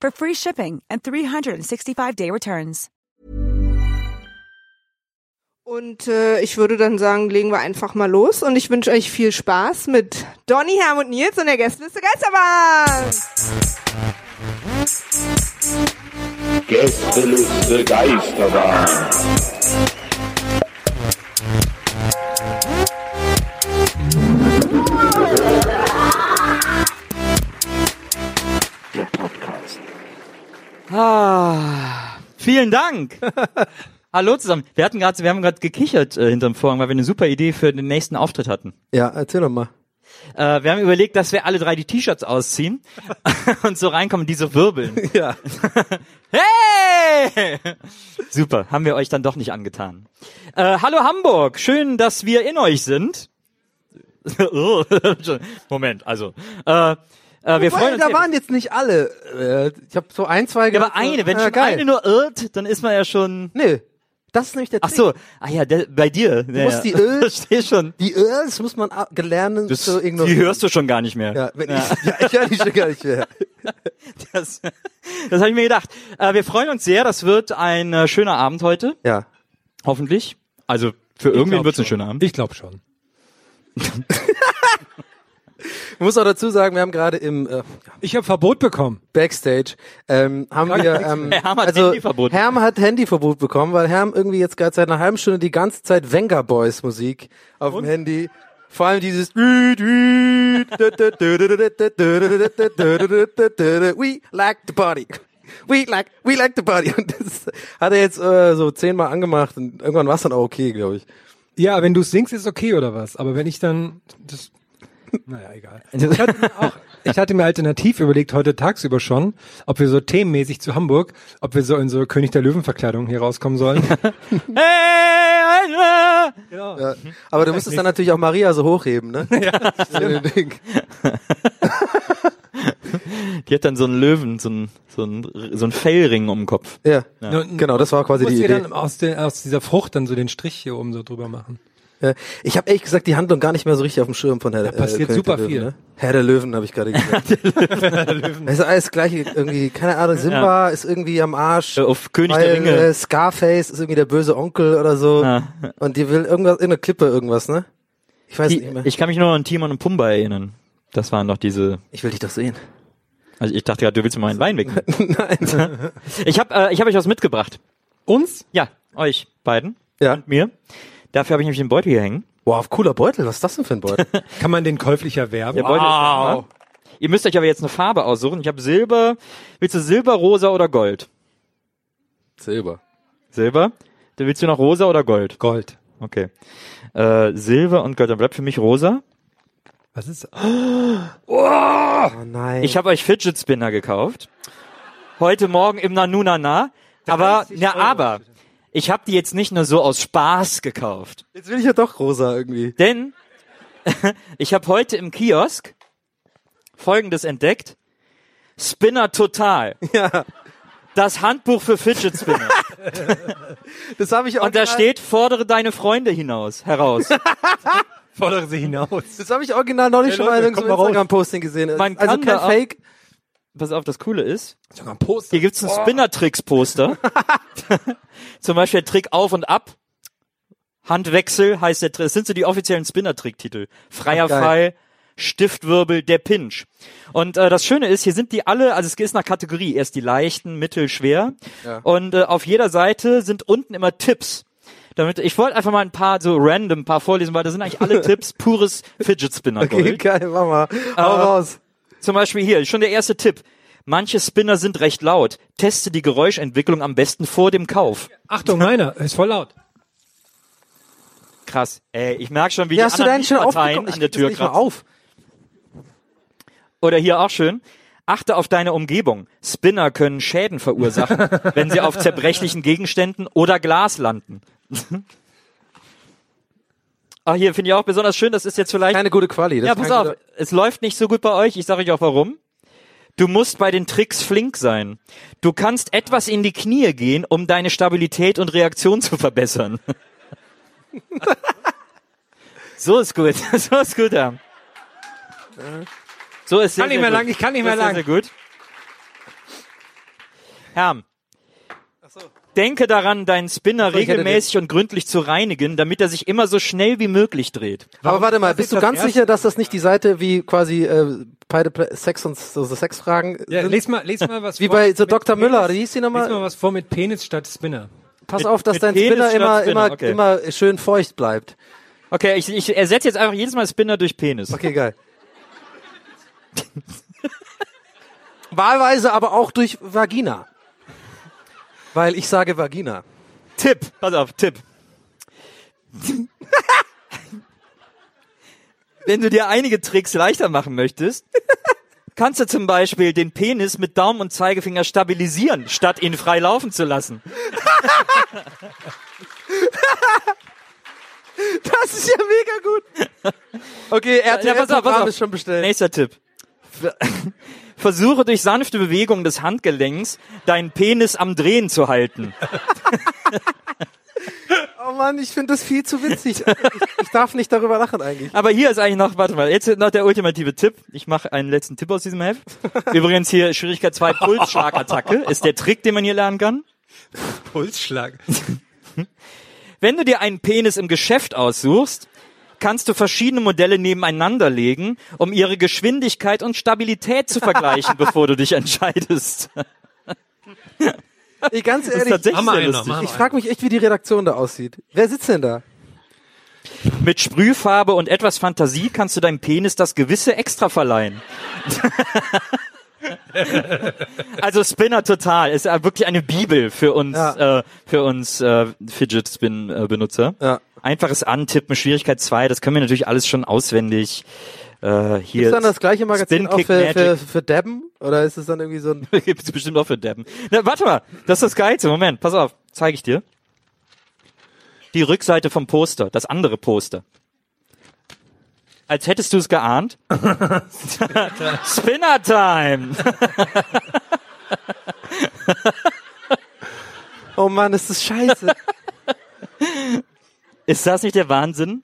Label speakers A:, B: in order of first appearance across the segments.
A: for free shipping and 365-day returns.
B: Und äh, ich würde dann sagen, legen wir einfach mal los und ich wünsche euch viel Spaß mit Donny, Herm und Nils und der Gästeliste Geisterbahn.
C: Gästeliste Geisterbahn. Der Podcast.
D: Ah, vielen Dank. Hallo zusammen. Wir hatten gerade, wir haben gerade gekichert äh, hinterm Vorhang, weil wir eine super Idee für den nächsten Auftritt hatten.
E: Ja, erzähl doch mal.
D: Äh, wir haben überlegt, dass wir alle drei die T-Shirts ausziehen und so reinkommen, die so wirbeln.
E: Ja.
D: Hey! Super, haben wir euch dann doch nicht angetan. Äh, hallo Hamburg, schön, dass wir in euch sind. Oh, Moment, also. Äh, äh, wir freuen
E: Weil,
D: uns.
E: da
D: sehr-
E: waren jetzt nicht alle. Äh, Ich habe so ein, zwei
D: Ja,
E: gedacht,
D: aber eine,
E: so,
D: wenn
E: ah,
D: schon
E: geil.
D: eine nur irrt, dann ist man ja schon.
E: Nee, das ist nämlich der
D: Ach so, ah ja, der, bei dir. Du
E: musst die irrt-
D: Versteh schon.
E: Die Earls muss man ab- gelernt
D: Das,
E: zu
D: die
E: ignorieren.
D: hörst du schon gar nicht mehr.
E: ja, wenn Ich, ja, ich höre die schon gar nicht mehr.
D: Das, das habe ich mir gedacht. Äh, wir freuen uns sehr. Das wird ein äh, schöner Abend heute,
E: Ja.
D: hoffentlich. Also für irgendwen wird es ein schöner Abend.
F: Ich glaube schon.
E: Ich muss auch dazu sagen, wir haben gerade im äh,
F: Ich habe Verbot bekommen.
E: Backstage ähm, haben wir ähm,
D: Herm hat
E: also
D: Handyverbot.
E: Herm hat Handyverbot bekommen, weil Herm irgendwie jetzt gerade seit einer halben Stunde die ganze Zeit Venga Boys Musik auf dem Handy. Vor allem dieses We like the party. We like, we like the party. Und das hat er jetzt äh, so zehnmal angemacht und irgendwann war es dann auch okay, glaube ich.
F: Ja, wenn du singst, ist okay oder was? Aber wenn ich dann, das, naja, egal. Ich hatte, mir auch, ich hatte mir alternativ überlegt, heute tagsüber schon, ob wir so themenmäßig zu Hamburg, ob wir so in so König der Löwen-Verkleidung hier rauskommen sollen.
D: Hey, Alter!
E: Ja. Aber du müsstest dann natürlich auch Maria so hochheben, ne? Ja.
D: Die hat dann so einen Löwen, so einen, so einen, so einen Fellring um den Kopf.
E: ja.
F: Ja, und-
E: Genau, das war quasi
F: Muss
E: die
F: dir
E: Idee.
F: dann aus, der, aus dieser Frucht dann so den Strich hier oben so drüber machen.
E: Ja, Äh, Ich habe ehrlich gesagt die Handlung gar nicht mehr so richtig auf dem Schirm von Herr der
F: passiert
E: König
F: super
E: der Löwen,
F: viel.
E: Ne? Herr der Löwen habe ich gerade gesagt. Es ist alles gleich irgendwie, keine Ahnung, Simba ist irgendwie am Arsch.
D: Äh, Auf König
E: weil,
D: der Ringe. Ah.
E: Äh, Scarface ist irgendwie der böse Onkel oder so.
D: Ja.
E: Und die will irgendwas, irgendeine Klippe, irgendwas, ne? Ich weiß
D: Die,
E: nicht mehr.
D: ich kann mich nur an Timon und Pumba erinnern. Das waren doch diese.
E: Ich will dich doch sehen.
D: Also ich dachte gerade, du willst mir meinen Wein weg. Ich habe äh, ich hab euch was mitgebracht.
F: Uns?
D: Ja, euch beiden,
E: Ja.
D: mir. Dafür habe ich nämlich den Beutel hier hängen.
E: Wow, cooler Beutel. Was ist das denn für ein Beutel?
F: Kann man den käuflich erwerben?
D: Der Beutel ist
F: Wow.
D: Ihr müsst euch aber jetzt eine Farbe aussuchen. Ich habe Silber. Willst du Silber, Rosa oder Gold?
E: Silber.
D: Silber. Dann willst du noch Rosa oder Gold?
F: Gold.
D: Okay. Äh, Silber und Gold. Dann bleibt für mich Rosa.
F: Was ist?
E: Oh nein.
D: Ich habe euch Fidget Spinner gekauft. Heute Morgen im Nanunana. Aber, na, aber. Ich habe die jetzt nicht nur so aus Spaß gekauft.
E: Jetzt will ich ja doch rosa irgendwie.
D: Denn ich habe heute im Kiosk Folgendes entdeckt. Spinner Total.
E: Ja.
D: Das Handbuch für Fidget Spinner.
E: Das habe ich auch.
D: Und da
E: original-
D: steht, fordere deine Freunde hinaus, heraus.
F: Fordere sie hinaus.
E: Das habe ich original neulich schon mal in
F: Leute, kommt
E: irgendeinem
F: mal raus.
E: Instagram-Posting gesehen.
D: Man
E: also
D: kann
E: kein
D: da auch-
E: Fake.
D: Pass auf, das Coole ist,
F: Sogar ein Poster.
D: hier gibt's ein Spinner-Tricks-Poster. Zum Beispiel der Trick auf und ab. Handwechsel heißt der Trick. Das sind so die offiziellen Spinner-Trick-Titel. Freier
E: Ach, geil.
D: Fall, Stiftwirbel, der Pinch. Und äh, das Schöne ist, hier sind die alle, also es ist nach Kategorie, erst die leichten, mittel, schwer. Und äh, auf jeder Seite sind unten immer Tipps. Damit, ich wollte einfach mal ein paar so random paar vorlesen, weil da sind eigentlich alle Tipps pures Fidget Spinner Gold.
E: Okay, geil, mach mal. Hau
D: Aber-
E: raus.
D: Zum Beispiel hier, schon der erste Tipp. Manche Spinner sind recht laut. Teste die Geräuschentwicklung am besten vor dem Kauf.
F: Achtung, meiner, ist voll laut.
D: Krass. Ey, ich merke schon, wie die
E: Ja, hast du
D: anderen
E: deinen schon
D: Parteien
E: aufbekommen?
D: an der Tür
E: nicht mal
D: kratzen.
E: auf.
D: Oder hier auch schön. Achte auf deine Umgebung. Spinner können Schäden verursachen, wenn sie auf zerbrechlichen Gegenständen oder Glas landen. Ah, hier finde ich auch besonders schön. Das ist jetzt vielleicht
E: Keine gute Quali. das
D: Ja,
E: ist
D: pass
E: keine
D: auf,
E: gute-
D: es läuft nicht so gut bei euch, ich sage euch auch warum. Du musst bei den Tricks flink sein. Du kannst etwas in die Knie gehen, um deine Stabilität und Reaktion zu verbessern. so ist gut, so ist gut, ja. So ist sehr,
F: Kann nicht
D: sehr
F: mehr
D: gut.
F: lang, ich kann nicht
D: So
F: mehr
D: ist sehr,
F: lang.
D: Sehr gut. Herm. Denke daran, deinen Spinner
E: ich hätte
D: regelmäßig und gründlich zu reinigen, damit er sich immer so schnell wie möglich dreht.
E: Aber warte mal, bist du
F: das
E: ganz
F: erste?
E: sicher, dass das nicht die Seite wie quasi äh, beide Pla- Sex und so so Sexfragen
F: Ja,
E: sind?
F: les mal, les mal was
E: Wie
F: vor
E: bei
F: mit
E: so Dr.
F: Penis.
E: Müller, wie hieß die nochmal?
F: Les mal was vor mit Penis statt Spinner.
E: Pass
D: mit-
E: auf, dass
D: mit
E: dein
D: Penis
E: Spinner
D: statt
E: immer,
D: Spinner,
E: immer,
D: okay.
E: immer schön feucht bleibt.
D: Okay, ich, ich ersetze jetzt einfach jedes Mal Spinner durch Penis.
E: Okay, geil. Wahlweise aber auch durch Vagina. Weil ich sage Vagina.
D: Tipp, pass auf, Tipp. Wenn du dir einige Tricks leichter machen möchtest, kannst du zum Beispiel den Penis mit Daumen und Zeigefinger stabilisieren, statt ihn frei laufen zu lassen.
E: Das ist ja mega gut. Okay, RTL
D: pass auf, pass
E: Programm
D: auf.
E: ist schon bestellt.
D: Nächster Tipp. Ver- Versuche durch sanfte Bewegungen des Handgelenks deinen Penis am Drehen zu halten.
E: Oh Mann, ich finde das viel zu witzig. ich, ich darf nicht darüber lachen eigentlich.
D: Aber hier ist eigentlich noch, warte mal, jetzt noch der ultimative Tipp. Ich mache einen letzten Tipp aus diesem Heft. Übrigens hier Schwierigkeit 2 Pulsschlagattacke ist der Trick, den man hier lernen kann.
F: Pulsschlag.
D: Wenn du dir einen Penis im Geschäft aussuchst, kannst du verschiedene Modelle nebeneinander legen, um ihre Geschwindigkeit und Stabilität zu vergleichen, bevor du dich entscheidest.
E: Ich, ganz
D: Das ist
E: ehrlich,
D: tatsächlich
F: Hammer
D: sehr
F: einer,
D: lustig.
F: Hammer.
E: ich frage mich echt, wie die Redaktion da aussieht. Wer sitzt denn da?
D: Mit Sprühfarbe und etwas Fantasie kannst du deinem Penis das gewisse Extra verleihen. also Spinner total ist äh, wirklich eine Bibel für uns
E: Ja.
D: äh, für uns äh, Fidget Spin äh, Benutzer.
E: Ja.
D: Einfaches Antippen, Schwierigkeit 2, das können wir natürlich alles schon auswendig. Äh, hier
E: Ist dann das gleiche Magazin
D: Spin
E: auch
D: Kick
E: für, für,
D: Magic.
E: für Debben? Oder ist es dann irgendwie so ein...
D: gibt's bestimmt auch für Deppen. Na, warte mal, das ist das Geilste. Moment, pass auf, zeige ich dir. Die Rückseite vom Poster, das andere Poster. Als hättest du es geahnt. Spinner Time!
E: Oh Mann, ist das scheiße.
D: Ist das nicht der Wahnsinn?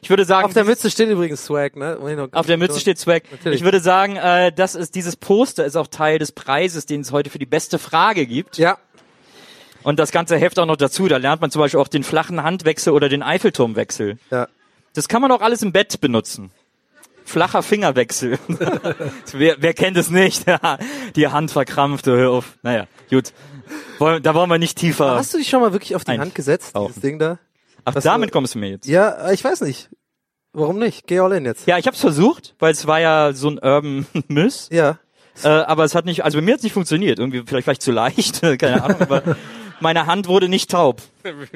D: Ich würde sagen,
E: Auf der Mütze steht übrigens Swag, ne? Muss ich noch-
D: auf der Mütze steht Swag.
E: Natürlich.
D: Ich würde sagen, äh, das ist dieses Poster ist auch Teil des Preises, den es heute für die beste Frage gibt.
E: Ja,
D: Und das ganze Heft auch noch dazu. Da lernt man zum Beispiel auch den flachen Handwechsel oder den Eiffelturmwechsel.
E: ja.
D: Das kann man auch alles im Bett benutzen. Flacher Fingerwechsel. wer, wer kennt es nicht? die Hand verkrampft, hör auf. Naja, gut. Wollen, da wollen wir nicht tiefer.
E: Hast du dich schon mal wirklich auf die
D: Ein-
E: Hand gesetzt,
D: Auch.
E: dieses Ding da?
D: Ach,
E: hast
D: damit
E: du-
D: kommst du mir jetzt. Ja,
E: Ja, äh, ich weiß nicht. Warum nicht? Geh all in jetzt.
D: ich habe es versucht, weil es war ja so ein Urban Miss.
E: Ja.
D: Äh, aber es hat nicht, also bei mir hat es nicht funktioniert. Irgendwie vielleicht, vielleicht zu leicht, keine Ahnung. Aber meine Hand wurde nicht taub.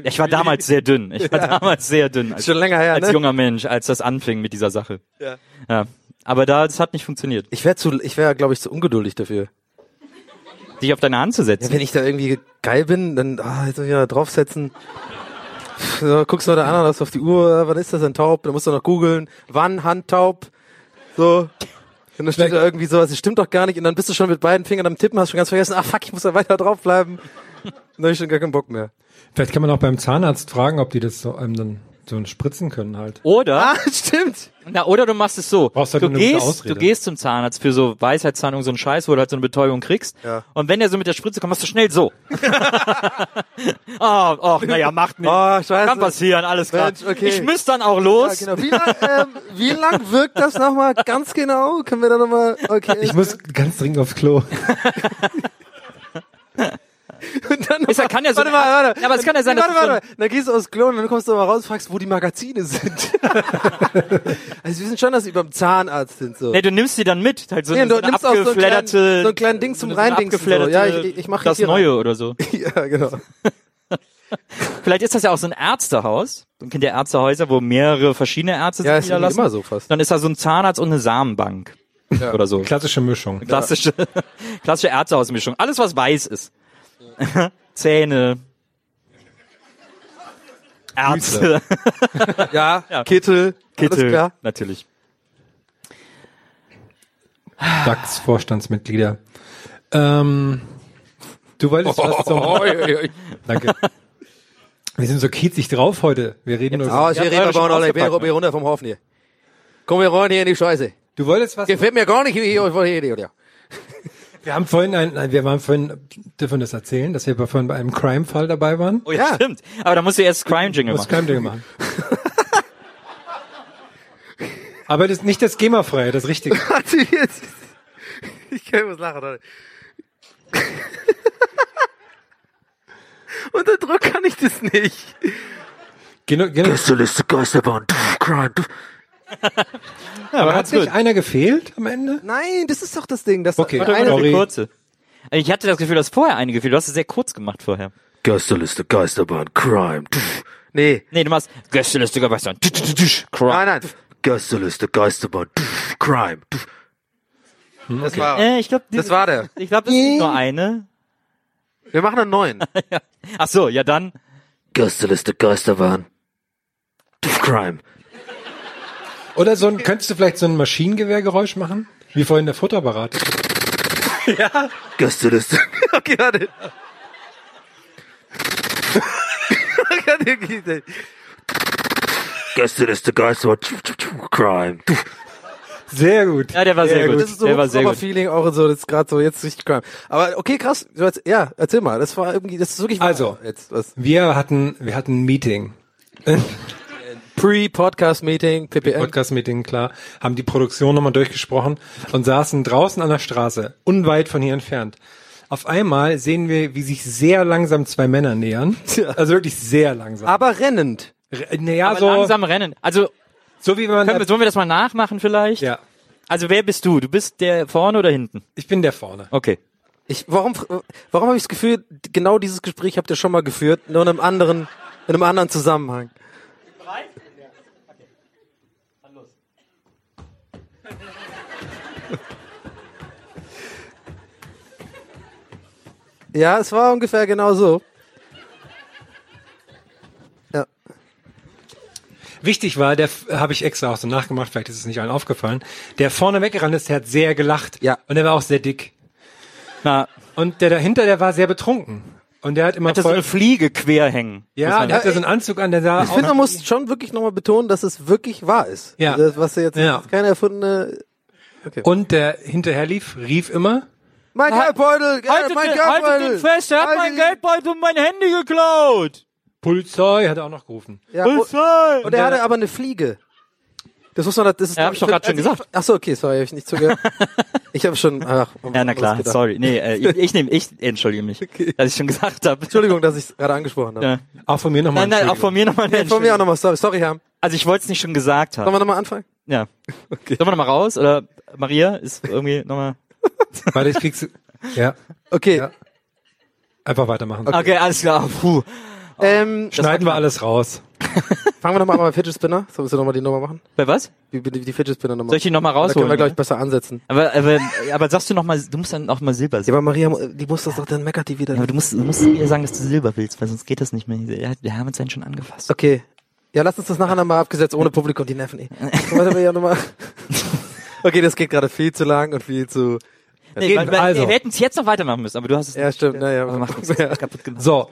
D: Ich war damals sehr dünn. Ich war damals sehr dünn. Als,
E: Schon länger her,
D: als
E: ne?
D: junger Mensch, als das anfing mit dieser Sache.
E: Ja.
D: ja. Aber da, das hat nicht funktioniert,
E: Ich wäre zu, ich wäre, glaube ich, zu ungeduldig dafür.
D: dich auf deine Hand zu setzen.
E: Ja, wenn ich da irgendwie geil bin, dann, ah, jetzt muss ich da draufsetzen. So, guckst du da an, hast du auf die Uhr, wann ist das denn taub? Dann musst du noch googeln, wann Handtaub. So. Und dann steht da irgendwie sowas, das stimmt doch gar nicht. Und dann bist du schon mit beiden Fingern am Tippen, hast schon ganz vergessen, ah fuck, ich muss da weiter draufbleiben. Dann hab ich schon gar keinen Bock mehr.
F: Vielleicht kann man auch beim Zahnarzt fragen, ob die das so einem dann So ein Spritzen können halt.
E: Ah!
D: Oder,
E: stimmt.
D: na, oder du machst es so.
F: Brauchst halt
D: du,
F: nur eine gute
D: gehst,
F: Ausrede.
D: du gehst zum Zahnarzt für so Weisheitszahnung, so einen Scheiß, wo du halt so eine Betäubung kriegst.
E: Ja.
D: Und wenn der so mit der Spritze kommt, machst du schnell so. Ah, ach, naja, macht nichts.
E: Oh, scheiße.
D: Kann passieren, alles klar.
E: Mensch, okay.
D: Ich müsste dann auch los.
E: Ja, genau. Wie lang, ähm, wie lang wirkt das nochmal ganz genau? Können wir da nochmal, okay.
F: Ich muss ganz dringend aufs Klo.
E: Und dann
D: Ist ja- kann ja so-
E: warte mal, warte.
D: Ja, aber es kann ja sein,
E: warte,
D: dass es
E: warte,
D: so-
E: warte. Dann gehst du aus Klo und dann kommst du mal raus und fragst, wo die Magazine sind. also wir wissen schon, dass sie beim Zahnarzt sind, so.
D: Nee, du nimmst sie dann mit. Halt so,
E: Nee,
D: eine-
E: du
D: so eine
E: nimmst auch so ein
D: abgeflatterte,
E: kleinen- so ein kleinen Ding zum
D: so eine
E: Reindingsen so.
D: abgeflatterte
E: Ja, ich- ich- ich mach
D: das
E: hier
D: Neue oder so.
E: ja, genau.
D: Vielleicht ist das ja auch so ein Ärztehaus. So ein Kind der Ärztehäuser, wo mehrere verschiedene Ärzte
E: Ja,
D: sich
E: ist ja
D: niederlassen.
E: immer so fast.
D: Dann ist da so ein Zahnarzt und eine Samenbank. Oder so.
F: Klassische Mischung.
D: Klassische, klassische Ärztehausmischung. Alles, was weiß ist. Zähne. Ärzte.
E: Ja, Kittel,
D: Kittel.
E: alles klar.
D: Natürlich.
F: DAX Vorstandsmitglieder. Ähm, du wolltest was zum... Danke. Wir sind so kiezig drauf heute. Wir reden
E: Ah,
F: nur...
E: ich rede aber noch nicht. Ich bin runter vom Haufen hier. Komm, wir rollen hier in die Scheiße.
F: Du wolltest was...
E: Gefällt mir gar nicht, wie ich euch von hier rede, oder?
F: Wir haben vorhin ein, nein, wir waren vorhin, dürfen wir das erzählen, dass wir vorhin bei einem Crime-Fall dabei waren?
D: Oh ja,
E: Ja.
D: stimmt. Aber da musst du erst Crime Jingle
F: Was
D: machen.
F: Crime-Dinge machen. Aber das nicht das GEMA-freie, das Richtige.
E: Warte, jetzt. Ich kann was lachen, Alter. Unter Druck kann ich das nicht.
F: Geno, Geno,
E: Beste Liste Geisterbahn. Crime.
F: aber hat nicht einer gefehlt am Ende?
E: Nein, das ist doch das Ding. Das
F: Okay.
E: eine-
D: Eine
F: Sorry.
D: kurze. Ich hatte das Gefühl, dass vorher einige Gefühl. Du hast es sehr kurz gemacht vorher.
E: Geisterliste Geisterbahn. Crime. Nee.
D: Nee, du machst Gästeliste Gewässern.
E: Nein,
D: Crime.
E: nein. Geisterliste Geisterbahn. Crime. Das war,
D: Äh, ich glaube,
E: das war der.
D: Ich glaube, das ist nur eine.
E: Wir machen einen neuen.
D: Ach so, ja dann.
E: Geisterliste Geisterbahn. Crime.
F: Oder so ein, könntest du vielleicht so ein Maschinengewehrgeräusch machen? Wie vorhin der Futterapparat.
E: Gästeliste. okay, warte. Okay, geht nicht. Gästeliste Geister. Crime.
F: Sehr gut.
D: Ja, der war sehr, gut.
E: Das ist so
D: der war sehr gut.
E: Feeling auch und so, das ist gerade so jetzt richtig Crime. Aber okay, krass. So jetzt- Ja, erzähl mal, das war irgendwie, das ist wirklich wahr.
F: Also.
E: jetzt was
F: Wir hatten, wir hatten ein Meeting.
E: Pre-Podcast Meeting, PPM.
F: Podcast-Meeting, klar, haben die Produktion nochmal durchgesprochen und saßen draußen an der Straße, unweit von hier entfernt. Auf einmal sehen wir, wie sich sehr langsam zwei Männer nähern. Also wirklich sehr langsam.
E: Aber rennend.
F: Re- äh, Naja,
D: Ah. Aber
F: so,
D: langsam rennen. Also
F: so wie wenn
D: können wir,
F: man...
D: sollen wir das mal nachmachen vielleicht?
F: Ja,
D: Also wer bist du? Du bist der vorne oder hinten?
F: ich bin der vorne.
D: Okay.
E: Ich, warum, warum habe ich das Gefühl, genau dieses Gespräch habt ihr schon mal geführt, nur in einem anderen, in einem anderen Zusammenhang. Ja, es war ungefähr genau so. Ja.
F: Wichtig war, der f- habe ich extra auch so nachgemacht, vielleicht ist es nicht allen aufgefallen. Der vorne weggerannt ist, der hat sehr gelacht.
E: Ja.
F: Und der war auch sehr dick.
D: Na,
F: Und der dahinter, der war sehr betrunken. Und der hat immer
D: hat das so
F: voll,
D: eine Fliege quer hängen. Muss
F: ja,
D: man-
F: der hat ja so einen Anzug an, der sah
E: Ich finde, man muss schon wirklich nochmal betonen, dass es wirklich wahr ist.
F: Ja.
E: Also Das, was jetzt
F: Ja.
E: das ist keine erfundene.
F: Und der hinterher lief, rief immer.
E: Mein Geldbeutel!
D: Haltet,
E: mein
D: den,
E: Geldbeutel!
D: haltet den fest, er hat
E: Haltet
D: mein
E: ihn-
D: Geldbeutel und mein Handy geklaut.
F: Polizei, hat er auch noch gerufen.
E: Ja, und-
D: Polizei.
E: Und er hatte aber eine Fliege. Das muss man, das ist. also
D: Ja, hab ich doch grad schon gesagt.
E: Ach so, okay, sorry, habe ich nicht zugehört. ich habe schon. Ach,
D: ja, na klar,
E: gedacht.
D: sorry. Nee, äh, ich, ich nehme, ich entschuldige mich, dass ich schon gesagt habe.
E: Entschuldigung, dass ich es gerade angesprochen habe.
D: Ja.
F: Auch von mir nochmal.
D: Nein, nein, auch von mir nochmal eine
E: Von mir auch
D: Entschuldigung.
E: nochmal, sorry, sorry, Herr.
D: Also ich wollte es nicht schon gesagt
E: Sollen
D: haben.
E: wir nochmal anfangen?
D: Ja. Sollen wir nochmal raus? Oder Maria ist irgendwie nochmal...
F: Warte, ich krieg's. Ja,
E: Okay.
F: Ja. einfach weitermachen.
D: Okay, alles klar. Puh.
E: Ähm,
F: Schneiden wir alles raus.
E: fangen wir nochmal an mit Fidget Spinner. So müssen wir nochmal die Nummer machen.
D: Bei was?
E: Die, die, die Fidget Spinner Nummer.
D: Soll ich die nochmal
E: da können
D: rausholen? ne?
E: wir, glaube ich, besser ansetzen.
D: aber, aber, aber sagst du nochmal, du musst dann auch mal Silber
E: Ja, aber Maria, die muss das doch, dann meckert die wieder.
D: Ja, aber du musst, du musst mir sagen, dass du Silber willst, weil sonst geht das nicht mehr. Der, der haben uns einen schon angefasst.
E: Okay. Ja, lass uns das nachher nochmal abgesetzt, ohne Publikum, die Nerven eh. Warte, wir ja nochmal. Okay, das geht gerade viel zu lang und viel zu.
D: Nee, weil, weil,
F: also.
D: Wir hätten es jetzt noch weitermachen müssen, aber du hast es
E: Ja, stimmt. Naja,
D: aber macht nichts, ja. kaputt gemacht.
F: So.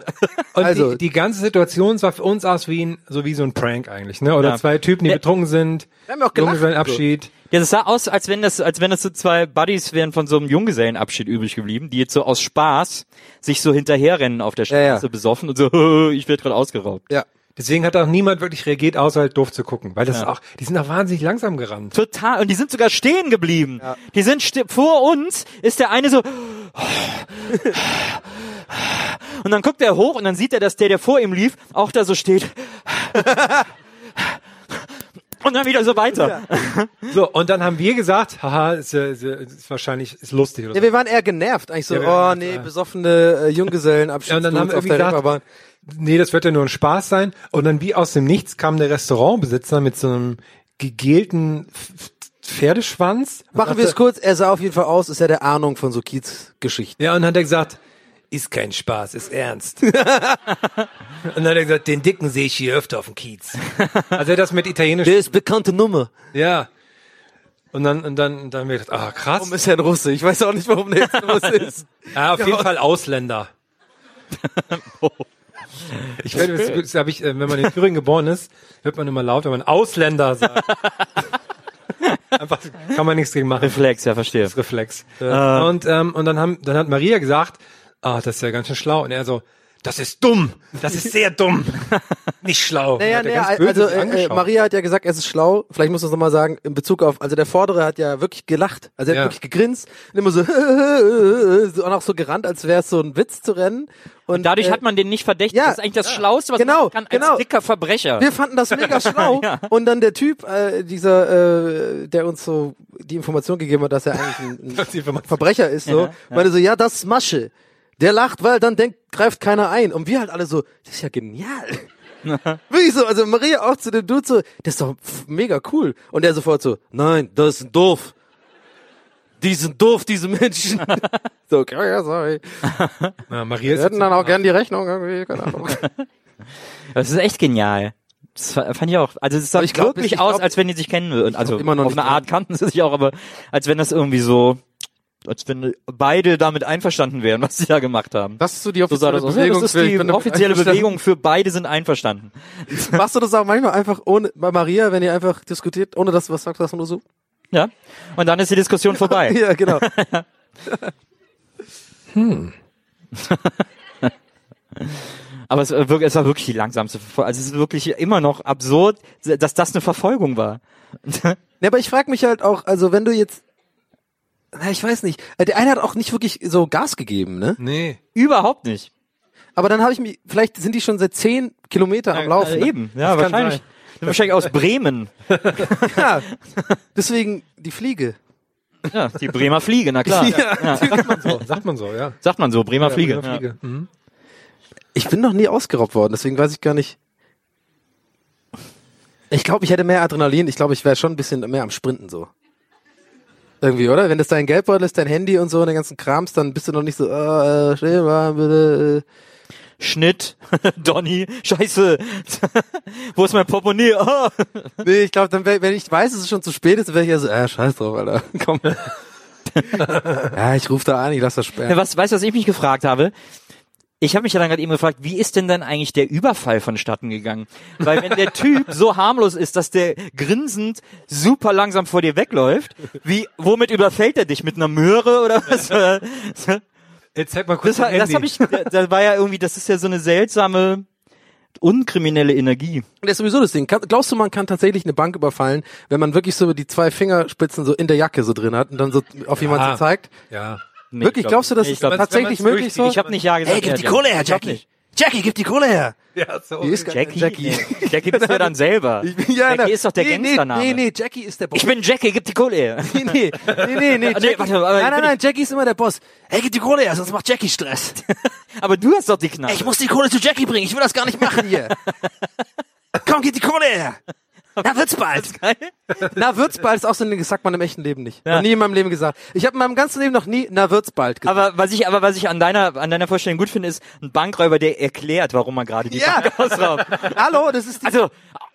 F: Und
E: Also-
F: die, die ganze Situation sah für uns aus wie ein, so wie so ein Prank eigentlich, ne? Oder
D: Ja.
F: zwei Typen, die
D: Wir-
F: betrunken sind.
E: Wir haben ja auch gelacht.
F: Junggesellenabschied.
D: Ja, das sah aus, als wenn das, als wenn das so zwei Buddies wären von so einem Junggesellenabschied übrig geblieben, die jetzt so aus Spaß sich so hinterherrennen auf der Straße
E: ja.
D: besoffen und so, ich werde gerade ausgeraubt.
E: Ja.
F: Deswegen hat auch niemand wirklich reagiert, außer halt doof zu gucken. Weil das ist auch, die sind auch wahnsinnig langsam gerannt.
D: Total. Und die sind sogar stehen geblieben. Die sind ste- vor uns ist der eine so. Und dann guckt er hoch und dann sieht er, dass der, der vor ihm lief, auch da so steht. Und dann wieder so weiter.
F: So, und dann haben wir gesagt, haha, ist, äh, ist, äh, ist wahrscheinlich, ist lustig oder
E: Ja,
F: so.
E: wir waren eher genervt. Eigentlich so,
F: Ja, wir waren
E: oh nee,
F: genervt,
E: besoffene äh, Junggesellenabschied.
F: Ja, und dann haben wir
E: auf der
F: irgendwie gesagt,
E: Reeperbahn.
F: nee, das wird ja nur ein Spaß sein. Und dann wie aus dem Nichts kam der Restaurantbesitzer mit so einem gegelten F- Pferdeschwanz. Und
E: Machen
F: dachte-
E: wir es kurz. Er sah auf jeden Fall aus, ist ja der Ahnung von so Kiez-Geschichten.
F: Ja, und dann hat er gesagt, ist kein Spaß, ist ernst. und dann hat er gesagt, den Dicken sehe ich hier öfter auf dem Kiez. Also er das mit Italienisch,
E: ist bekannte Nummer.
F: ja. Und dann, und dann, und dann haben wir gedacht, ah, krass.
E: Warum ist er ein Russe? Ich weiß auch nicht, warum der jetzt ein Russe ist.
F: Ja, auf jeden Fall Ausländer. Ich werde, das, das hab ich, äh, wenn man in Thüringen geboren ist, wird man immer laut, wenn man Ausländer sagt. Einfach, kann man nichts gegen machen.
D: Reflex, ja, verstehe.
F: Reflex. Und, ähm, und dann, haben, dann hat Maria gesagt, ah, das ist ja ganz schön schlau. Und er so, das ist dumm. Das ist sehr dumm. Nicht schlau. Und
E: Naja,
F: hat er
E: naja,
F: ganz böse
E: also
F: sich
E: äh, äh,
F: angeschaut.
E: Maria hat ja gesagt, es ist schlau. Vielleicht muss man es nochmal sagen, in Bezug auf, also der Vordere hat ja wirklich gelacht. Also er
F: Ja.
E: hat wirklich gegrinst und immer so, so und auch so gerannt, als wäre es so ein Witz zu rennen. Und,
D: Dadurch
E: äh,
D: hat man den nicht verdächtigt.
E: ja,
D: das ist eigentlich das Schlauste, was
E: genau,
D: man kann als
E: genau.
D: dicker Verbrecher.
E: wir fanden das mega schlau. Und dann der Typ, äh, dieser, äh, der uns so die Information gegeben hat, dass er eigentlich ein,
F: Die
E: ein
F: Information.
E: Verbrecher ist, so, meinte so, ja, das ist Masche. Der lacht, weil dann denkt, greift keiner ein. Und wir halt alle so, das ist ja genial. Wirklich so, also Maria auch zu dem Dude so, das ist doch pf, mega cool. Und er sofort so, nein, das ist doof. Die sind doof, diese Menschen. so, okay, ja, sorry.
F: Na, Maria ist
E: Wir hätten
F: jetzt,
E: dann auch gern die Rechnung irgendwie, keine Ahnung.
D: Das ist echt genial. Das fa- fand ich auch. Also es sah
E: Aber ich glaub,
D: wirklich
E: ich
D: aus,
E: glaub-
D: als wenn die sich kennen würden. Also
E: glaub immer noch
D: auf
E: nicht
D: eine
E: dran.
D: Art kannten sie sich auch, aber als wenn das irgendwie so, als wenn beide damit einverstanden wären, was sie da gemacht haben.
E: Das ist so die
D: so sah
E: offizielle
D: das aus. Ja,
E: Bewegung.
D: Das ist
E: Ich
D: die
E: bin damit
D: offizielle
E: einverstanden.
D: Bewegung für beide sind einverstanden.
E: Machst du das auch manchmal einfach ohne, bei Maria, wenn ihr einfach diskutiert, ohne dass du was sagt, das nur so?
D: Ja. Und dann ist die Diskussion vorbei.
E: Ja, genau.
D: Aber es, äh, wirk- es war wirklich die langsamste Verfolgung. Also es ist wirklich immer noch absurd, dass das eine Verfolgung war.
E: Ja, aber ich frage mich halt auch, also wenn du jetzt, na, ich weiß nicht, Äh, der eine hat auch nicht wirklich so Gas gegeben, ne?
F: nee.
D: Überhaupt nicht.
E: Aber dann habe ich mich, vielleicht sind die schon seit zehn Kilometer am Laufen.
D: Äh, eben. Ja,
F: Das kann
D: wahrscheinlich.
F: sein.
D: Wahrscheinlich aus Bremen.
E: Ja. Deswegen die Fliege.
D: Ja, die Bremer Fliege, na klar.
F: So, sagt man so, ja.
D: Sagt man so, Bremer Fliege.
F: Bremer
D: ja.
F: Fliege. Mhm.
E: Ich bin noch nie ausgeraubt worden, deswegen weiß ich gar nicht. Ich glaube, ich hätte mehr Adrenalin. Ich glaube, ich wäre schon ein bisschen mehr am Sprinten so. Irgendwie, oder? Wenn das dein Geldbeutel ist, dein Handy und so und den ganzen Krams, dann bist du noch nicht so, äh, äh, schnell mal, bitte. äh.
D: Schnitt, Donny, scheiße, wo ist mein Portemonnaie? Oh.
E: äh. Nee, ich glaube, dann wär, wenn ich weiß, dass es schon zu spät ist, dann wäre ich ja so, äh, scheiß drauf, Alter. Komm. ja, ich rufe da an, ich lass das
D: Ja,
E: sperren.
D: Was, weißt du, was ich mich gefragt habe? Ich habe mich ja dann gerade eben gefragt, wie ist denn dann eigentlich der Überfall vonstatten gegangen? Weil wenn der Typ so harmlos ist, dass der grinsend super langsam vor dir wegläuft, wie womit überfällt er dich mit einer Möhre oder was? Das,
F: Jetzt zeig mal kurz
D: war-
F: dein
D: das
F: Handy.
D: habe ich, da war ja irgendwie, das ist ja so eine seltsame unkriminelle Energie.
E: Das ist sowieso das Ding. Kann, glaubst du, man kann tatsächlich eine Bank überfallen, wenn man wirklich so die zwei Fingerspitzen so in der Jacke so drin hat und dann so auf jemanden so zeigt?
F: Ja.
D: Nee,
E: Wirklich,
D: ich glaub-
E: glaubst du, das
D: nee,
E: ist
D: glaub-
E: tatsächlich
F: wenn man's
E: möglich so?
F: durchzieht,
D: Ich habe nicht ja gesagt.
E: Ey, gib
D: ja,
E: die
D: ja.
E: Kohle her,
D: Ich glaub
E: Jackie. Jackie, gib die Kohle her.
F: Ja, so.
E: Die ist gar-
D: Jackie?
E: Jackie.
D: Nee. Jackie bist du ja dann selber.
E: Ich bin, ja,
D: Jackie
E: na,
D: ist doch der
E: nee,
D: Gangstername.
E: Nee, nee, nee, Jackie ist der Boss.
D: Ich bin Jackie, gib die Kohle her.
E: nee, nee, nee, nee, nee, Jackie.
D: warte, aber
E: nein,
D: bin
E: nein, nein, Jackie ist immer der Boss. Ey, gib die Kohle her, sonst macht Jackie Stress.
D: Aber du hast doch die Knarre.
E: Ich muss die Kohle zu Jackie bringen, ich will das gar nicht machen hier. Komm, gib die Kohle her. Na, wird's bald. Na, wird's bald ist auch so ein Ding, das sagt man im echten Leben nicht. Noch nie in meinem Leben gesagt. Ich habe in meinem ganzen Leben noch nie, na, wird's bald gesagt.
D: aber was ich, aber was ich an deiner, an deiner Vorstellung gut finde, ist ein Bankräuber, der erklärt, warum man gerade die
E: Ja.
D: Bank ausraubt.
E: Hallo, das ist die
D: Also,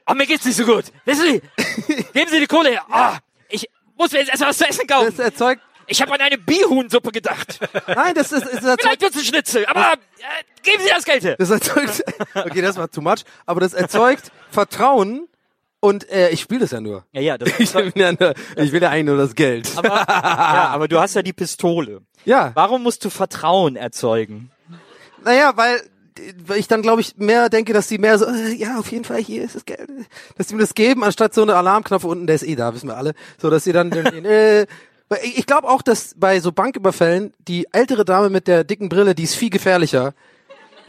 D: oh, mir geht's nicht so Ah, gut. Wissen Sie, geben Sie die Kohle her. Oh, ich muss mir jetzt erstmal was zu essen kaufen.
E: Das erzeugt
D: Ich habe an eine Bihuhnsuppe gedacht.
E: Nein, das ist, ist das
D: Vielleicht wird's ein Schnitzel, aber äh, geben Sie das Geld her.
E: Das erzeugt, okay, das war too much, aber das erzeugt Vertrauen und äh, ich spiele das ja nur.
D: Ja, ja, das
E: Ich will, ja nur, ich will ja eigentlich nur das Geld.
D: aber, ja, aber du hast ja die Pistole.
E: ja,
D: Warum musst du Vertrauen erzeugen?
E: naja, weil äh, weil ich dann glaube ich mehr denke, dass die mehr so, äh, ja, auf jeden Fall hier ist das Geld, dass die mir das geben, anstatt so eine Alarmknopf unten, der ist eh da, wissen wir alle, so dass sie dann, äh, weil ich- ich glaube auch, dass bei so Banküberfällen die ältere Dame mit der dicken Brille, die ist viel gefährlicher,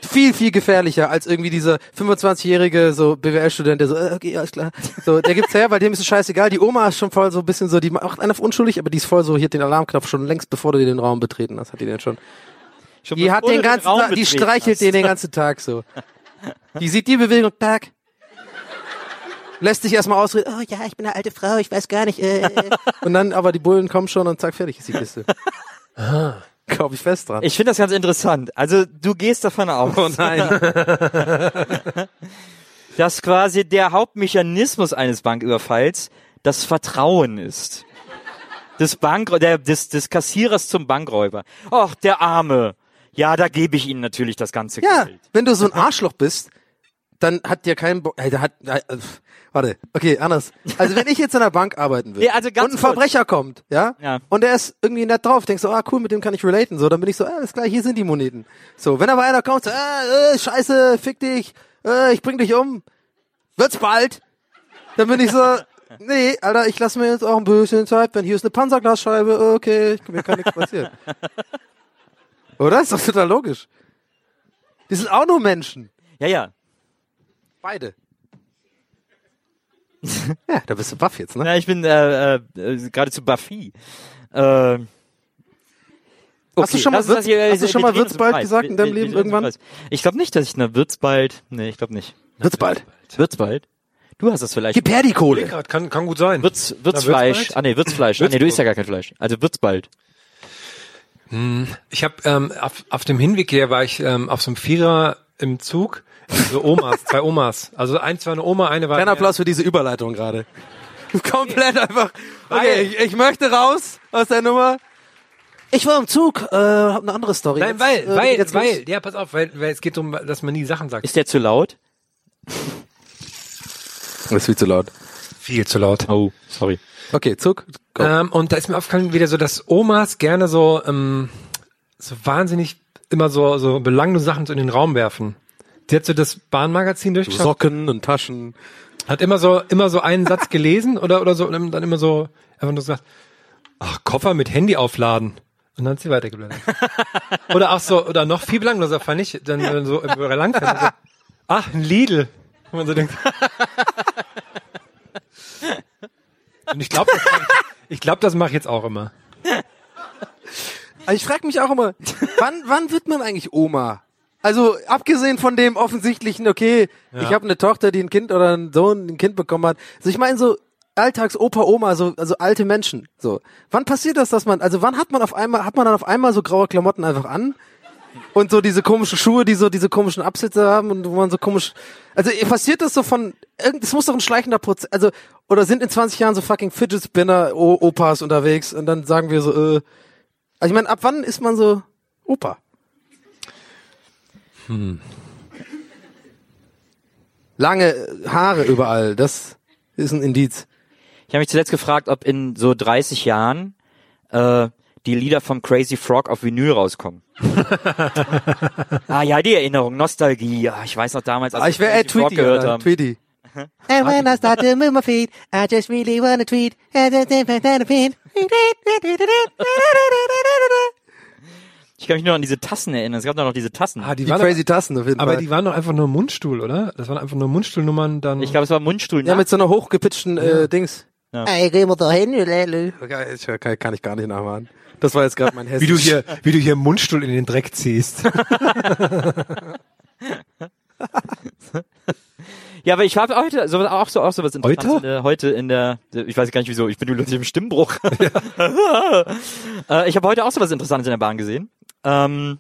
E: viel, viel gefährlicher als irgendwie dieser 25-jährige so BWL-Student, der so, äh, okay, alles klar. So, der gibt's her, weil dem ist es scheißegal. Die Oma ist schon voll so ein bisschen so, die macht einen auf unschuldig, aber die ist voll so, hier hat den Alarmknopf schon längst bevor du den Raum betreten hast, hat die den schon.
D: Schon
E: Die
D: bevor
E: hat
D: du
E: den ganzen
D: Raum
E: Tag, die
D: betreten
E: streichelt
D: hast.
E: den den ganzen Tag so. Die sieht die Bewegung, pack. Lässt sich erstmal ausreden, oh ja, ich bin eine alte Frau, ich weiß gar nicht. Äh. äh. und dann aber die Bullen kommen schon und zack, fertig ist die Kiste. Glaube ich fest dran.
D: Ah. Ich finde das ganz interessant. Also du gehst davon aus,
E: oh nein.
D: dass quasi der Hauptmechanismus eines Banküberfalls das Vertrauen ist. Des, Bank der, des, des Kassierers zum Bankräuber. Och, der Arme. Ja, da gebe ich Ihnen natürlich das ganze
E: Ja,
D: Geld.
E: wenn du so ein Arschloch bist, dann hat dir keinen Bock. Ey, da hat. Äh, äh, warte, okay, anders. Also wenn ich jetzt in der Bank arbeiten würde
D: Nee, also ganz
E: und ein
D: kurz.
E: Verbrecher kommt, ja,
D: Ja.
E: und der ist irgendwie nett drauf, denkst du, ah cool, mit dem kann ich relaten, so, dann bin ich so, ah, alles klar, hier sind die Moneten. So, wenn aber einer kommt, so, ah, äh, scheiße, fick dich, äh, ich bring dich um, wird's bald, dann bin ich so. Nee, Alter, ich lasse mir jetzt auch ein bisschen Zeit, wenn hier ist eine Panzerglasscheibe, äh, okay, mir kann nichts passieren. Oder? Ist doch total logisch. Die sind auch nur Menschen.
D: Ja, ja.
E: Beide. ja, da bist du baff jetzt, ne?
D: Na, ich bin äh, äh, äh, gerade zu Buffy. Äh,
E: Hast du schon mal Wirts- hast du schon mal Wirts bald gesagt in deinem Leben irgendwann?
D: Ich glaube nicht, dass ich eine Wirts bald. Nee, ich glaube nicht.
E: Wird's bald.
D: Wirts bald? Du hast es vielleicht.
E: Gib her die Kohle.
F: Ja, kann, kann gut sein.
D: Wirts, Wirts
F: Na,
D: Fleisch.
F: bald?
D: Ah nee, Wirts Fleisch. Ah nee, du isst ja gar kein Fleisch. Also Wirts bald.
F: Ich habe ähm, auf, auf dem Hinweg hier war ich ähm, auf so einem Vierer im Zug. So Omas, zwei Omas. Also eins war eine Oma, eine war
E: Kleiner Applaus für diese Überleitung gerade. Komplett einfach. Okay, ich, ich möchte raus aus der Nummer. Ich war im Zug, äh, hab eine andere Story.
F: Nein,
E: Jetzt,
F: weil,
E: äh,
F: weil,
E: jetzt
F: weil,
E: los.
F: ja, pass auf, weil, weil es geht darum, dass man nie Sachen sagt.
D: Ist der zu laut?
E: Das ist viel zu laut.
F: viel zu laut.
D: Oh, sorry.
E: Okay, Zug. Go.
F: Ähm, und da ist mir aufgefallen, wieder so, dass Omas gerne so, ähm, so wahnsinnig immer so, so belanglose Sachen so in den Raum werfen. Die hat so das Bahnmagazin durchgeschaut,
E: Socken und Taschen.
F: hat immer so, immer so einen Satz gelesen oder, oder so, und dann immer so, einfach nur so gesagt, ach, Koffer mit Handy aufladen. Und dann hat sie weitergeblendet. oder auch so, oder noch viel belangloser fand ich, dann wenn so über Langfeld, so, ach, ein Lidl. Und man so denkt. und ich glaube, ich glaube, das mache ich jetzt auch immer.
E: Also ich frage mich auch immer, wann, wann wird man eigentlich Oma? Also abgesehen von dem offensichtlichen, okay, ich habe eine Tochter, die ein Kind oder einen Sohn, die ein Kind bekommen hat. Also ich meine so Alltags-Opa, Oma, so, also alte Menschen. So, wann passiert das, dass man? Also wann hat man auf einmal hat man dann auf einmal so graue Klamotten einfach an und so diese komischen Schuhe, die so diese komischen Absätze haben und wo man so komisch. Also eh, passiert das so von? irgend- Es muss doch ein schleichender Prozess. Also oder sind in 20 Jahren so fucking Fidget Spinner O- Opas unterwegs und dann sagen wir so, äh, also ich meine, ab wann ist man so Opa?
F: Hm.
E: Lange äh, Haare überall, das ist ein Indiz.
D: Ich habe mich zuletzt gefragt, ob in so 30 Jahren äh, die Lieder vom Crazy Frog auf Vinyl rauskommen. ah ja, die Erinnerung, Nostalgie. Ah, ich weiß noch damals, als
E: Aber ich wäre
D: Crazy
E: Ed
D: Frog
E: Tweety,
D: gehört
E: oder?
D: haben.
E: Tweety. And when I start to move my feet, I just really wanna tweet. And I think I wanna tweet.
D: Ich kann mich nur an diese Tassen erinnern. Es gab doch noch diese Tassen.
F: Ah,
E: Die crazy Tassen auf jeden
F: Aber
E: Fall.
F: die waren doch einfach nur Mundstuhl, oder? Das waren einfach nur Mundstuhlnummern dann.
D: ich glaube, es war Mundstuhl.
E: ja, mit so einer hochgepitchten äh, Dings. Ey, geh mal da hin, du Lelü. Okay, ich, kann, kann ich gar nicht nachmachen. Das war jetzt gerade mein Hessisch.
F: wie du hier, wie du hier Mundstuhl in den Dreck ziehst.
D: ja, aber ich habe heute so, auch so auch sowas Interessantes
F: Heute?
D: in der- heute in der ich weiß gar nicht wieso, ich bin plötzlich im Stimmbruch. äh, ich habe heute auch sowas Interessantes in der Bahn gesehen. Ähm,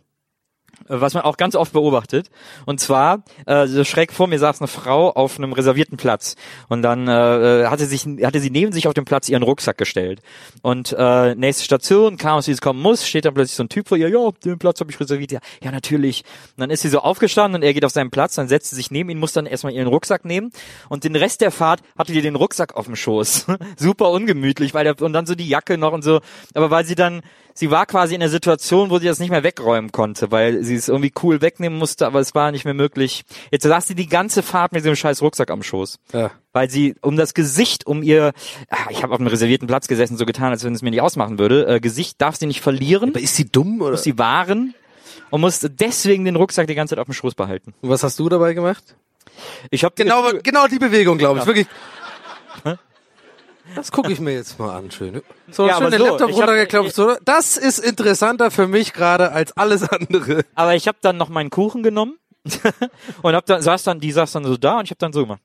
D: äh, was man auch ganz oft beobachtet. Und zwar, äh, so schräg vor mir saß eine Frau auf einem reservierten Platz. Und dann äh, hatte, sich, hatte sie neben sich auf dem Platz ihren Rucksack gestellt. Und äh, nächste Station, kam es, wie es kommen muss, steht dann plötzlich so ein Typ vor ihr, ja, den Platz habe ich reserviert. Ja, ja, natürlich. Und dann ist sie so aufgestanden und er geht auf seinen Platz, dann setzt sie sich neben ihn, muss dann erstmal ihren Rucksack nehmen. Und den Rest der Fahrt hatte die den Rucksack auf dem Schoß. Super ungemütlich, weil der, und dann so die Jacke noch und so. Aber weil sie dann, sie war quasi in der Situation, wo sie das nicht mehr wegräumen konnte, weil sie es irgendwie cool wegnehmen musste, aber es war nicht mehr möglich. Jetzt saß sie die ganze Fahrt mit diesem scheiß Rucksack am Schoß.
E: Ja.
D: Weil sie um das Gesicht, um ihr, ah, ich habe auf einem reservierten Platz gesessen, so getan, als wenn es mir nicht ausmachen würde, äh, Gesicht darf sie nicht verlieren,
E: Aber ist sie dumm oder?
D: muss sie wahren und musste deswegen den Rucksack die ganze Zeit auf dem Schoß behalten.
E: Und was hast du dabei gemacht?
D: Ich habe
E: Genau, genau die Bewegung, glaube ich. Wirklich. Das gucke ich mir jetzt mal an, schön. So,
D: Ja,
E: schön
D: aber
E: den
D: so,
E: Laptop
D: ich hab-
E: runtergeklopft. so. Das ist interessanter für mich gerade als alles andere.
D: Aber ich habe dann noch meinen Kuchen genommen und hab dann saß dann, die saß dann so da und ich habe dann so gemacht.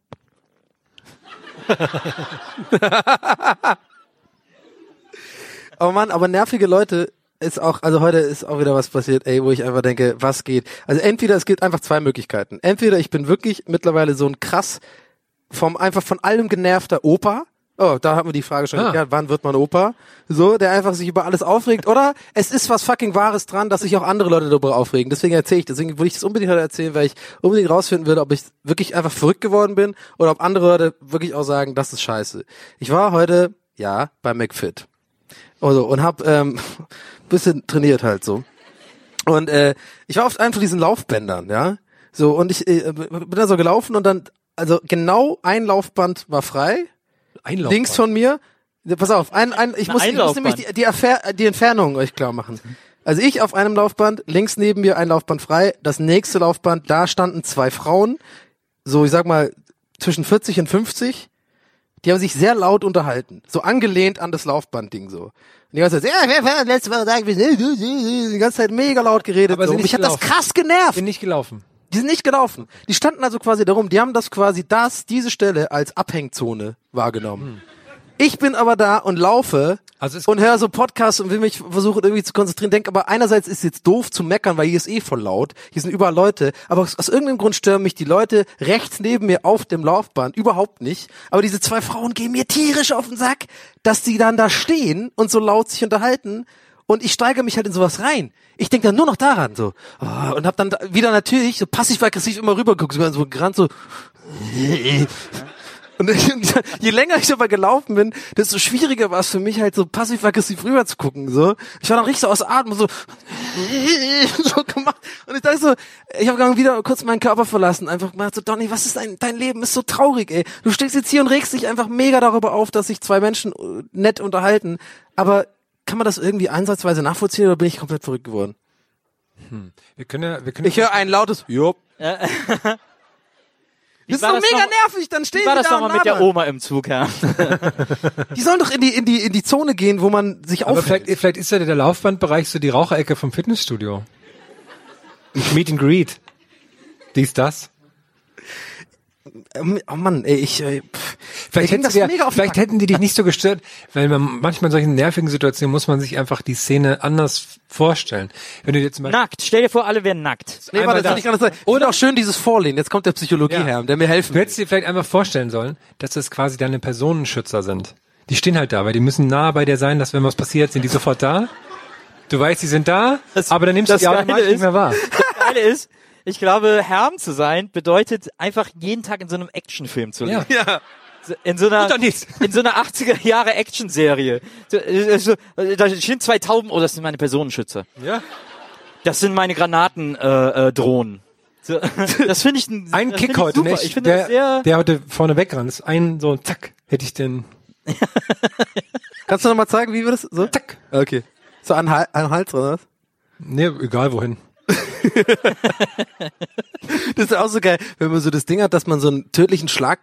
E: Oh Mann, aber nervige Leute ist auch, also heute ist auch wieder was passiert, ey, wo ich einfach denke, was geht? Also entweder es gibt einfach zwei Möglichkeiten. Entweder ich bin wirklich mittlerweile so ein krass vom einfach von allem genervter Opa. Oh, da haben wir die Frage schon
F: Ah.
E: geklärt, wann wird man Opa? So, der einfach sich über alles aufregt. Oder es ist was fucking Wahres dran, dass sich auch andere Leute darüber aufregen. Deswegen erzähle ich, das. deswegen würde ich das unbedingt heute erzählen, weil ich unbedingt rausfinden würde, ob ich wirklich einfach verrückt geworden bin oder ob andere Leute wirklich auch sagen, das ist scheiße. Ich war heute, ja, bei McFit. Also, und hab ähm, bisschen trainiert halt so. Und äh, ich war oft einfach diesen Laufbändern, ja. So, und ich äh, bin da so gelaufen und dann, also genau ein Laufband war frei,
F: Einlauf.
E: links von mir. Ja, Pass auf, ein, ein, ich,
D: Ein
E: muss, ich muss
D: Einlaufband.
E: nämlich die, die, Affair, äh, die Entfernung euch klar machen. Also ich auf einem Laufband, links neben mir ein Laufband frei, das nächste Laufband, da standen zwei Frauen, so ich sag mal zwischen 40 und 50, die haben sich sehr laut unterhalten, so angelehnt an das Laufbandding so. Und die ganze Zeit, ja, letzte Woche sagen wir, äh, die ganze Zeit mega laut geredet.
F: Aber
E: So.
F: sind
E: Und Mich
F: nicht
E: hat das
F: gelaufen.
E: krass genervt.
F: Bin nicht gelaufen.
E: Die sind nicht gelaufen. Die standen also quasi darum. Die haben das quasi das, diese Stelle als Abhängzone wahrgenommen. Ich bin aber da und laufe
F: Also es-
E: und höre so Podcasts und will mich versuchen irgendwie zu konzentrieren. Denk aber einerseits ist jetzt doof zu meckern, weil hier ist eh voll laut. Hier sind überall Leute. Aber aus, aus irgendeinem Grund stören mich die Leute rechts neben mir auf dem Laufband überhaupt nicht. Aber diese zwei Frauen gehen mir tierisch auf den Sack, dass die dann da stehen und so laut sich unterhalten. Und ich steige mich halt in sowas rein. Ich denke dann nur noch daran so. Oh, Und hab dann da- wieder natürlich so passiv-aggressiv immer rübergeguckt, so, so gerannt so. Und ich, je länger ich dabei gelaufen bin, desto schwieriger war es für mich halt so passiv-aggressiv rüber zu gucken, so. Ich war dann richtig so aus Atem, so, so gemacht. Und ich dachte so, ich habe dann wieder kurz meinen Körper verlassen, einfach gemacht so, Donny, was ist dein, dein Leben ist so traurig, ey. Du stehst jetzt hier und regst dich einfach mega darüber auf, dass sich zwei Menschen äh, nett unterhalten. Aber kann man das irgendwie einsatzweise nachvollziehen oder bin ich komplett verrückt geworden?
F: Wir können ja, wir können
E: Ich höre ein lautes, jupp. Das ist
D: war
E: doch
D: das
E: mega
D: noch-
E: nervig, dann stehen
D: Wie war
E: die
D: das
E: da und
D: nochmal mit der
E: labern.
D: Oma im Zug, Herr?
E: Die sollen doch in die, in die, in die Zone gehen, wo man sich
F: Aber
E: aufhält.
F: vielleicht, vielleicht ist ja der Laufbandbereich so die Raucherecke vom Fitnessstudio. Meet and Greet. Dies, das.
E: Ähm, Oh Mann, ey, ich, äh, pff,
F: Vielleicht,
E: mir ging
F: hätten,
E: das
F: wir,
E: mega auf den
F: vielleicht
E: Sack.
F: hätten die dich nicht so gestört, weil man, manchmal in solchen nervigen Situationen muss man sich einfach die Szene anders vorstellen. Wenn du dir zum Beispiel
D: Nackt. Stell dir vor, alle wären nackt.
E: Nee,
F: einmal
E: warte, das
F: da-
E: will ich gerade sagen. Und auch schön dieses Vorlehnen. Jetzt kommt der Psychologie
F: Ja.
E: her, der mir helfen
F: Du
E: will.
F: hättest dir vielleicht einfach vorstellen sollen, dass das quasi deine Personenschützer sind. Die stehen halt da, weil die müssen nah bei dir sein, dass wenn was passiert, sind die sofort da. Du weißt, die sind da,
D: Das-
F: aber dann nimmst du
D: das
F: die
D: Geile
F: automatisch nicht
D: ist-
F: mehr wahr.
D: Das Geile ist, ich glaube, Herm zu sein bedeutet einfach jeden Tag in so einem Actionfilm zu leben.
E: Ja.
D: In so einer,
F: Tut doch nichts.
D: in so einer 80er Jahre Actionserie. So, äh, so, äh, Da stehen zwei Tauben, oh, das sind meine Personenschützer.
F: Ja.
D: Das sind meine Granatendrohnen. Äh, äh, Drohnen. so, das finde ich ein,
F: Ein
D: das
F: Kick
D: finde ich
F: heute
D: super.
F: nicht.
D: Ich finde
F: der,
D: das sehr,
F: der heute vorne wegrannt ist. Ein so zack, hätte ich den
E: Kannst du nochmal zeigen, wie wir das, so? Zack. Okay. So an, Hal- an den Hals, oder was?
F: Nee, ne, egal wohin.
E: Das ist auch so geil, wenn man so das Ding hat, dass man so einen tödlichen Schlag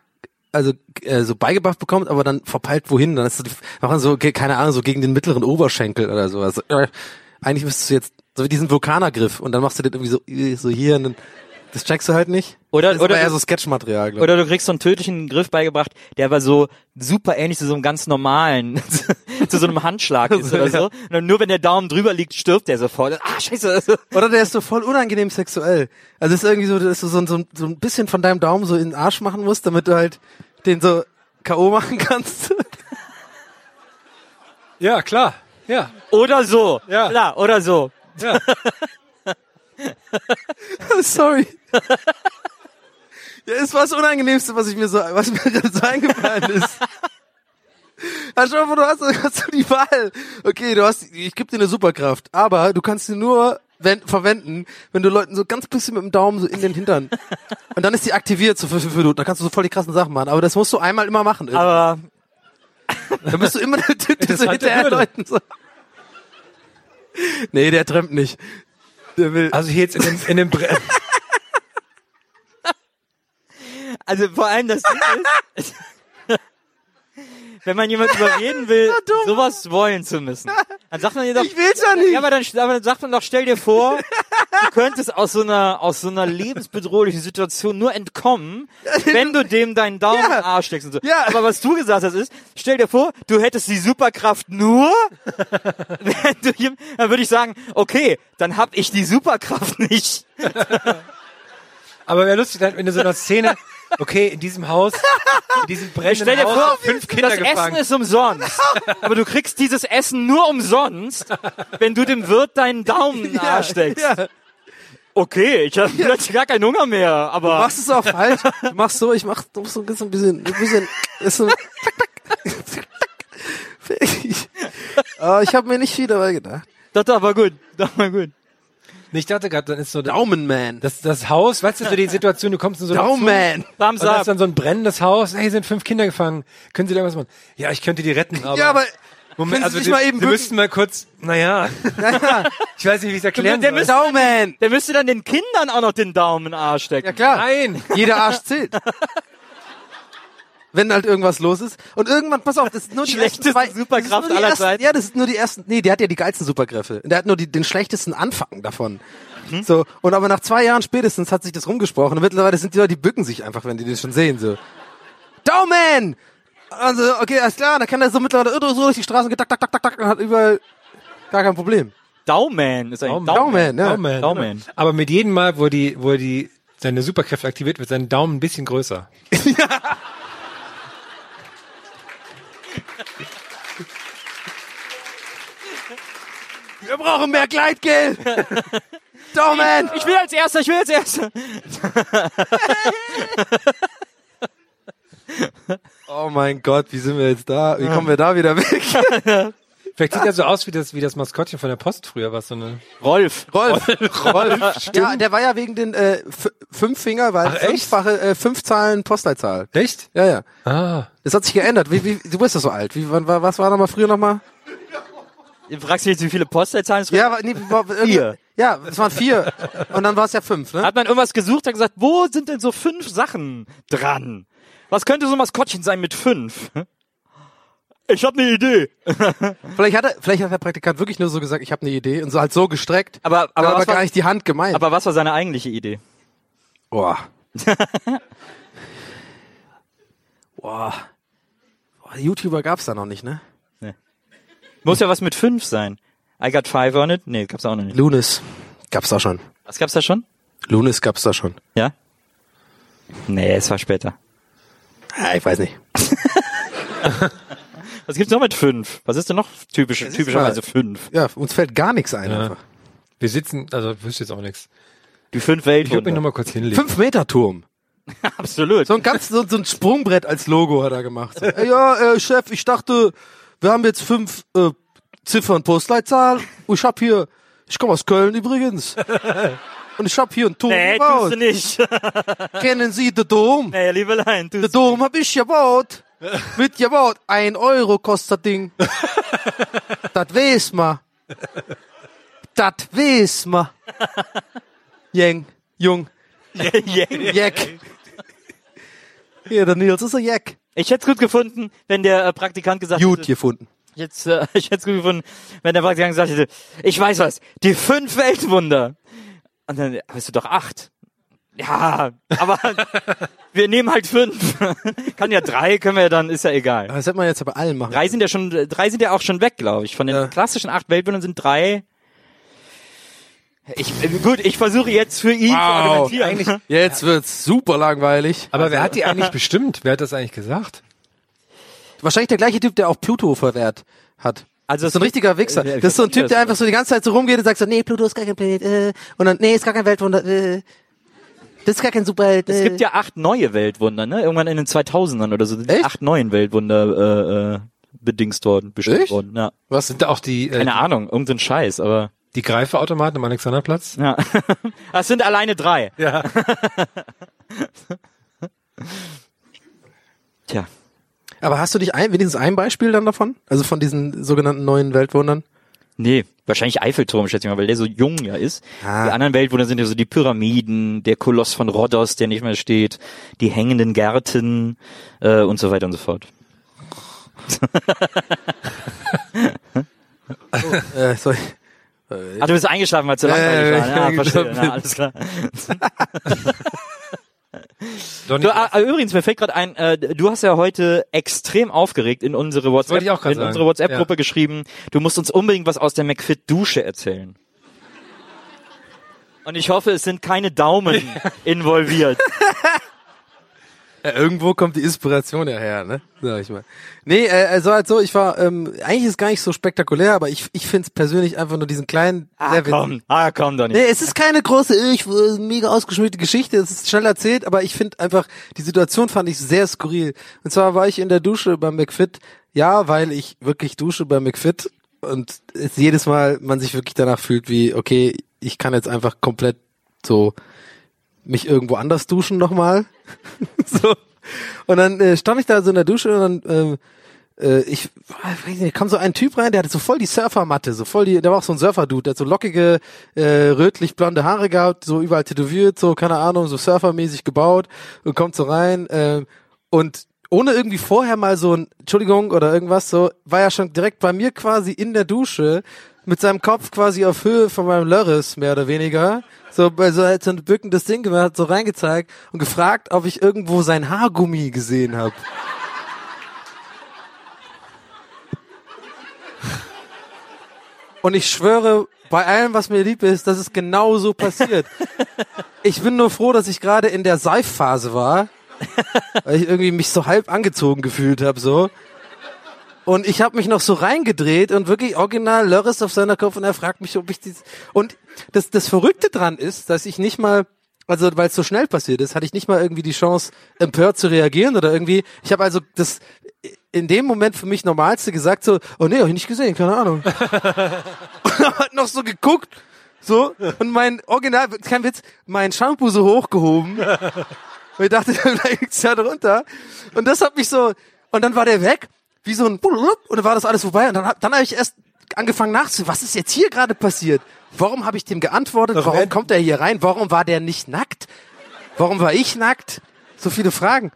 E: also äh, so beigebracht bekommt, aber dann verpeilt wohin, dann ist das, machen so ge- keine Ahnung, so gegen den mittleren Oberschenkel oder sowas. So, Äh, eigentlich müsstest du jetzt so wie diesen Vulkanergriff und dann machst du den irgendwie so äh, so hier und dann das checkst du halt nicht.
D: Oder-
E: das ist
D: oder
E: aber eher
D: du-
E: so Sketchmaterial, glaube
D: Oder du kriegst so einen tödlichen Griff beigebracht, der aber so super ähnlich zu so einem ganz normalen zu so einem Handschlag ist oder so. Und dann nur wenn der Daumen drüber liegt, stirbt der sofort. Ah, scheiße.
E: Oder der ist so voll unangenehm sexuell. Also es ist irgendwie so, dass du so, so, so ein bisschen von deinem Daumen so in den Arsch machen musst, damit du halt den so K.O. machen kannst.
F: Ja, klar. Ja.
D: Oder so.
F: Ja.
D: Klar, oder so.
F: ja.
E: Sorry. Ja, ist was Unangenehmste, was ich mir so, was mir gerade so eingefallen ist. Ja, schau mal, du hast, hast du die Wahl. Okay, du hast, ich gebe dir eine Superkraft, aber du kannst sie nur wenn, verwenden, wenn du Leuten so ganz bisschen mit dem Daumen so in den Hintern. Und dann ist die aktiviert so für fünf Minuten. Dann kannst du so voll die krassen Sachen machen. Aber das musst du einmal immer machen. Da
D: Aber
E: dann bist du immer der Typ, der so
F: Interessante
E: hinterher
F: Hürde.
E: Leuten so. Nee, der trampt nicht. Der will.
F: Also hier jetzt in dem, in dem Bre
D: also vor allem das Ding ist, wenn man jemanden überreden will, sowas wollen zu müssen, dann sagt man ihr doch,
E: ich will's ja nicht.
D: ja, aber dann, aber dann sagt man doch, stell dir vor, du könntest aus so einer aus so einer lebensbedrohlichen Situation nur entkommen, wenn du dem deinen Daumen in den
E: Ja.
D: Arsch steckst und so.
E: Ja.
D: Aber was du gesagt hast ist, stell dir vor, du hättest die Superkraft nur, wenn du jem- dann würde ich sagen, okay, dann hab ich die Superkraft nicht.
F: Aber wäre lustig, wenn in so einer Szene, okay, in diesem Haus, in diesem
D: Stell
F: brennenden
D: dir
F: Haus,
D: vor,
F: sind fünf Kinder
D: das
F: gefangen.
D: Essen ist umsonst. Aber du kriegst dieses Essen nur umsonst, wenn du dem Wirt deinen Daumen in den Arsch steckst. Okay, ich habe plötzlich gar keinen Hunger mehr, aber
E: machst es auch falsch. Du machst so, ich mach du musst so ein bisschen, ein bisschen, ist so, Aber Ah, ich habe mir nicht viel dabei gedacht.
D: das war gut, das war gut.
F: ich dachte gerade, dann ist so das,
E: Daumenman. Das
F: das, das Haus, weißt du, so die Situation, du kommst in so einen
E: Daumen.
D: Thumbs
F: Und da
D: up.
F: ist dann so ein brennendes Haus. Hey, sind fünf Kinder gefangen. Können Sie da was machen? Ja, ich könnte die retten, aber.
E: Ja, aber
F: Moment,
E: können Sie
F: also
E: sich
F: die-
E: mal eben
F: Sie
E: bücken?
F: müssten mal kurz, naja. ich weiß nicht, wie ich es erklären
D: Der
F: soll.
D: müsste-
E: Daumen.
D: Der müsste dann den Kindern auch noch den Daumen in den Arsch stecken.
E: Ja klar.
F: Nein.
E: Jeder Arsch zählt. Wenn halt irgendwas los ist. Und irgendwann, pass auf, das ist nur die
D: Schlechteste
E: ersten zwei, das ist
D: Superkraft
E: nur die
D: aller
E: ersten,
D: Zeiten.
E: Ja, das ist nur die ersten. Nee, der hat ja die geilsten Superkräfte. Der hat nur die, den schlechtesten Anfang davon.
D: Mhm.
E: So und aber nach zwei Jahren spätestens hat sich das rumgesprochen. Und mittlerweile sind die Leute, die bücken sich einfach, wenn die das schon sehen so. Daumen. Also okay, alles klar. Dann kann der so mittlerweile irre so durch die Straßen, tak tak tak tak tak, und hat überall gar kein Problem.
D: Daumen ist ein Daumen.
E: Daumen, ja.
F: Daumen.
D: Daumen.
F: Aber mit jedem Mal, wo die, wo die, seine Superkräfte aktiviert wird, sein Daumen ein bisschen größer.
E: Wir brauchen mehr Gleitgel. Daumen.
D: Ich will als erster, ich will als erster.
E: Oh mein Gott, wie sind wir jetzt da? Wie kommen wir da wieder weg?
F: Vielleicht sieht er so aus wie das, wie das Maskottchen von der Post früher, was so eine.
D: Rolf.
E: Rolf. Rolf, stimmt. Ja, der war ja wegen den äh, f- fünf Finger, weil
F: echt?
E: fünffache, äh, fünf Zahlen Postleitzahl.
F: Echt?
E: Ja, ja.
F: Ah.
E: Das hat sich geändert. Wie, wie, du bist doch so alt. Wie, wann, war, was war nochmal früher nochmal?
D: Du fragst dich jetzt, wie viele Postleitzahlen es
E: Ja, war, nee, war,
D: Vier.
E: Ja, es waren vier. Und dann war es ja fünf, ne?
D: Hat man irgendwas gesucht, hat gesagt, wo sind denn so fünf Sachen dran? Was könnte so ein Maskottchen sein mit fünf? Ich habe eine Idee.
E: Vielleicht hat, er, vielleicht hat der Praktikant wirklich nur so gesagt, ich habe eine Idee und so halt so gestreckt.
D: Aber- aber
E: Hat
D: was
E: aber gar
D: war-
E: nicht die Hand gemeint.
D: Aber was war seine eigentliche Idee?
E: Boah. Boah. Boah, YouTuber gab's da noch nicht, ne?
D: Muss ja was mit fünf sein. I got five on it? Nee, gab's auch noch nicht.
E: Lunis. Gab's da schon.
D: Was gab's da schon?
E: Lunis gab's da schon.
D: Ja? Nee, es war später.
E: Ah, ich weiß nicht.
D: Was gibt's noch mit fünf? Was ist denn noch typisch,
E: ist
D: typischerweise
E: mal-
D: fünf?
E: Ja, uns fällt gar nichts ein.
F: Ja.
E: Einfach.
F: Wir sitzen, also wüsste jetzt auch nichts.
D: Die fünf
F: Ich würde mich
D: Weltwunder.
F: nochmal kurz hinlegen.
E: Fünf Meter Turm.
D: Absolut.
E: So ein ganz so, so ein Sprungbrett als Logo hat er gemacht. So, äh, ja, äh, Chef, ich dachte, wir haben jetzt fünf äh, Ziffern Postleitzahl. Und ich hab hier, ich komme aus Köln übrigens. Und ich hab hier einen Turm
D: nee, tust
E: gebaut.
D: du nicht.
E: Kennen Sie den Dom?
D: Nee, liebe Lein,
E: Den
D: tust du
E: Dom hab ich gebaut. Mit gebaut. Ein Euro kostet das Ding. das weiß ma. Das weiß ma. Jeng, Jung,
D: nicht.
E: Jack. Hier, der Nils ist ein Jack.
D: Ich hätte es gut gefunden, wenn der äh, Praktikant gesagt
E: Gut
D: hätte,
E: gefunden.
D: jetzt, äh, ich hätte es gut gefunden, wenn der Praktikant gesagt hätte, ich weiß was, die fünf Weltwunder. Und dann, aber es sind doch acht. Ja, aber wir nehmen halt fünf. Kann ja drei, können wir ja dann, ist ja egal.
E: Das hätte man jetzt bei allen machen.
D: Drei sind ja schon, drei sind ja auch schon weg, glaube ich. Von den klassischen acht Weltbildern sind drei. Ich, äh, gut, ich versuche jetzt für ihn zu
E: Wow.
D: argumentieren.
E: Jetzt wird's super langweilig. Also
F: Aber wer hat die eigentlich bestimmt? Wer hat das eigentlich gesagt?
E: Wahrscheinlich der gleiche Typ, der auch Pluto verwehrt hat.
D: Also
E: Also das ist
D: es-
E: so ein richtiger Wichser.
D: Äh, äh,
E: Das ist so ein
D: verstehe
E: Typ, der
D: das,
E: einfach so die ganze Zeit so rumgeht und sagt so, nee, Pluto ist gar kein Planet, äh, und dann, nee, ist gar kein Weltwunder, äh, das ist gar kein Superheld, äh.
D: Es gibt ja acht neue Weltwunder, ne? Irgendwann in den 2000ern oder so sind die
E: Echt?
D: acht neuen Weltwunder äh, äh, bedingst worden, bestimmt
E: Echt?
D: worden. Ja.
F: Was sind da auch die, äh,
D: Keine Ahnung, irgendein Scheiß, aber
F: die Greifeautomaten am Alexanderplatz?
D: ja. das sind alleine drei.
F: Ja.
D: Tja.
E: Aber hast du dich ein, wenigstens ein Beispiel dann davon? Also von diesen sogenannten neuen Weltwundern?
D: Nee, wahrscheinlich Eiffelturm, schätze ich mal, weil der so jung ja ist.
E: Ah.
D: Die anderen Weltwunder sind ja so die Pyramiden, der Koloss von Rhodos, der nicht mehr steht, die hängenden Gärten äh, und so weiter und so fort.
E: Äh, sorry.
F: Äh.
D: Ah, du bist eingeschlafen, weil es so langweilig
E: Äh,
D: war. Ja,
E: ich
D: verstehe.
F: genau.
E: glaub-
D: Na, alles klar.
F: Donny,
D: Du, ah, ah, übrigens, mir fällt gerade ein, äh, du hast ja heute extrem aufgeregt in unsere WhatsApp,
F: wollte ich auch grad
D: in
F: sagen.
D: unsere WhatsApp-Gruppe
F: Ja.
D: geschrieben, du musst uns unbedingt was aus der McFit-Dusche erzählen. Und ich hoffe, es sind keine Daumen involviert.
E: Ja, Äh, irgendwo kommt die Inspiration ja her, ne? Sag ich mal. Nee, äh, also halt so, ich war, ähm, eigentlich ist es gar nicht so spektakulär, aber ich, ich finde es persönlich einfach nur diesen kleinen,
D: Ah,
E: sehr witzig.
D: komm, ah, komm doch nicht.
E: Nee, es ist keine große, äh, ich, äh, mega ausgeschmückte Geschichte, es ist schnell erzählt, aber ich finde einfach, die Situation fand ich sehr skurril. Und zwar war ich in der Dusche beim McFit, ja, weil ich wirklich dusche beim McFit und es jedes Mal man sich wirklich danach fühlt wie, okay, ich kann jetzt einfach komplett so mich irgendwo anders duschen nochmal. so. Und dann äh, stand ich da so in der Dusche und dann, ähm, äh, ich weiß nicht, kam so ein Typ rein, der hatte so voll die Surfermatte, so voll die, der war auch so ein Surfer-Dude, der hat so lockige, äh, rötlich-blonde Haare gehabt, so überall tätowiert, so, keine Ahnung, so surfermäßig gebaut und kommt so rein ähm, und ohne irgendwie vorher mal so ein, Entschuldigung oder irgendwas so, war ja schon direkt bei mir quasi in der Dusche mit seinem Kopf quasi auf Höhe von meinem Lörres, mehr oder weniger. So, bei so, hat so ein bückendes Ding gemacht, so reingezeigt und gefragt, ob ich irgendwo sein Haargummi gesehen habe. Und ich schwöre, bei allem, was mir lieb ist, dass es genau so passiert. Ich bin nur froh, dass ich gerade in der Seifphase war, weil ich irgendwie mich so halb angezogen gefühlt habe, so. Und ich habe mich noch so reingedreht und wirklich original Lörres auf seiner Kopf und er fragt mich, ob ich dies. Und das, das Verrückte dran ist, dass ich nicht mal, also weil es so schnell passiert ist, hatte ich nicht mal irgendwie die Chance, empört zu reagieren oder irgendwie. Ich habe also das in dem Moment für mich Normalste gesagt, so, oh nee, hab ich nicht gesehen, keine Ahnung hat noch so geguckt, so, und mein Original, kein Witz, mein Shampoo so hochgehoben. Und ich dachte, vielleicht liegt's ja drunter. Und das hat mich so, und dann war der weg, wie so ein, blub, und dann war das alles vorbei, und dann, hab- dann habe ich erst angefangen nachzudenken, was ist jetzt hier gerade passiert? Warum habe ich dem geantwortet? Warum
F: Also wenn-
E: kommt er hier rein? Warum war der nicht nackt? Warum war ich nackt? So viele Fragen.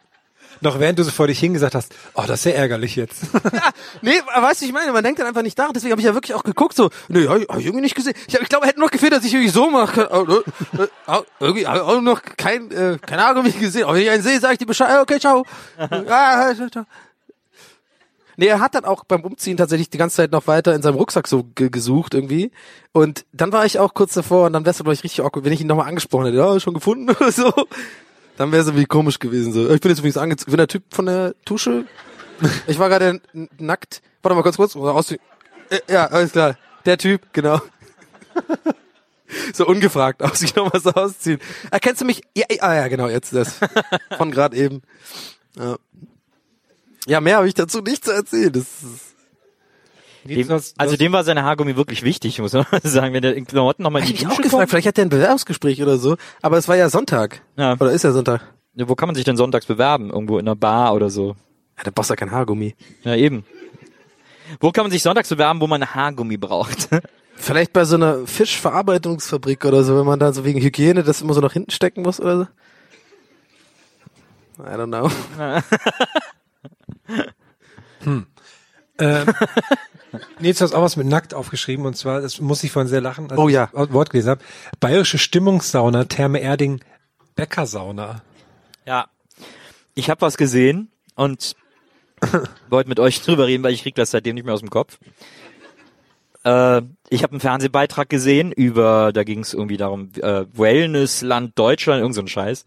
F: noch während du so vor dich hingesagt hast, oh, das ist ja ärgerlich jetzt.
E: Nee, aber weißt du, ich meine, man denkt dann einfach nicht daran. Deswegen habe ich ja wirklich auch geguckt, so, nee, hab ich, hab ich irgendwie nicht gesehen. Ich, hab- ich glaube, hätte noch gefehlt, dass ich irgendwie so mache. Äh, äh, au- Irgendwie habe ich auch noch kein, äh, keine Ahnung, wie ich gesehen. Aber wenn ich einen sehe, sage ich dir Bescheid. Äh, Okay, ciao. Ah, äh, ciao. Nee, er hat dann auch beim Umziehen tatsächlich die ganze Zeit noch weiter in seinem Rucksack so ge gesucht irgendwie. Und dann war ich auch kurz davor und dann wär's glaube ich richtig awkward, wenn ich ihn nochmal angesprochen hätte. Ja, schon gefunden oder so. Dann wär's irgendwie komisch gewesen. So. Ich bin jetzt übrigens angezogen. Ich bin der Typ von der Tusche. Ich war gerade n- nackt. Warte mal ganz kurz. Oder aus äh, ja, alles klar. Der Typ, genau. so ungefragt aus. Ich noch mal so ausziehen. Erkennst du mich? Ja, ja, ah, ja genau, jetzt das. Von gerade eben. Ja, ja mehr habe ich dazu nicht zu erzählen. Das ist,
D: Dem, also dem war seine Haargummi wirklich wichtig, muss man sagen. Wenn der in Klamotten nochmal in die
E: ich
D: Dusche
E: auch gefragt, vielleicht hat er ein Bewerbungsgespräch oder so. Aber es war ja Sonntag.
D: Ja.
E: Oder ist ja Sonntag.
D: kommt, ne, wo kann man sich denn sonntags bewerben? Irgendwo in einer Bar oder so.
E: Ja, da brauchst du ja kein Haargummi.
D: Ja, eben. Wo kann man sich sonntags bewerben, wo man ein Haargummi braucht?
E: Vielleicht bei so einer Fischverarbeitungsfabrik oder so, wenn man da so wegen Hygiene das immer so nach hinten stecken muss oder so. I don't know.
F: Ähm, Nils, du hast auch was mit nackt aufgeschrieben und zwar, das muss ich vorhin sehr lachen, als
E: Oh
F: ich
E: ja.
F: das Wort gelesen habe. Bayerische Stimmungssauna, Therme Erding Bäckersauna.
D: Ja. Ich habe was gesehen und wollte mit euch drüber reden, weil ich krieg das seitdem nicht mehr aus dem Kopf. Äh, ich habe einen Fernsehbeitrag gesehen über, da ging es irgendwie darum, äh, Wellnessland Deutschland, irgend so ein Scheiß,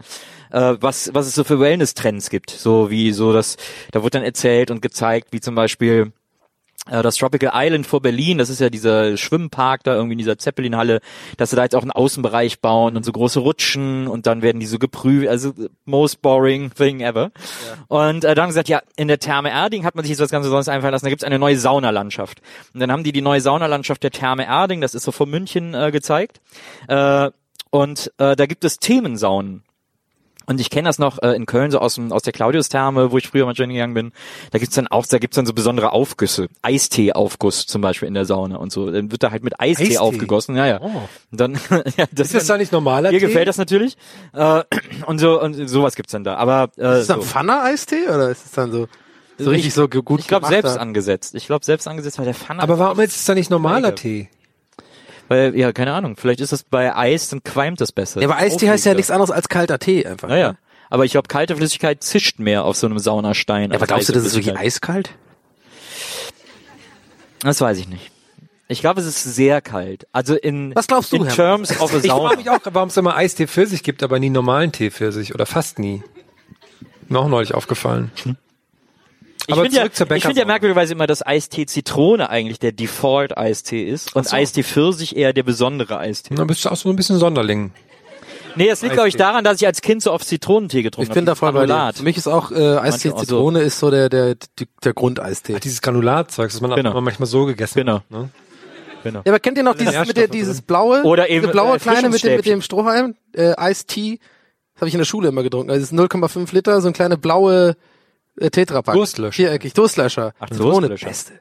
D: äh, was, was es so für Wellness-Trends gibt. So wie so das, da wurde dann erzählt und gezeigt, wie zum Beispiel äh, das Tropical Island vor Berlin, das ist ja dieser Schwimmpark da irgendwie in dieser Zeppelinhalle, dass sie da jetzt auch einen Außenbereich bauen und so große Rutschen und dann werden die so geprüft, also most boring thing ever. Und äh, dann haben sie gesagt, ja, in der Therme Erding hat man sich jetzt was ganz Besonderes einfallen lassen, da gibt's eine neue Saunalandschaft. Und dann haben die die neue Saunalandschaft der Therme Erding, das ist so vor München äh, gezeigt. Äh, und äh, da gibt es Themensaunen. Und ich kenne das noch äh, in Köln so aus, dem, aus der Claudius-Therme, wo ich früher mal schön gegangen bin. Da gibt's dann auch, da gibt's dann so besondere Aufgüsse. Eistee-Aufguss zum Beispiel in der Sauna und so. Dann wird da halt mit Eistee,
F: Eistee?
D: aufgegossen. Ja, ja.
F: Oh.
D: Und dann, ja das
F: Ist das da nicht normaler
D: Ihr
F: Tee?
D: gefällt das natürlich. Äh, und so und sowas gibt's dann da. Aber äh,
E: Ist das
D: so.
E: ein Pfanner-Eistee oder ist es dann so, so richtig so ge- gut
D: ich glaube
E: gemachter?
D: selbst angesetzt. Ich glaube selbst angesetzt, weil der Pfanne.
F: Aber warum ist es da nicht normaler
D: Egal.
F: Tee?
D: weil, ja, keine Ahnung. Vielleicht ist das bei Eis, dann qualmt das besser.
E: Ja, aber Eistee heißt ja
D: Aufregter.
E: nichts anderes als kalter Tee einfach.
D: Naja. Ne? Aber ich glaube, kalte Flüssigkeit zischt mehr auf so einem Saunastein.
E: Ja, aber
D: als
E: glaubst
D: heiße
E: du, das ist wirklich
D: Flüssigkeit.
E: eiskalt?
D: Das weiß ich nicht. Ich glaube, es ist sehr kalt. Also in,
E: Was glaubst du,
D: in
E: Herr?
D: Terms of a
F: Ich frage
D: Sauna.
F: mich auch, warum es immer Eistee für sich gibt, aber nie normalen Tee für sich oder fast nie. Mir auch neulich aufgefallen.
D: Ich
F: Aber
D: finde ja,
F: zurück zur
D: Hm. ich find ja
F: Bäckersauna.
D: merkwürdigerweise immer, dass Eistee Zitrone eigentlich der Default-Eistee ist und Eistee Pfirsich eher der besondere Eistee.
F: Dann bist du auch so ein bisschen Sonderling.
D: Nee, das liegt, glaube ich, daran, dass ich als Kind so oft Zitronentee getrunken
E: Ich
D: habe.
E: bin da voll bei dir. Für mich ist auch äh, Eistee
D: Manche auch so.
E: Zitrone ist so der der die- der Grundeistee.
F: Ach, dieses Granulatzeug, das man
D: Genau.
F: auch manchmal so gegessen
D: Genau.
F: hat. Ne?
E: Ja, aber kennt ihr noch dieses mit der
F: Nährstoffe
E: dieses
F: drin.
E: blaue
D: Oder eben,
E: diese blaue
D: äh,
E: kleine mit dem mit
D: Fischenstäbchen.
E: dem Strohhalm äh, Eistee? Das habe ich in der Schule immer getrunken. Also das ist 0,5 Liter, so ein kleine blaue äh, Tetrapack.
F: Durstlöscher.
E: Viereckig, Durstlöscher.
D: Ach,
E: Zitrone,
D: Durstlöscher.
E: Beste.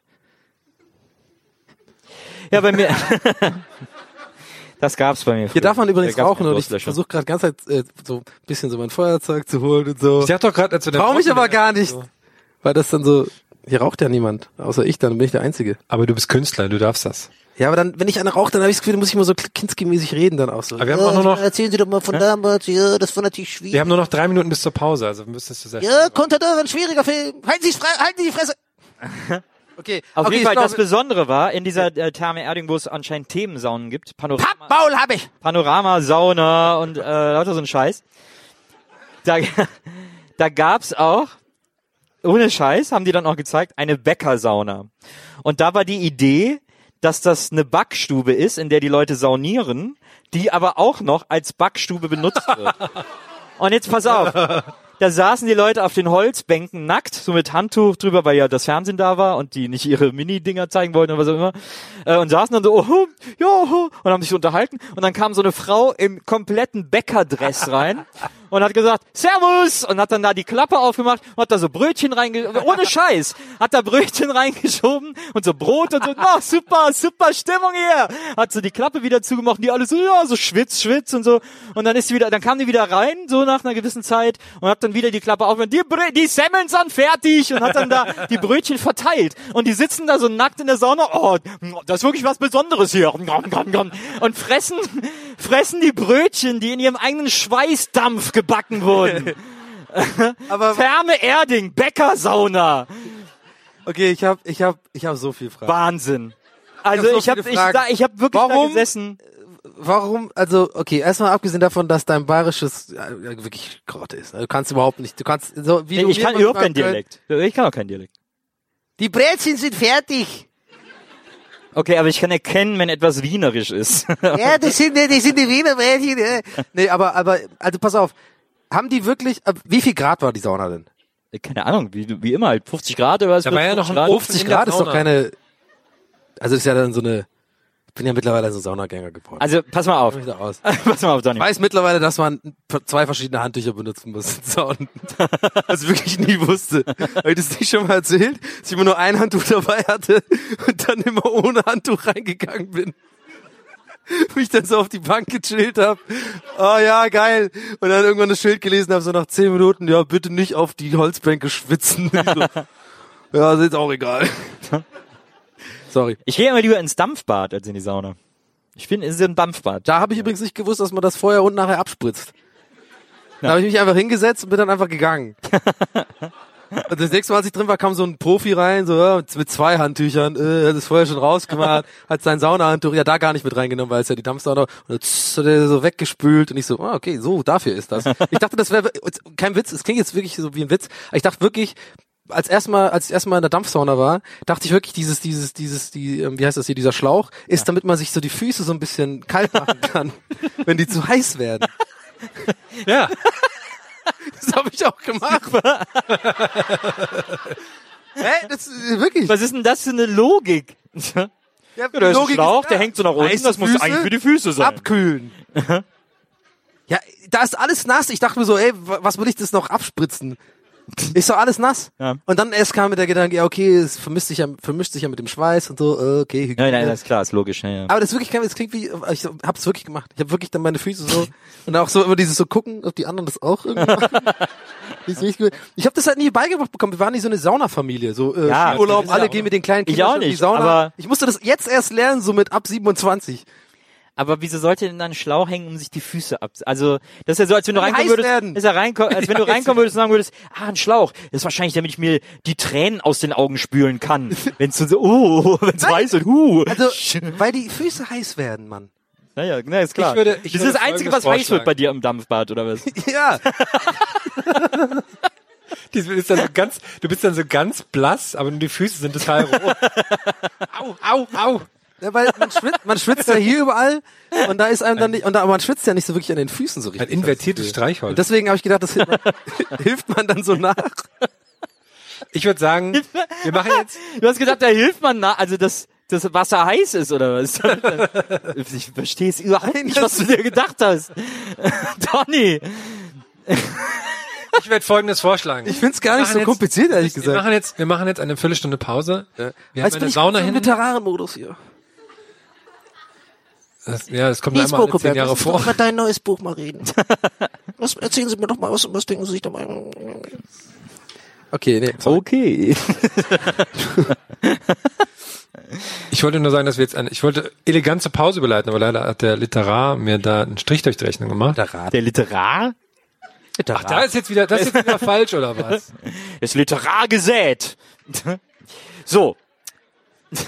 D: Ja, bei mir. das gab's bei mir.
E: Hier
D: früher.
E: darf man übrigens
D: Da gab's
E: rauchen
D: keinen
E: und ich
D: Durstlöscher.
E: versuche gerade ganz äh, so ein bisschen so mein Feuerzeug zu holen und so.
F: Sie hat doch gerade, als wir
E: Trau mich aber gar nicht, weil das dann so hier raucht ja niemand, außer ich, dann bin ich der Einzige.
F: Aber du bist Künstler, du darfst das.
E: Ja, aber dann, wenn ich eine rauche, dann habe ich das Gefühl, muss ich immer so kinski-mäßig reden dann auch so.
F: Aber wir haben auch nur noch,
G: Erzählen Sie doch mal von damals, ja, das war natürlich schwierig.
F: wir haben nur noch drei Minuten bis zur Pause, also müsstest du sehr
G: Ja, Contador, ein schwieriger Film. Halten
E: Halt
G: Sie, frei, halten Sie die Fresse.
E: Okay,
D: Auf
E: okay,
D: jeden Fall,
E: ich
D: das
E: glaube,
D: Besondere war, in dieser äh, Therme Erding, wo es anscheinend Themensaunen gibt, Panorama,
G: Maul hab ich.
D: Panoramasauna und äh, lauter so ein Scheiß. Da, da gab's auch, ohne Scheiß, haben die dann auch gezeigt, eine Bäckersauna. Und da war die Idee, dass das eine Backstube ist, in der die Leute saunieren, die aber auch noch als Backstube benutzt wird. Und jetzt pass auf. Da saßen die Leute auf den Holzbänken nackt, so mit Handtuch drüber, weil ja das Fernsehen da war und die nicht ihre Mini-Dinger zeigen wollten oder was auch immer. Äh, und saßen dann so, oh, ja, oh, und haben sich so unterhalten. Und dann kam so eine Frau im kompletten Bäckerdress rein und hat gesagt, Servus! Und hat dann da die Klappe aufgemacht und hat da so Brötchen reingeschoben, ohne Scheiß, hat da Brötchen reingeschoben und so Brot und so, oh, super, super Stimmung hier! Hat so die Klappe wieder zugemacht und die alle so, ja, so schwitz, schwitz und so. Und dann ist sie wieder, dann kam die wieder rein, so nach einer gewissen Zeit und hat dann wieder die Klappe aufgemacht, die, Brö die Semmeln sind fertig und hat dann da die Brötchen verteilt. Und die sitzen da so nackt in der Sauna, oh, das ist wirklich was Besonderes hier. Und fressen, fressen die Brötchen, die in ihrem eigenen Schweißdampf gebacken wurden.
E: aber,
D: Therme Erding, Bäckersauna.
E: okay, ich habe ich hab, ich hab so viel Fragen.
D: Wahnsinn. Also
E: so
D: ich habe
E: viele
D: ich,
E: Fragen.
D: da- ich hab wirklich da
E: Warum?
D: gesessen.
E: Warum, also, okay, erstmal abgesehen davon, dass dein bayerisches äh, wirklich Grotte ist. ne? Du kannst überhaupt nicht, du kannst, so wie
D: Nee,
E: du
D: ich
E: mir
D: kann
E: mal
D: überhaupt keinen
E: sagen
D: Dialekt. Ich kann auch keinen Dialekt.
G: Die Brötchen sind fertig.
D: Okay, aber ich kann erkennen, wenn etwas wienerisch ist.
G: Ja, das sind, das sind die Wiener Brötchen. Ja.
E: könnt- Nee, aber, aber, also pass auf. Haben die wirklich, ab wie viel Grad war die Sauna denn?
D: Keine Ahnung, wie, wie immer halt 50 Grad oder was?
F: Da war ja noch ein
D: Grad.
F: Ofen
E: 50
F: in der
E: Grad ist doch
F: Sauna.
E: keine, also ist ja dann so eine, ich bin ja mittlerweile so ein Saunagänger geworden.
D: Also pass mal auf.
E: Kenn mich da aus.
D: pass mal auf, Donny.
E: Ich weiß mittlerweile, dass man zwei verschiedene Handtücher benutzen muss. So, und was ich wirklich nie wusste. Habe ich das nicht schon mal erzählt, dass ich immer nur ein Handtuch dabei hatte und dann immer ohne Handtuch reingegangen bin. Mich dann so auf die Bank gechillt habe. Oh ja, geil. Und dann irgendwann das Schild gelesen habe, so nach zehn Minuten, ja, bitte nicht auf die Holzbänke schwitzen. Ich So, ja, ist jetzt auch egal. Sorry.
D: Ich gehe immer lieber ins Dampfbad als in die Sauna. Ich bin in so ein Dampfbad.
E: Da habe ich übrigens nicht gewusst, dass man das vorher und nachher abspritzt. Da habe ich mich einfach hingesetzt und bin dann einfach gegangen. Und das nächste Mal, als ich drin war, kam so ein Profi rein, so ja, mit zwei Handtüchern, äh, hat es vorher schon rausgemacht, hat sein Saunahandtuch, ja da gar nicht mit reingenommen, weil es ja die Dampfsauna und dann tss, hat er so weggespült und ich so, ah, okay, so dafür ist das. Ich dachte, das wäre kein Witz, es klingt jetzt wirklich so wie ein Witz, aber ich dachte wirklich, als erstmal, als ich erstmal in der Dampfsauna war, dachte ich wirklich, dieses, dieses, dieses, die, ähm, wie heißt das hier, dieser Schlauch, ist, damit man sich so die Füße so ein bisschen kalt machen kann, wenn die zu heiß werden.
D: Ja.
E: Das habe ich auch gemacht. Hä? Das ist wirklich.
D: Was ist denn das für eine Logik? Ja,
E: Ja,
D: da ist ein
E: Logik
D: Schlauch,
E: klar.
D: der hängt so nach unten,
E: Heiße
D: das muss
E: Füße,
D: eigentlich für die Füße sein.
E: Abkühlen. ja, da ist alles nass. Ich dachte mir so, ey, wa- was will ich das noch abspritzen? Ist doch alles nass.
D: Ja.
E: Und dann erst kam mir der Gedanke, ja, okay, es vermischt sich ja, vermischt sich ja mit dem Schweiß und so, äh, okay. Hygiene.
D: Nein, nein, das ist klar, ist logisch. Ja, ja.
E: Aber das ist wirklich, kein- das klingt wie, ich hab's wirklich gemacht. Ich habe wirklich dann meine Füße so und auch so immer dieses so gucken, ob die anderen das auch irgendwie machen. Das ist richtig gut. Ich habe das halt nie beigebracht bekommen. Wir waren nicht so eine Saunafamilie, so äh,
D: Ja,
E: Skiurlaub,
D: das ist
E: alle
D: ja auch-
E: gehen mit den kleinen
D: Ich
E: Kindern
D: auch
E: schon in die
D: nicht,
E: Sauna.
D: aber-
E: ich musste das jetzt erst lernen, so mit ab 27.
D: Aber wieso sollte denn dann ein Schlauch hängen, um sich die Füße ab? Also das ist ja so, als wenn du
E: Weil die
D: reinkommen
E: heiß
D: würdest,
E: werden.
D: ist ja reinko als wenn du
E: Die heiß
D: reinkommen würdest und sagen würdest, ah, ein Schlauch. Das ist wahrscheinlich, damit ich mir die Tränen aus den Augen spülen kann, wenn es so, oh, wenn es weiß und huh.
E: Also, weil die Füße heiß werden, Mann.
D: naja, na, ist klar.
F: Ich würde- ich
D: das
F: würde
D: ist das Einzige, was weiß
F: Folgendes
D: wird
F: vorschlagen.
D: bei dir im Dampfbad oder was?
E: Ja,
F: Die ist dann so ganz, du bist dann so ganz blass, aber nur die Füße sind total rot. au, au, au.
E: ja weil man schwitzt, man schwitzt ja hier überall und da ist einem dann nicht, und da, aber man schwitzt ja nicht so wirklich an den Füßen so
F: Ein
E: richtig.
F: invertiertes Streichholz.
E: Und deswegen habe ich gedacht, das hilft man, hilft man dann so nach.
F: ich würde sagen, wir machen jetzt,
D: Du hast gedacht, da hilft man, na, also das das Wasser heiß ist oder was? Ich verstehe es überhaupt
E: Nein,
D: nicht,
E: das-
D: was du dir gedacht hast, Donny.
F: ich werde Folgendes vorschlagen.
E: Ich find's gar
F: Wir
E: nicht so
F: machen
E: kompliziert, ehrlich
F: wir
E: gesagt.
F: machen jetzt, wir machen jetzt eine Viertelstunde Pause. Wir
E: Jetzt bin
F: haben eine
E: ich Sauna
F: Sauna
E: im
F: hin.
E: literaren Modus hier.
F: Das, ja, das kommt
G: Lies
F: einmal alle
G: Buch,
F: zehn
G: Robert.
F: Jahre
G: Lass uns
F: vor.
G: über dein neues Buch mal reden. was, erzählen Sie mir doch mal, was, was denken Sie sich dabei?
E: Okay, nee.
D: Okay.
F: Ich wollte nur sagen, dass wir jetzt eine, ich wollte elegant zur Pause überleiten, aber leider hat der Literar mir da einen Strich durch die Rechnung gemacht.
D: Der Literar?
F: Ach, da ist jetzt wieder, das ist jetzt wieder falsch, oder was?
D: ist literar gesät. So.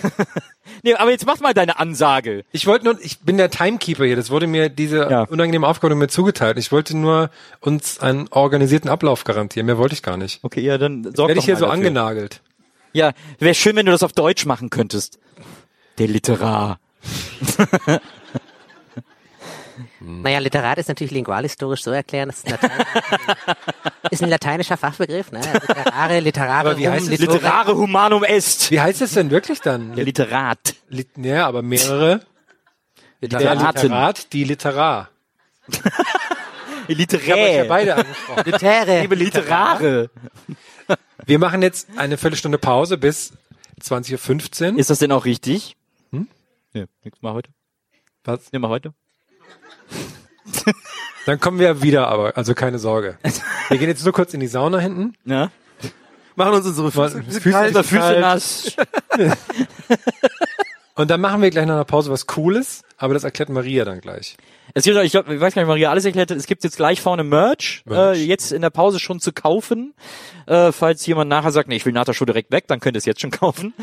D: nee, aber jetzt mach mal deine Ansage.
F: Ich wollte nur, ich bin der Timekeeper hier. Das wurde mir diese
D: Ja.
F: unangenehme Aufgabe mir zugeteilt. Ich wollte nur uns einen organisierten Ablauf garantieren. Mehr wollte ich gar nicht.
D: Okay, ja, dann sorg
F: Werde ich hier so
D: angenommen.
F: angenagelt.
D: Ja, wäre schön, wenn du das auf Deutsch machen könntest. Der Literar.
G: Naja, Literat ist natürlich lingualhistorisch so erklären, das ist, ist ein lateinischer Fachbegriff, ne? Literare, literare,
F: Aber wie heißt es?
D: Literare humanum est.
F: Wie heißt es denn wirklich dann?
D: Der Literat.
F: Lit ja, aber mehrere. Der
D: Literaten.
F: Literat, die Literar. Ich habe euch ja
D: Literä.
F: beide angesprochen.
G: Litere.
D: Liebe Literare.
F: Wir machen jetzt eine Viertelstunde Pause bis 20.15 Uhr.
D: Hm? Ist das denn auch richtig? Hm? Nee, nix mal heute.
F: Was?
D: Nee, mal heute.
F: Dann kommen wir wieder aber, also keine Sorge. Wir gehen jetzt nur kurz in die Sauna hinten.
D: Ja.
E: Machen uns unsere Füße.
F: Füße,
D: Über Füße nass.
F: Und dann machen wir gleich nach einer Pause was Cooles, aber das erklärt Maria dann gleich.
D: Es gibt, noch- ich glaube, ich weiß gar nicht, Maria alles erklärt hat. Es gibt jetzt gleich vorne Merch,
F: Merch.
D: Äh, jetzt in der Pause schon zu kaufen. Äh, falls jemand nachher sagt, nee, ich will nachher schon direkt weg, dann könnt ihr es jetzt schon kaufen.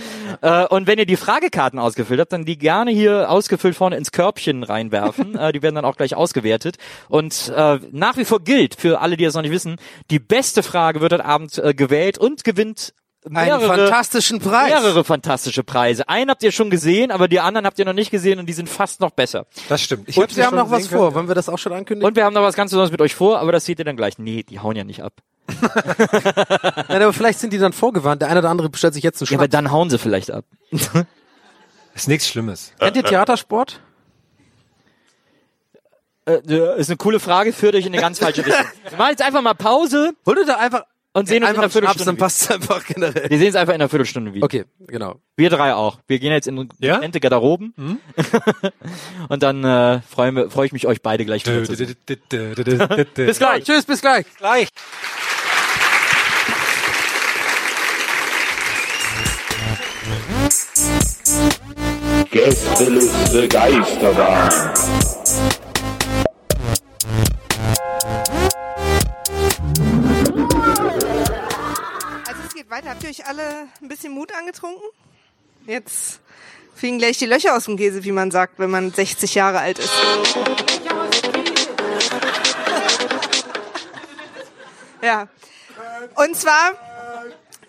D: Äh, und wenn ihr die Fragekarten ausgefüllt habt, dann die gerne hier ausgefüllt vorne ins Körbchen reinwerfen. äh, die werden dann auch gleich ausgewertet. Und äh, nach wie vor gilt für alle, die das noch nicht wissen, die beste Frage wird heute Abend äh, gewählt und gewinnt
E: Einen
D: mehrere
E: fantastischen Preis.
D: mehrere fantastische Preise. Einen habt ihr schon gesehen, aber die anderen habt ihr noch nicht gesehen und die sind fast noch besser.
F: Das stimmt. Ich
E: Und wir haben noch was vor. Wollen wir das auch schon ankündigen?
D: Und wir haben noch was ganz Besonderes mit euch vor, aber das seht ihr dann gleich. Nee, die hauen ja nicht ab.
E: Nein, aber vielleicht sind die dann vorgewarnt. Der eine oder andere bestellt sich jetzt einen
D: Ja, aber
E: Schnaps.
D: dann hauen sie vielleicht ab.
F: Ist nichts Schlimmes.
E: Kennt ihr Theatersport?
D: Äh, äh, ist eine coole Frage, führt euch in eine ganz falsche Richtung. Wir machen jetzt einfach mal Pause
E: Hol dir da einfach
D: und sehen uns in
E: einfach
D: einer
E: Schnaps,
D: Viertelstunde
E: dann
D: wieder.
E: passt es einfach generell.
D: Wir sehen uns einfach in einer Viertelstunde wieder.
E: Okay, genau.
D: Wir drei auch. Wir gehen jetzt in
F: Ja? Mhm.
D: getrennte Garderoben. und dann äh, freuen wir- freue ich mich, euch beide gleich wieder zu sehen.
F: Bis
D: gleich.
E: Tschüss, bis gleich.
F: gleich.
C: Gästeliste Geisterbahn.
B: Also weiter. Habt ihr euch alle ein bisschen Mut angetrunken? Jetzt fliegen gleich die Löcher aus dem Käse, wie man sagt, wenn man 60 Jahre alt ist. Ja. Und zwar,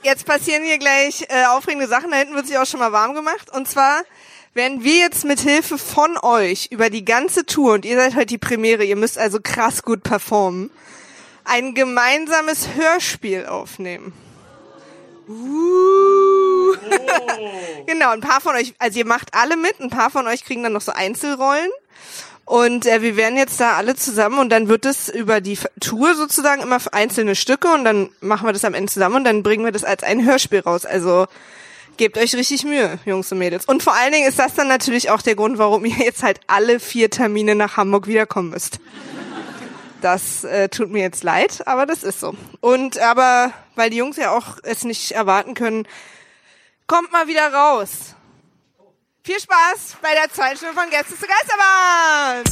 B: jetzt passieren hier gleich äh, aufregende Sachen. Da hinten wird sich auch schon mal warm gemacht. Und zwar werden wir jetzt mit Hilfe von euch über die ganze Tour, und ihr seid heute die Premiere, ihr müsst also krass gut performen, ein gemeinsames Hörspiel aufnehmen. Uh. genau, ein paar von euch, also ihr macht alle mit, ein paar von euch kriegen dann noch so Einzelrollen. Und äh, wir werden jetzt da alle zusammen und dann wird es über die F- Tour sozusagen immer einzelne Stücke und dann machen wir das am Ende zusammen und dann bringen wir das als ein Hörspiel raus. Also gebt euch richtig Mühe, Jungs und Mädels. Und vor allen Dingen ist das dann natürlich auch der Grund, warum ihr jetzt halt alle vier Termine nach Hamburg wiederkommen müsst. Das äh, tut mir jetzt leid, aber das ist so. Und aber, weil die Jungs ja auch es nicht erwarten können, kommt mal wieder raus. Viel Spaß bei der zweiten Stunde von Gäste zu Geisterbahn!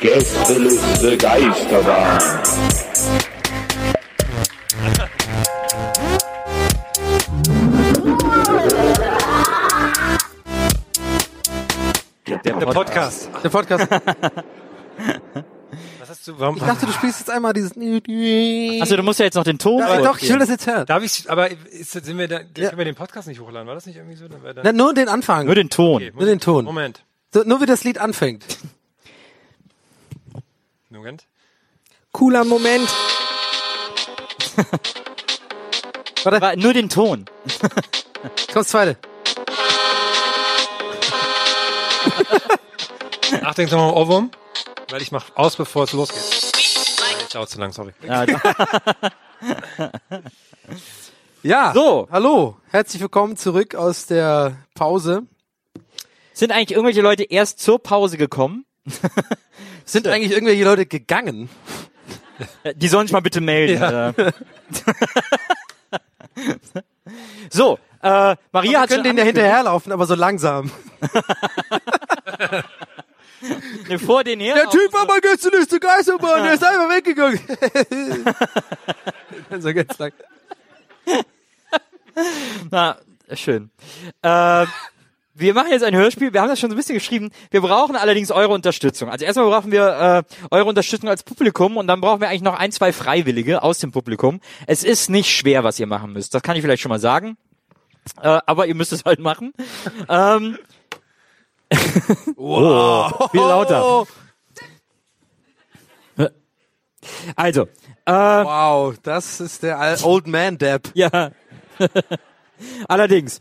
C: Gästeliste Geisterbahn.
D: Der,
F: Podcast.
E: Der Podcast.
F: Was hast du, warum?
E: Ich dachte, du spielst jetzt einmal dieses.
D: Also du musst ja jetzt noch den Ton.
E: Ja,
D: Ja,
E: doch, ich will das jetzt hören.
F: Darf ich, aber ist, sind wir da, können wir den Podcast nicht hochladen? War das nicht irgendwie so? Dann wäre da-
E: Na, nur den Anfang.
D: Nur den Ton.
E: nur den Ton.
F: Moment.
E: So, nur wie das Lied anfängt.
F: Moment.
B: Cooler Moment.
D: Aber nur den Ton.
E: Kommt's zweite.
F: Nachdenken nochmal Ohrwurm. Weil ich mach aus, bevor es losgeht. Ich dauert zu lang, sorry.
E: Ja.
D: So.
E: Hallo. Herzlich willkommen zurück aus der Pause.
D: Sind eigentlich irgendwelche Leute erst zur Pause gekommen?
E: Sind eigentlich irgendwelche Leute gegangen?
D: Äh, Die sollen sich mal bitte melden. äh. so, äh, Maria
E: Wir
D: hat schon
E: können denen ja hinterherlaufen, aber so langsam.
D: ange- vor den her.
E: Der Typ war mal gestern nicht zu Geisterbahn, der ist einfach weggegangen. Dann so ganz lang.
D: Na, schön. Äh, wir machen jetzt ein Hörspiel. Wir haben das schon so ein bisschen geschrieben. Wir brauchen allerdings eure Unterstützung. Also erstmal brauchen wir äh, eure Unterstützung als Publikum und dann brauchen wir eigentlich noch ein, zwei Freiwillige aus dem Publikum. Es ist nicht schwer, was ihr machen müsst. Das kann ich vielleicht schon mal sagen. Äh, aber ihr müsst es halt machen. ähm, wow. Viel lauter. Also, äh,
E: Wow, das ist der Al- Old Man Dab.
D: ja. Allerdings.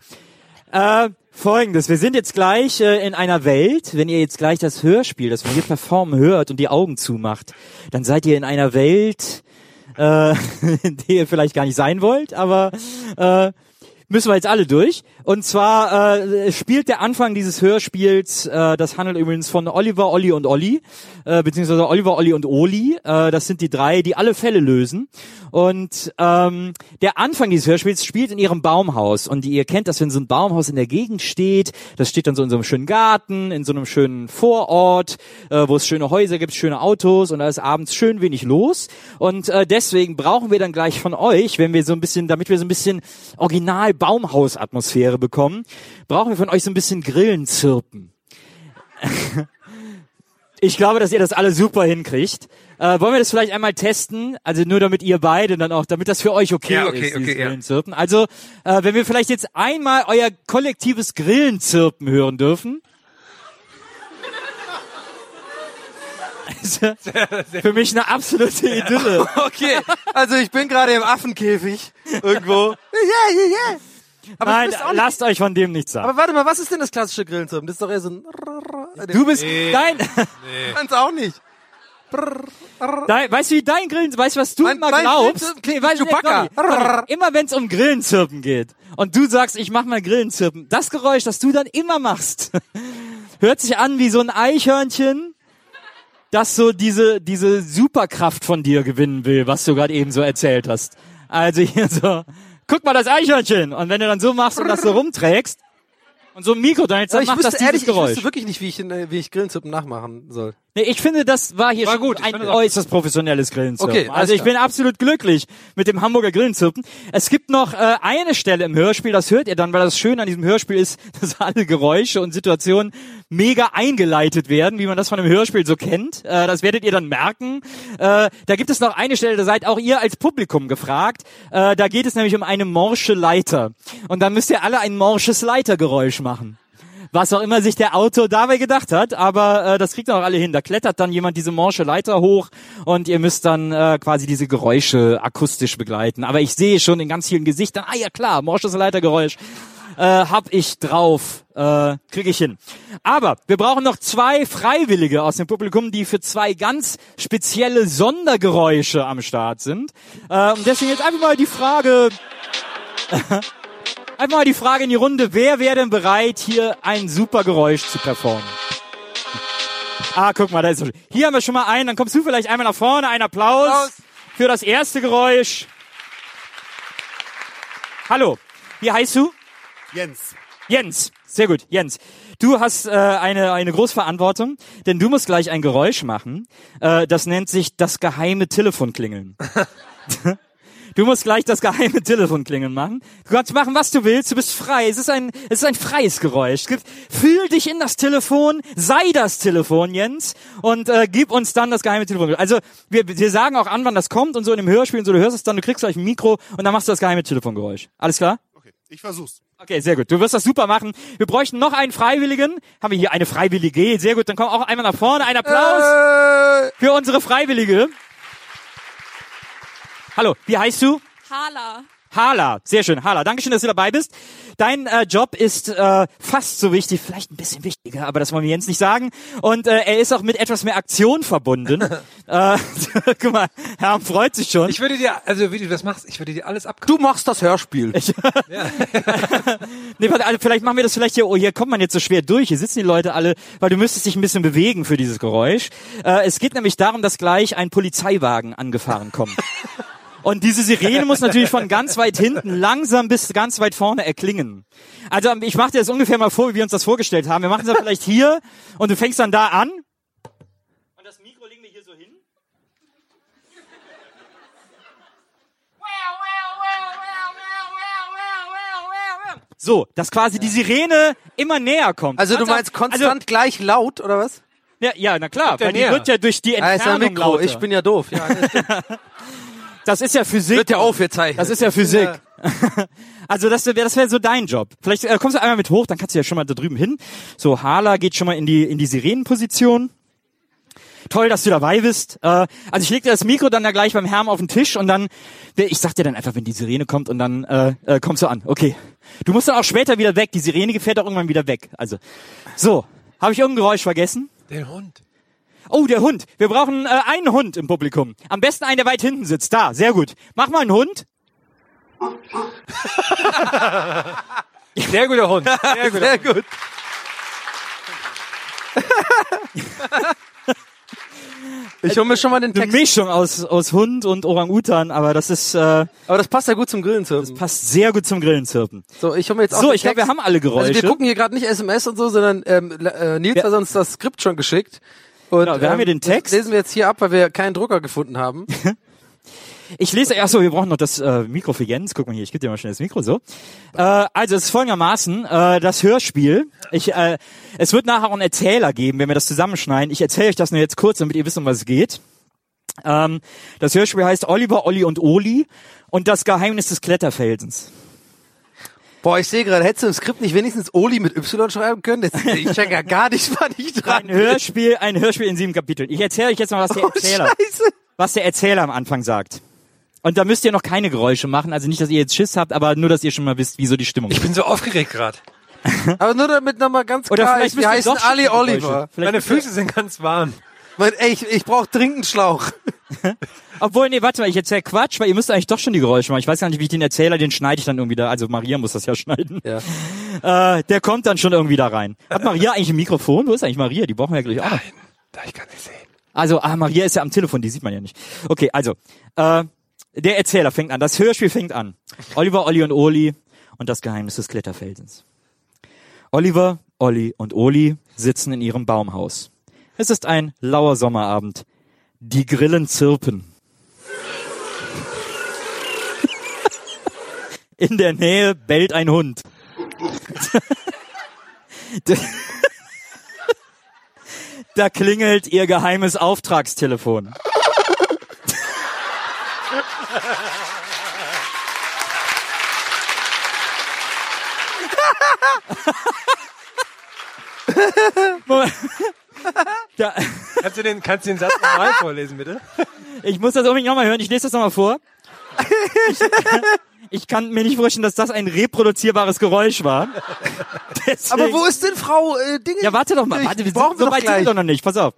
D: Äh, Folgendes, wir sind jetzt gleich äh, in einer Welt, wenn ihr jetzt gleich das Hörspiel, das wir hier performen, hört und die Augen zumacht, dann seid ihr in einer Welt, äh, in der ihr vielleicht gar nicht sein wollt, aber äh, müssen wir jetzt alle durch. Und zwar äh, spielt der Anfang dieses Hörspiels, äh, das handelt übrigens von Oliver, Olli und Olli, äh, beziehungsweise Oliver, Olli und Oli. Äh, das sind die drei, die alle Fälle lösen. Und ähm, der Anfang dieses Hörspiels spielt in ihrem Baumhaus. Und ihr kennt das, wenn so ein Baumhaus in der Gegend steht, das steht dann so in so einem schönen Garten, in so einem schönen Vorort, äh, wo es schöne Häuser gibt, schöne Autos und da ist abends schön wenig los. Und äh, deswegen brauchen wir dann gleich von euch, wenn wir so ein bisschen, damit wir so ein bisschen original Baumhaus-Atmosphäre bekommen, brauchen wir von euch so ein bisschen Grillenzirpen. Ich glaube, dass ihr das alle super hinkriegt. Äh, wollen wir das vielleicht einmal testen? Also nur damit ihr beide dann auch, damit das für euch okay,
F: Ja, okay,
D: ist, dieses
F: okay, ja.
D: Grillenzirpen. Also, äh, wenn wir vielleicht jetzt einmal euer kollektives Grillenzirpen hören dürfen. Also, für mich eine absolute Idylle.
E: Okay, also ich bin gerade im Affenkäfig irgendwo. Ja, ja, ja. Aber ich
D: Nein,
E: wüsste auch nicht-
D: lasst euch von dem nichts sagen.
E: Aber warte mal, was ist denn das klassische Grillenzirpen? Das ist doch eher so ein.
D: du bist
F: Nee.
D: dein,
E: kannst auch nicht.
D: dein, weißt du, wie dein Grillen, weißt du, was du
E: Mein-
D: immer
E: mein
D: glaubst?
E: Grillenzirpen
D: Nee, weißt du,
E: Chewbacca.
D: nee, Conny, Immer wenn es um Grillenzirpen geht und du sagst, ich mach mal Grillenzirpen, das Geräusch, das du dann immer machst, hört sich an wie so ein Eichhörnchen, das so diese, diese Superkraft von dir gewinnen will, was du gerade eben so erzählt hast. Also hier so, guck mal das Eichhörnchen. Und wenn du dann so machst und das so rumträgst und so ein Mikro dann jetzt, dann
E: ich
D: macht das
E: wüsste
D: dieses
E: ehrlich, ich
D: Geräusch.
E: wüsste wirklich nicht, wie ich, in, äh, wie ich Grillenzirpen nachmachen soll.
D: Nee, ich finde, das war hier
F: War
D: schon
F: gut, ich
D: ein
F: fand das auch-
D: äußerst professionelles Grillenzirpen.
F: Okay, alles
D: also ich
F: klar.
D: bin absolut glücklich mit dem Hamburger Grillenzirpen. Es gibt noch äh, eine Stelle im Hörspiel, das hört ihr dann, weil das Schöne an diesem Hörspiel ist, dass alle Geräusche und Situationen mega eingeleitet werden, wie man das von einem Hörspiel so kennt. Äh, das werdet ihr dann merken. Äh, da gibt es noch eine Stelle, da seid auch ihr als Publikum gefragt. Äh, da geht es nämlich um eine morsche Leiter. Und dann müsst ihr alle ein morsches Leitergeräusch machen was auch immer sich der Autor dabei gedacht hat, aber äh, das kriegt dann auch alle hin. Da klettert dann jemand diese morsche Leiter hoch und ihr müsst dann äh, quasi diese Geräusche akustisch begleiten. Aber ich sehe schon in ganz vielen Gesichtern, ah ja klar, morsches Leitergeräusch. Äh, hab ich drauf, äh, kriege ich hin. Aber wir brauchen noch zwei Freiwillige aus dem Publikum, die für zwei ganz spezielle Sondergeräusche am Start sind. Äh, und deswegen jetzt einfach mal die Frage, Einfach mal die Frage in die Runde, wer wäre denn bereit, hier ein super Geräusch zu performen? Ah, guck mal, da ist er schon. Hier haben wir schon mal einen, dann kommst du vielleicht einmal nach vorne, ein Applaus für das erste Geräusch. Hallo, wie heißt du?
H: Jens.
D: Jens, sehr gut, Jens. Du hast äh, eine, eine Großverantwortung, denn du musst gleich ein Geräusch machen. Äh, das nennt sich das geheime Telefonklingeln. Du musst gleich das geheime Telefonklingeln machen. Du kannst machen, was du willst. Du bist frei. Es ist ein, es ist ein freies Geräusch. Gib, fühl dich in das Telefon. Sei das Telefon, Jens. Und äh, gib uns dann das geheime Telefon. Also wir, wir sagen auch an, wann das kommt und so in dem Hörspiel und so. Du hörst es dann, du kriegst gleich ein Mikro und dann machst du das geheime Telefongeräusch. Alles klar?
H: Ich versuch's.
D: Okay, sehr gut. Du wirst das super machen. Wir bräuchten noch einen Freiwilligen. Haben wir hier eine Freiwillige? Sehr gut. Dann komm auch einmal nach vorne. Ein
E: Äh.
D: Applaus für unsere Freiwillige. Hallo, wie heißt du?
I: Hala.
D: Hala, sehr schön. Hala, danke schön, dass du dabei bist. Dein äh, Job ist äh, fast so wichtig, vielleicht ein bisschen wichtiger, aber das wollen wir Jens nicht sagen. Und äh, er ist auch mit etwas mehr Aktion verbunden. äh, guck mal, Herm freut sich schon.
F: Ich würde dir, also wie du das machst, ich würde dir alles abkaufen.
D: Du machst das Hörspiel. nee, warte, also vielleicht machen wir das vielleicht hier. Oh, hier kommt man jetzt so schwer durch. Hier sitzen die Leute alle, weil du müsstest dich ein bisschen bewegen für dieses Geräusch. Äh, es geht nämlich darum, dass gleich ein Polizeiwagen angefahren kommt. Und diese Sirene muss natürlich von ganz weit hinten langsam bis ganz weit vorne erklingen. Also ich mache dir das ungefähr mal vor, wie wir uns das vorgestellt haben. Wir machen es dann vielleicht hier und du fängst dann da an. So, dass quasi die Sirene immer näher kommt.
E: Also du
D: Ganz auf-
E: meinst konstant gleich laut, oder was?
D: Ja, ja na klar,
E: Kommt der
D: weil die
E: näher.
D: wird ja durch die
E: Ah, ist ja
D: Entfernung
E: Mikro,
D: lauter.
E: ich bin ja doof. Ja,
D: das ist ja Physik. Wird ja
E: aufgezeichnet.
D: Das ist ja Physik. Also das wäre das wär so dein Job. Vielleicht äh, kommst du einmal mit hoch, dann kannst du ja schon mal da drüben hin. So, Hala geht schon mal in die, in die Sirenenposition. Toll, dass du dabei bist. Äh, also ich leg dir das Mikro dann ja gleich beim Herrn auf den Tisch und dann, ich sag dir dann einfach, wenn die Sirene kommt und dann äh, äh, kommst du an. Okay. Du musst dann auch später wieder weg. Die Sirene gefährt auch irgendwann wieder weg. Also, so. Habe ich irgendein Geräusch vergessen?
F: Den Hund.
D: Oh, der Hund. Wir brauchen äh, einen Hund im Publikum. Am besten einen, der weit hinten sitzt. Da, sehr gut. Mach mal einen Hund.
F: Sehr guter Hund. Sehr, guter Hund.
E: gut. Ich hole mir schon mal den
D: Text. Eine Mischung aus, aus Hund und Orang-Utan, aber das ist... Äh, aber
E: das passt ja gut zum Grillenzirpen.
D: Das passt sehr gut zum Grillenzirpen.
E: So, ich hole mir jetzt auch
D: So,
E: den
D: ich glaube,
E: Text.
D: wir haben alle Geräusche.
E: Also wir gucken hier gerade nicht SMS und so, sondern ähm, Le- äh, Nils hat uns das Skript schon geschickt. Und,
D: Genau, wir haben hier den
E: das lesen wir jetzt hier ab, weil wir keinen Drucker gefunden haben.
D: Ich lese, ach so, wir brauchen noch das äh, Mikro für Jens. Guck mal hier, ich gebe dir mal schnell das Mikro so. Äh, also es ist folgendermaßen äh, das Hörspiel. Ich, äh, es wird nachher auch einen Erzähler geben, wenn wir das zusammenschneiden. Ich erzähle euch das nur jetzt kurz, damit ihr wisst, um was es geht. Ähm, das Hörspiel heißt Oliver, Olli und Oli und das Geheimnis des Kletterfelsens.
E: Boah, ich sehe gerade, hättest du im Skript nicht wenigstens Oli mit Y schreiben können? Jetzt, ich check ja gar nicht, wann ich dran
D: Ein Hörspiel, ein Hörspiel in sieben Kapiteln. Ich erzähle euch jetzt mal, was der
E: Oh,
D: Erzähler, was der Erzähler am Anfang sagt. Und da müsst ihr noch keine Geräusche machen, also nicht, dass ihr jetzt Schiss habt, aber nur, dass ihr schon mal wisst, wie so die Stimmung ist.
F: Ich bin so aufgeregt gerade.
E: Aber nur damit nochmal ganz
D: Oder
E: klar
D: vielleicht
E: ist,
D: bist
E: wir
D: du
E: heißen
D: doch schon
E: Ali
D: die Geräusche.
E: Oliver.
D: Vielleicht Meine bist du- Füße
F: sind ganz warm.
E: Mein, ey, ich, ich brauche dringend einen Schlauch.
D: Obwohl, nee, warte mal, ich erzähl Quatsch, weil ihr müsst eigentlich doch schon die Geräusche machen. Ich weiß gar nicht, wie ich den Erzähler, den schneide ich dann irgendwie da. Also Maria muss das ja schneiden. Ja. Äh, der kommt dann schon irgendwie da rein. Hat Maria eigentlich ein Mikrofon? Wo ist eigentlich Maria? Die brauchen wir ja gleich auch. Nein, ich kann nicht sehen. Also, ah, Maria ist ja am Telefon, die sieht man ja nicht. Okay, also, äh, der Erzähler fängt an, das Hörspiel fängt an. Oliver, Olli und Oli und das Geheimnis des Kletterfelsens. Oliver, Olli und Oli sitzen in ihrem Baumhaus. Es ist ein lauer Sommerabend. Die Grillen zirpen. In der Nähe bellt ein Hund. Da klingelt ihr geheimes Auftragstelefon.
F: ja. kannst, du den, kannst du den Satz nochmal vorlesen, bitte?
D: Ich muss das unbedingt nochmal hören. Ich lese das nochmal vor. Ich, ich kann mir nicht vorstellen, dass das ein reproduzierbares Geräusch war. Deswegen-
E: Aber wo ist denn Frau äh, Dinge?
D: Ja, warte doch mal. Warte, wir
E: brauchen
D: sind,
E: wir
D: so
E: doch
D: weit sind wir
E: gleich.
D: doch noch nicht. Pass auf.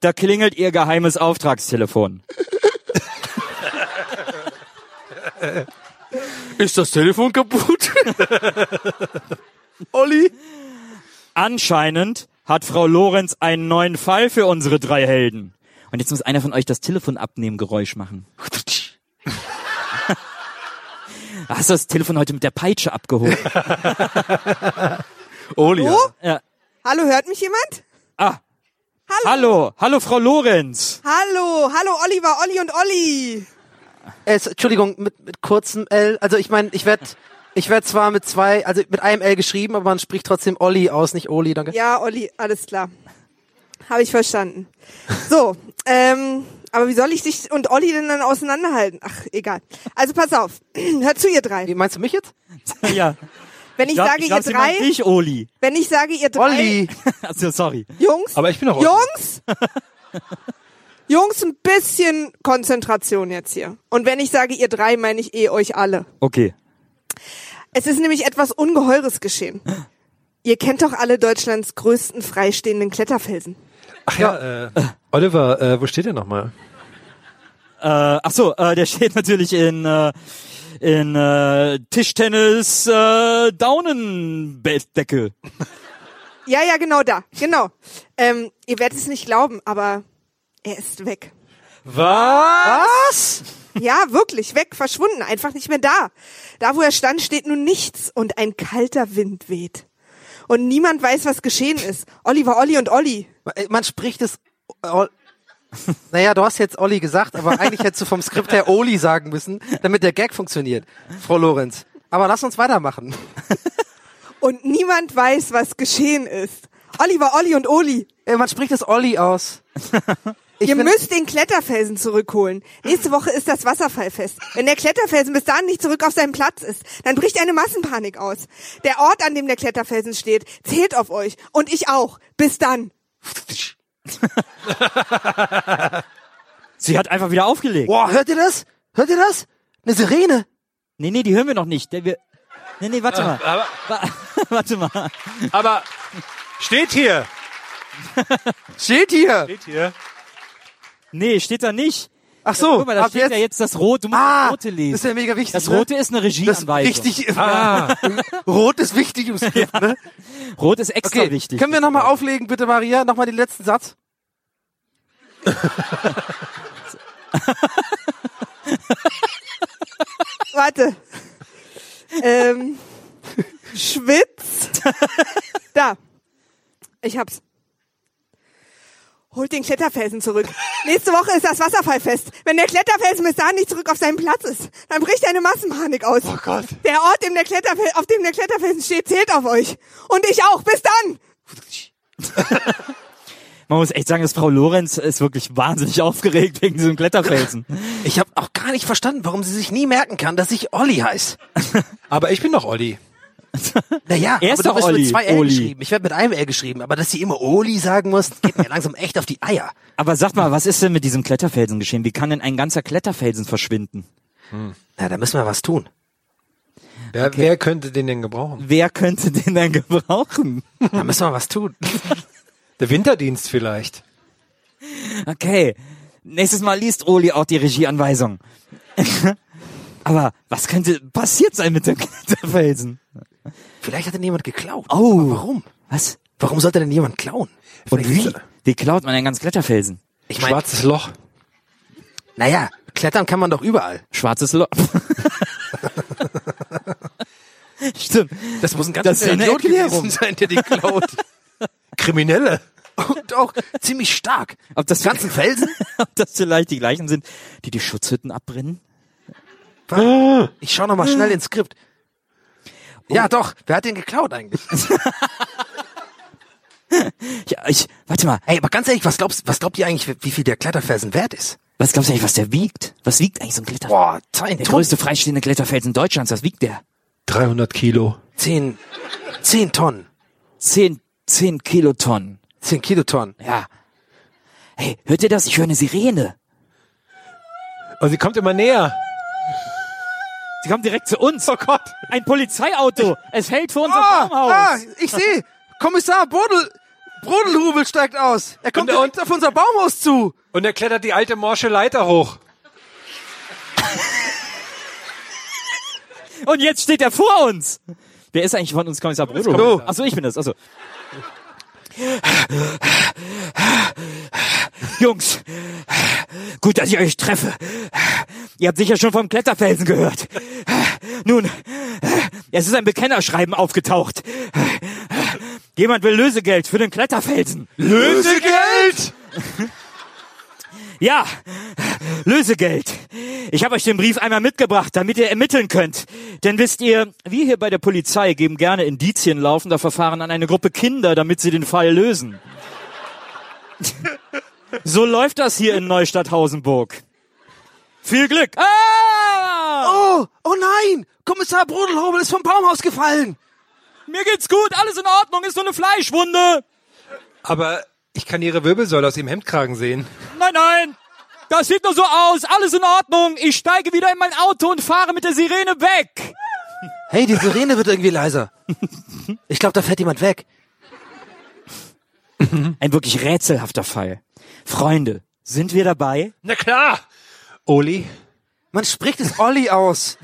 D: Da klingelt ihr geheimes Auftragstelefon.
E: Ist das Telefon kaputt? Olli?
D: Anscheinend hat Frau Lorenz einen neuen Fall für unsere drei Helden. Und jetzt muss einer von euch das Telefon abnehmen, Geräusch machen. Hast du das Telefon heute mit der Peitsche abgeholt?
E: Oli.
B: Hallo?
D: Ja.
B: Hallo, hört mich jemand?
D: Ah. Hallo. Hallo, Frau Lorenz.
B: Hallo, hallo Oliver, Olli und Olli.
E: Es, Äh, Entschuldigung, mit, mit kurzem L. Also ich meine, ich werde ich werd zwar mit zwei, also mit einem L geschrieben, aber man spricht trotzdem Olli aus, nicht Oli, danke.
B: Ja, Olli, alles klar. Habe ich verstanden. So, ähm, aber wie soll ich dich und Olli denn dann auseinanderhalten? Ach, egal. Also pass auf. Hör zu, ihr drei. Wie
E: meinst du mich jetzt?
D: ja.
B: Wenn ich,
D: glaub-
B: sage,
D: glaub,
B: ihr
D: sie meint
B: drei,
D: dich, Oli.
B: wenn ich sage, ihr drei,
D: also, sorry.
B: Jungs,
D: Aber ich bin auch Oli.
B: Jungs, Jungs, ein bisschen Konzentration jetzt hier. Und wenn ich sage, ihr drei, meine ich eh euch alle.
D: Okay.
B: Es ist nämlich etwas Ungeheures geschehen. Ihr kennt doch alle Deutschlands größten freistehenden Kletterfelsen.
F: Ach ja, äh, Oliver, äh, wo steht der nochmal?
D: Äh, ach so, äh, der steht natürlich in äh, in äh, Tischtennis äh, Daunenbettdeckel.
B: Ja, ja, genau da, genau. Ähm, ihr werdet es nicht glauben, aber er ist weg.
D: Was?
B: Ja, wirklich, weg, verschwunden, einfach nicht mehr da. Da, wo er stand, steht nun nichts und ein kalter Wind weht. Und niemand weiß, was geschehen ist. Oliver, Olli und Olli.
E: Man spricht es... Ol- Naja, du hast jetzt Olli gesagt, aber eigentlich hättest du vom Skript her Oli sagen müssen, damit der Gag funktioniert, Frau Lorenz. Aber lass uns weitermachen.
B: Und niemand weiß, was geschehen ist. Oliver, Olli und Oli.
E: Äh, man spricht das Olli aus.
B: Ihr müsst den Kletterfelsen zurückholen. Nächste Woche ist das Wasserfallfest. Wenn der Kletterfelsen bis dahin nicht zurück auf seinem Platz ist, dann bricht eine Massenpanik aus. Der Ort, an dem der Kletterfelsen steht, zählt auf euch. Und ich auch. Bis dann.
D: Sie hat einfach wieder aufgelegt.
E: Boah, hört ihr das? Hört ihr das? Eine Sirene.
D: Nee, nee, die hören wir noch nicht. Der, wir, nee, nee,
E: Äh,
D: warte mal.
F: Aber,
D: warte mal.
F: aber steht hier.
E: steht hier.
F: Steht hier.
D: Nee, steht da nicht.
E: Ach so,
D: Guck mal, da
E: Oh, ab Ah,
D: steht ja jetzt das Rot. Du musst das Rote lesen.
E: Das ist ja mega wichtig.
D: Das Rote
E: ne?
D: ist eine
E: das
D: Regieanweisung.
E: richtig. Ah. Rot ist wichtig im Skript, ne?
D: Rot ist extra
E: Okay,
D: wichtig.
E: können wir nochmal auflegen, bitte, Maria? Nochmal den letzten Satz.
B: Warte. Ähm, schwitz. Da. Ich hab's. Holt den Kletterfelsen zurück. Nächste Woche ist das Wasserfallfest. Wenn der Kletterfelsen bis dahin nicht zurück auf seinem Platz ist, dann bricht eine Massenpanik aus. Oh
E: Gott.
B: Der Ort, dem der Kletterfel auf dem der Kletterfelsen steht, zählt auf euch. Und ich auch. Bis dann.
D: Man muss echt sagen, dass Frau Lorenz ist wirklich wahnsinnig aufgeregt wegen diesem Kletterfelsen.
E: Ich habe auch gar nicht verstanden, warum sie sich nie merken kann, dass ich Olli heiße.
F: Aber ich bin doch Olli.
E: Naja,
D: Er ist
E: aber du
D: doch
E: bist
D: Olli,
E: mit zwei L
D: Oli.
E: geschrieben. Ich werde mit einem L geschrieben, aber dass sie immer Oli sagen muss, geht mir langsam echt auf die Eier.
D: Aber sag mal, was ist denn mit diesem Kletterfelsen geschehen? Wie kann denn ein ganzer Kletterfelsen verschwinden?
E: Na, da müssen wir was tun.
F: Wer, wer könnte den denn gebrauchen?
D: Wer könnte den denn gebrauchen?
E: Da müssen wir was tun.
F: Der Winterdienst vielleicht.
D: Okay. Nächstes Mal liest Oli auch die Regieanweisung. Aber was könnte passiert sein mit dem Kletterfelsen?
E: Vielleicht hat denn jemand geklaut.
D: Oh.
E: Aber warum?
D: Was?
E: Warum sollte denn jemand klauen?
D: Und wie? Wie klaut man einen ganzen Kletterfelsen?
E: Ich meine,
F: Schwarzes Loch.
E: naja, klettern kann man doch überall.
D: Schwarzes Loch. Stimmt.
E: Das muss ein
D: Das
E: ganzer
D: ist eine
E: Idiot
D: Erklärung.
E: gewesen sein, der den klaut. Kriminelle. Und auch ziemlich stark.
D: Ob das
E: ganzen Felsen?
D: Ob das vielleicht die gleichen sind, die die Schutzhütten abbrennen?
E: Ich schau noch mal schnell ins Skript. Ja, doch. Wer hat den geklaut eigentlich?
D: ja, ich, warte mal.
E: Ey, aber ganz ehrlich, was glaubst, was glaubt ihr eigentlich, wie- wie viel der Kletterfelsen wert ist?
D: Was glaubst du eigentlich, was der wiegt? Was wiegt eigentlich so ein Kletterfelsen?
E: Boah, Tein,
D: Der größte freistehende Kletterfelsen Deutschlands, was wiegt der?
F: 300 Kilo.
E: Zehn, zehn Tonnen.
D: Zehn, zehn Kilotonnen.
E: Zehn Kilotonnen.
D: Ja. Hey, hört ihr das? Ich höre eine Sirene.
F: Und sie kommt immer näher.
D: Sie kommen direkt zu uns. Oh Gott. Ein Polizeiauto. Es hält vor unserem
E: Ah,
D: Baumhaus.
E: ah, ich sehe. Kommissar Brodel, Brodelhubel steigt aus. Er kommt
F: Und-
E: direkt auf unser Baumhaus zu.
F: Und er klettert die alte morsche Leiter hoch.
D: Und jetzt steht er vor uns. Wer ist eigentlich von uns Kommissar Bruno?
F: Kommissar.
D: Achso, ich bin das. Also. Jungs, gut, dass ich euch treffe. Ihr habt sicher schon vom Kletterfelsen gehört. Nun, es ist ein Bekennerschreiben aufgetaucht. Jemand will Lösegeld für den Kletterfelsen.
E: Lösegeld?
D: Ja, Lösegeld. Ich habe euch den Brief einmal mitgebracht, damit ihr ermitteln könnt. Denn wisst ihr, wir hier bei der Polizei geben gerne Indizien laufender Verfahren an eine Gruppe Kinder, damit sie den Fall lösen. so läuft das hier in Neustadt-Hausenburg. Viel Glück. Ah!
E: Oh, oh nein. Kommissar Brodelhubel ist vom Baumhaus gefallen.
D: Mir geht's gut, alles in Ordnung, ist nur eine Fleischwunde.
F: Aber ich kann ihre Wirbelsäule aus ihrem Hemdkragen sehen.
D: Nein, nein. Das sieht nur so aus, alles in Ordnung. Ich steige wieder in mein Auto und fahre mit der Sirene weg.
E: Hey, die Sirene wird irgendwie leiser. Ich glaube, da fährt jemand weg.
D: Ein wirklich rätselhafter Fall. Freunde, sind wir dabei?
F: Na klar. Oli.
E: Man spricht es Olli aus.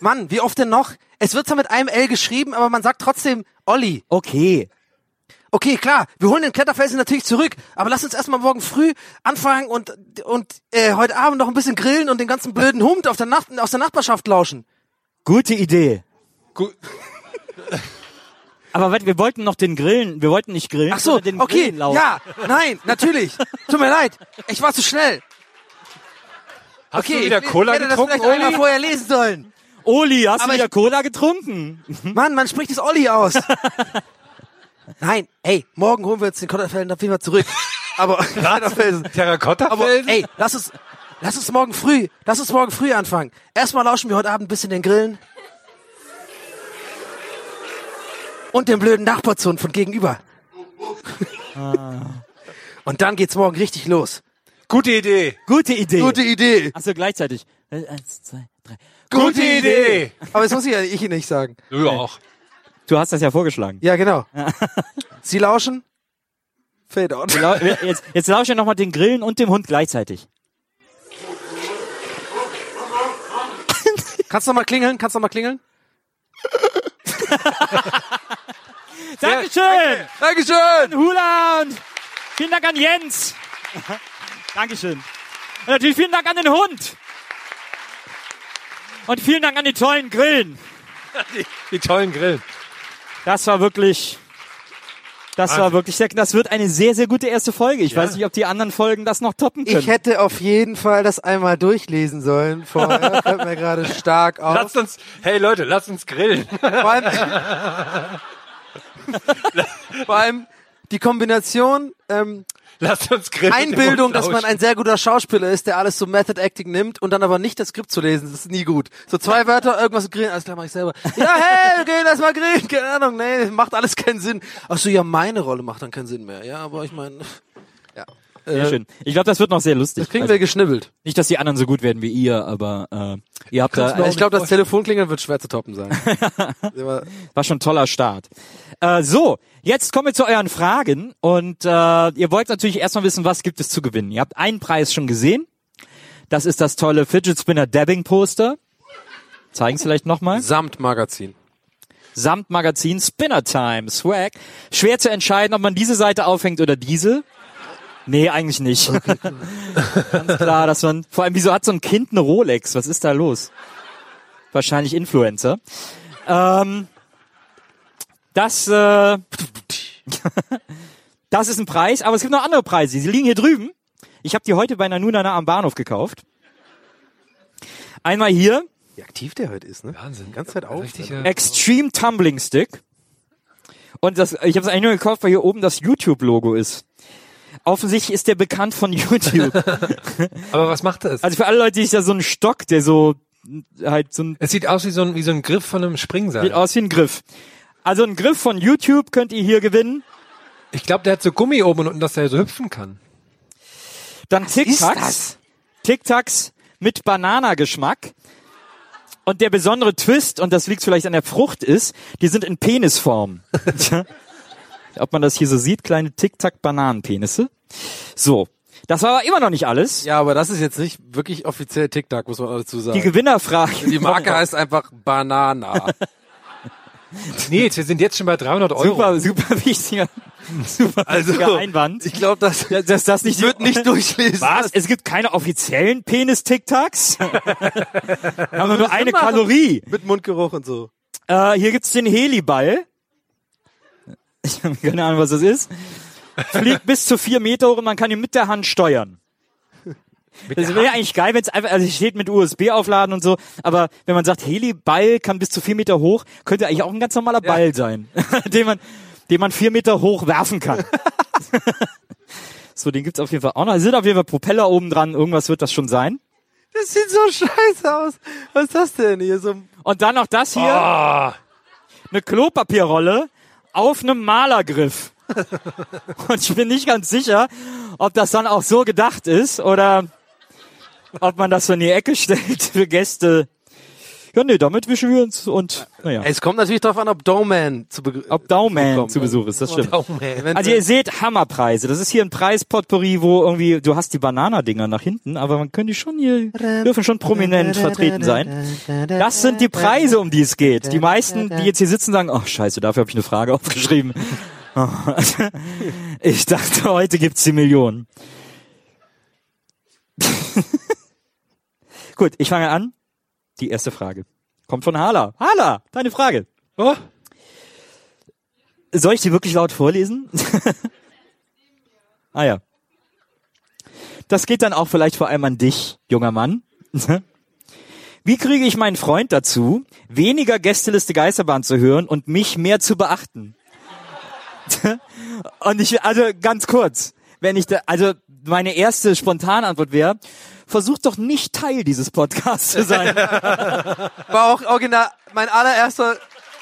E: Mann, wie oft denn noch? Es wird zwar mit einem L geschrieben, aber man sagt trotzdem Olli.
D: Okay.
E: Okay, klar, wir holen den Kletterfelsen natürlich zurück, aber lass uns erstmal morgen früh anfangen und, und äh, heute Abend noch ein bisschen grillen und den ganzen blöden Hund auf der Nacht, aus der Nachbarschaft lauschen.
D: Gute Idee.
F: Gu
D: Aber warte, wir wollten noch den Grillen, wir wollten nicht grillen,
E: Ach so,
D: sondern den
E: okay,
D: Grillen laufen.
E: ja, nein, natürlich. Tut mir leid, ich war zu schnell.
F: Hast
E: okay,
F: du wieder
E: ich-
F: Cola
E: ich hätte
F: getrunken,
E: das vielleicht einmal
F: Oli?
E: vorher lesen sollen.
D: Oli, hast
E: Aber
D: du wieder
E: ich-
D: Cola getrunken?
F: Hm?
E: Mann, man spricht es Olli aus. nein, ey, morgen holen wir uns den Kletterfelsen auf jeden Fall zurück. Aber Kletterfelsen.
F: Terrakotta?
E: Aber ey, lass uns, lass uns morgen früh, lass uns morgen früh anfangen. Erstmal lauschen wir heute Abend ein bisschen den Grillen. Und den blöden Nachbarzonen von gegenüber. Ah. Und dann geht's morgen richtig los.
F: Gute Idee.
D: Gute Idee.
E: Idee.
D: Ach so, gleichzeitig. Äh, Eins, zwei, drei.
F: Gute Idee.
E: Aber das muss ich ja ich Ihnen nicht sagen.
F: Du auch.
D: Du hast das ja vorgeschlagen.
E: Ja, genau. Sie lauschen. Fade out.
D: Lau- Jetzt, jetzt lausche ich nochmal den Grillen und dem Hund gleichzeitig.
E: Kannst du nochmal klingeln? Kannst du nochmal klingeln?
D: Dankeschön!
E: Dankeschön!
D: Hula und vielen Dank an Jens. Dankeschön. Und natürlich vielen Dank an den Hund. Und vielen Dank an die tollen Grillen.
F: Die tollen Grillen.
D: Das war wirklich, das war wirklich sehr, das wird eine sehr, sehr gute erste Folge. Ich weiß nicht, ob die anderen Folgen das noch toppen können.
E: Ich hätte auf jeden Fall das einmal durchlesen sollen. Vorher fällt mir gerade stark auf.
F: Lasst uns, hey Leute, lasst uns grillen.
E: Vor allem, vor allem die Kombination ähm,
F: Lasst uns grillen.
E: Einbildung, dass man
F: ein
E: ein sehr guter Schauspieler ist, der alles so Method Acting nimmt und dann aber nicht das Skript zu lesen, das ist nie gut. So zwei Wörter, irgendwas grillen, alles klar, mach ich selber. Ja, hey, wir grillen, lass mal grillen, keine Ahnung, nee, macht alles keinen Sinn. Ach so, ja, meine Rolle macht dann keinen Sinn mehr. Ja, aber ich meine, ja. Äh,
D: sehr schön. Ich glaube, das wird noch sehr lustig.
E: Das kriegen
D: also,
E: wir geschnibbelt.
D: nicht, dass die anderen so gut werden wie ihr, aber äh, ihr habt da,
E: Ich glaube, das Telefonklingeln wird schwer zu toppen sein. Aber
D: War schon ein toller Start. Äh, so, jetzt kommen wir zu euren Fragen und äh, ihr wollt natürlich erstmal wissen, was gibt es zu gewinnen. Ihr habt einen Preis schon gesehen. Das ist das tolle Fidget Spinner Dabbing Poster. Zeigen es vielleicht nochmal.
E: Samt Magazin.
D: Samt Magazin Spinner Time Swag. Schwer zu entscheiden, ob man diese Seite aufhängt oder diese. Nee, eigentlich nicht. Ganz klar, dass man. Vor allem, wieso hat so ein Kind eine Rolex? Was ist da los? Wahrscheinlich Influencer. Ähm, das äh, Das ist ein Preis, aber es gibt noch andere Preise. Sie liegen hier drüben. Ich habe die heute bei Nanunana am Bahnhof gekauft. Einmal hier.
J: Wie aktiv der heute ist, ne? Wahnsinn. Ganz Zeit auf. Also
D: Extreme Tumbling Stick. Und das, ich habe es eigentlich nur gekauft, weil hier oben das YouTube-Logo ist. Offensichtlich ist der bekannt von YouTube.
F: Aber was macht das?
D: Also für alle Leute, die sich da so einen Stock, der so halt so ein
F: Es sieht aus wie so ein, wie so ein Griff von einem Springseil.
D: sieht aus wie ein Griff. Also ein Griff von YouTube könnt ihr hier gewinnen.
F: Ich glaube, der hat so Gummi oben und unten, dass er so hüpfen kann.
D: Dann Tic-Tacs. Tic-Tacs mit Bananageschmack. Und der besondere Twist, und das liegt vielleicht an der Frucht, ist, die sind in Penisform. Tja. Ob man das hier so sieht, kleine Tic-Tac-Bananenpenisse. So. Das war aber immer noch nicht alles.
E: Ja, aber das ist jetzt nicht wirklich offiziell TikTok, muss man auch dazu sagen.
D: Die Gewinnerfrage.
E: Die Marke heißt einfach Banana.
F: Nils, wir sind jetzt schon bei 300 Euro.
D: Super, super wichtiger, super
E: Also,
D: wichtiger Einwand.
E: Ich glaube, das,
D: Dass das, das nicht
E: wird nicht durchlesen.
D: Was? Es gibt keine offiziellen Penis-Tic-Tacs? Haben wir nur eine Kalorie.
E: Mit Mundgeruch und so.
D: Äh, hier gibt's den Heliball. Ich habe keine Ahnung, was das ist. Fliegt bis zu vier Meter hoch und man kann ihn mit der Hand steuern. das wäre eigentlich geil, wenn es einfach, also es steht mit USB aufladen und so, aber wenn man sagt, Heliball kann bis zu vier Meter hoch, könnte eigentlich auch ein ganz normaler Ball sein, den man, den man vier Meter hoch werfen kann. so, den gibt's auf jeden Fall auch noch. Es sind auf jeden Fall Propeller oben dran, irgendwas wird das schon sein.
E: Das sieht so scheiße aus. Was ist das denn hier? So ein
D: Und dann noch das hier. Eine Klopapierrolle auf einem Malergriff. Und ich bin nicht ganz sicher, ob das dann auch so gedacht ist oder ob man das so in die Ecke stellt für Gäste. Ja, nee, damit wischen wir uns und, naja,
E: es kommt natürlich darauf an, ob Doman zu begr-
D: ob Dauman zu Besuch ist, das stimmt.
E: Oh, Eventuell-
D: Also ihr seht Hammerpreise. Das ist hier ein Preispotpourri, wo irgendwie, du hast die Bananadinger nach hinten, aber man könnte schon hier, dürfen schon prominent vertreten sein. Das sind die Preise, um die es geht. Die meisten, die jetzt hier sitzen, sagen, oh scheiße, dafür habe ich eine Frage aufgeschrieben. Oh. Ich dachte, heute gibt's die Millionen. Gut, ich fange an. Die erste Frage. Kommt von Hala. Hala, deine Frage.
F: Oh,
D: Soll ich die wirklich laut vorlesen? ah ja. Das geht dann auch vielleicht vor allem an dich, junger Mann. Wie kriege ich meinen Freund dazu, weniger Gästeliste Geisterbahn zu hören und mich mehr zu beachten? und ich, also ganz kurz, wenn ich da, also meine erste spontane Antwort wäre, versuch doch nicht Teil dieses Podcasts zu sein.
E: war auch original mein allererster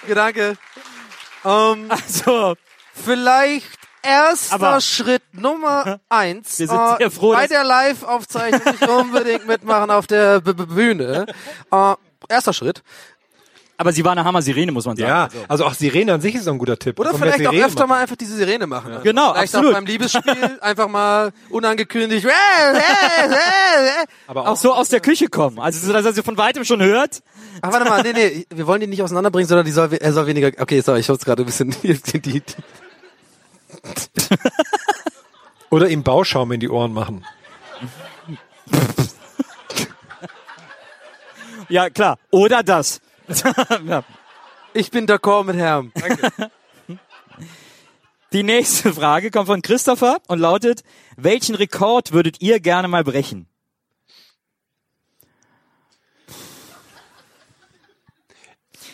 E: Gedanke. Ähm,
D: Also,
E: vielleicht erster
D: Aber-
E: Schritt Nummer eins. Ah,
D: Wir sind sehr froh,
E: bei
D: dass-
E: der Live-Aufzeichnung nicht unbedingt mitmachen auf der B -B Bühne. Äh, erster Schritt.
D: aber sie war eine Hammer-Sirene, muss man sagen.
F: ja. Also auch Sirene an sich ist so ein guter Tipp.
E: Oder
F: Sollen wir
E: vielleicht auch
F: Sirene
E: öfter
F: machen?
E: mal einfach diese Sirene machen. Also
D: Genau,
E: vielleicht
D: absolut.
E: auch beim Liebesspiel einfach mal unangekündigt. Aber
F: Aber
D: Auch so aus der Küche kommen. Also, so, dass er sie von weitem schon hört.
E: Ach, warte mal, nee, nee, wir wollen die nicht auseinanderbringen, sondern die soll, we- er soll weniger. Okay, sorry, ich hab's gerade ein bisschen. Die, die, die,
F: Oder ihm Bauschaum in die Ohren machen.
D: Ja, klar. Oder das. ja.
E: ich bin d'accord mit Herrn.
D: Die nächste Frage kommt von Christopher und lautet, welchen Rekord würdet ihr gerne mal brechen?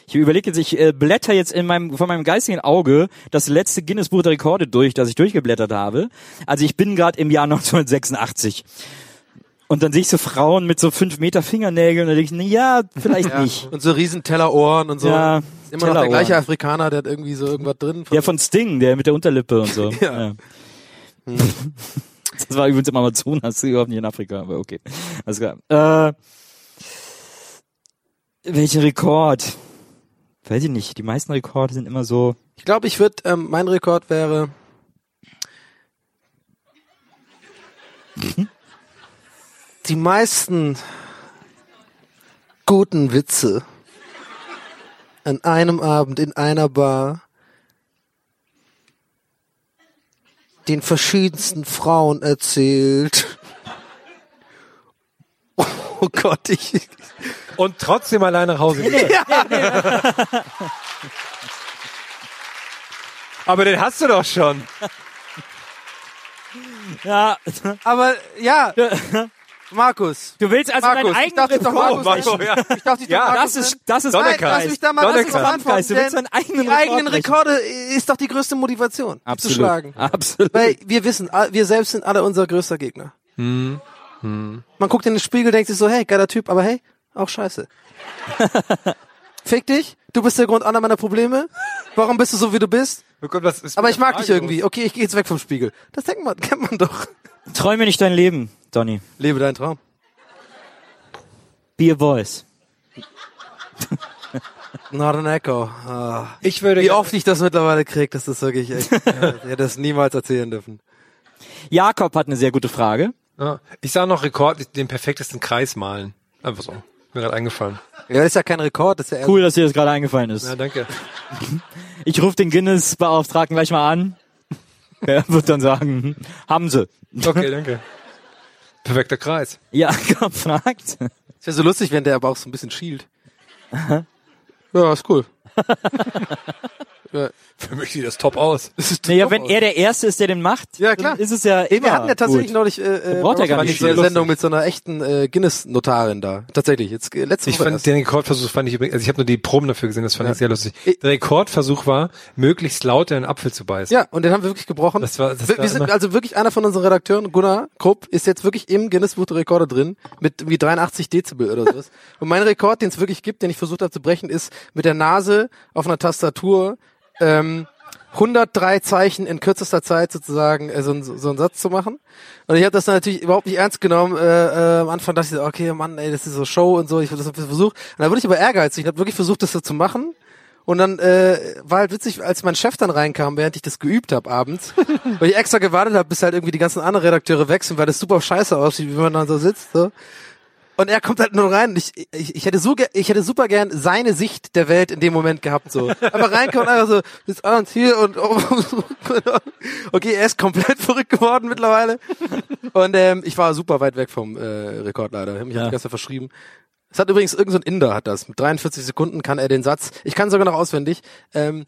D: Ich überlege jetzt, ich äh, blätter jetzt in meinem, von meinem geistigen Auge das letzte Guinness Buch der Rekorde durch, das ich durchgeblättert habe. Also ich bin gerade im Jahr 1986. Und dann sehe ich so Frauen mit so fünf Meter Fingernägeln und dann denke ich, na ja, vielleicht nicht.
E: Und so riesen Tellerohren und so.
D: Ja,
E: Ist Immer noch der
D: Tellerohren.
E: gleiche Afrikaner, der hat irgendwie so irgendwas drin.
D: Der von Sting, der mit der Unterlippe und so.
E: Ja.
D: ja. Das war übrigens im Amazonas, überhaupt nicht in Afrika, aber okay. Alles klar. Äh, welchen Rekord? Weiß ich nicht. Die meisten Rekorde sind immer so.
E: Ich glaube, ich würde, ähm, mein Rekord wäre. Die meisten guten Witze an einem Abend in einer Bar den verschiedensten Frauen erzählt. Oh Gott, ich.
F: Und trotzdem allein nach Hause gehen. Aber den hast du doch schon.
D: Ja.
E: Aber ja. Markus.
D: Du willst also
E: Markus,
D: deinen
E: ich
D: eigenen
E: dachte doch
D: Reform-
F: Oh,
E: Markus, Marco, ja. Ich dachte, ich
D: ja,
E: doch
D: das
E: Markus
D: ist
E: nennen.
D: das ist
E: Nein, lass mich da mal lass mich mal antworten.
D: Du willst
E: denn
D: deinen eigenen
E: die eigenen
D: Rekord
E: Rekorde äh, ist doch die größte Motivation, die zu
D: Absolut.
E: schlagen.
D: Absolut.
E: Weil wir wissen, all- wir selbst sind alle unser größter Gegner.
F: Hm. Hm.
E: Man guckt in den Spiegel, denkt sich so, hey, geiler Typ, aber hey, auch scheiße. Fick dich, du bist der Grund aller meiner Probleme. Warum bist du so, wie du bist?
F: Oh
E: aber ich mag dich irgendwie. Okay, ich gehe jetzt weg vom Spiegel. Das denkt man, kennt man doch.
D: Träume nicht dein Leben, Donny.
E: Lebe deinen Traum.
D: Be a voice.
E: Not an Echo. Ah.
F: Ich würde
E: Wie oft ich das mittlerweile krieg, das ist wirklich echt. ich hätte das niemals erzählen dürfen.
D: Jakob hat eine sehr gute Frage.
F: Ja. Ich sah noch Rekord, den perfektesten Kreis malen. Einfach so. Mir gerade eingefallen.
E: Ja, das ist ja kein Rekord, das ist ja eher-
D: Cool, dass dir das gerade eingefallen ist.
F: Ja, danke.
D: Ich rufe den Guinness-Beauftragten gleich mal an. Der wird dann sagen, haben sie.
F: Okay, danke. Perfekter Kreis.
D: Ja, Jakob fragt.
E: Es wäre so lustig, wenn der aber auch so ein bisschen schielt. ja, ist cool. ja.
F: Für mich sieht das top aus.
D: Naja, wenn er der Erste ist, der den macht, ja, klar. ist es ja
E: Ey,
D: immer
E: wir hatten ja tatsächlich
D: gut.
E: neulich äh,
D: Dann braucht er gar
E: fand
D: nicht
E: ich so eine Sendung mit so einer echten äh, Guinness-Notarin da. Tatsächlich, jetzt äh, letzte
F: Ich
E: Woche
F: fand
E: erst.
F: den Rekordversuch fand ich übrigens, also ich habe nur die Proben dafür gesehen, das fand ich sehr lustig. Der Rekordversuch war, möglichst laut in einen Apfel zu beißen.
E: Ja, und den haben wir wirklich gebrochen.
F: Das war, das
E: wir,
F: war
E: wir sind
F: immer-
E: also wirklich einer von unseren Redakteuren, Gunnar Krupp, ist jetzt wirklich im Guinness Buch der Rekorde drin mit irgendwie 83 Dezibel oder sowas. Und mein Rekord, den es wirklich gibt, den ich versucht habe zu brechen, ist mit der Nase auf einer Tastatur ähm, 103 Zeichen in kürzester Zeit sozusagen äh, so, einen- so einen Satz zu machen. Und ich habe das dann natürlich überhaupt nicht ernst genommen. Äh, äh, am Anfang dachte ich so, okay, Mann, ey, das ist so Show und so. Ich habe das versucht. Und da wurde ich aber ehrgeizig. Ich habe wirklich versucht, das so zu machen. Und dann äh, war halt witzig, als mein Chef dann reinkam, während ich das geübt habe abends, weil ich extra gewartet habe, bis halt irgendwie die ganzen anderen Redakteure wechseln, weil das super scheiße aussieht, wie man dann so sitzt. So. Und er kommt halt nur rein. Und ich, ich, ich, hätte so ge- ich hätte super gern seine Sicht der Welt in dem Moment gehabt. so. Aber reinkommt und einfach so, ist abends hier und oh, okay, er ist komplett verrückt geworden mittlerweile. Und ähm, ich war super weit weg vom äh, Rekord leider. Ich habe mich ja. die ganze Zeit verschrieben. Es hat übrigens irgendein so ein Inder hat das. Mit 43 Sekunden kann er den Satz, ich kann sogar noch auswendig, ähm,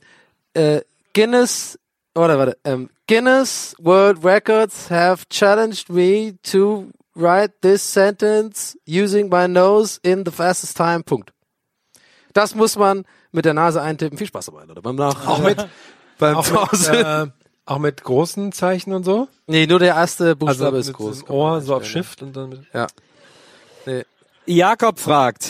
E: äh, Guinness, oder warte, ähm, Guinness World Records have challenged me to write this sentence using my nose in the fastest time. Punkt. Das muss man mit der Nase eintippen. Viel Spaß dabei, Leute. Beim Nach
F: Auch mit-
E: beim
F: auch, mit,
E: Zuhause.
F: äh, auch mit großen Zeichen und so.
E: nee, nur der erste
F: Also
E: Buchstabe
F: ab-
E: ist
F: mit
E: groß.
F: dem Ohr, so auf Shift und dann mit.
E: Ja. Nee.
D: Jakob fragt.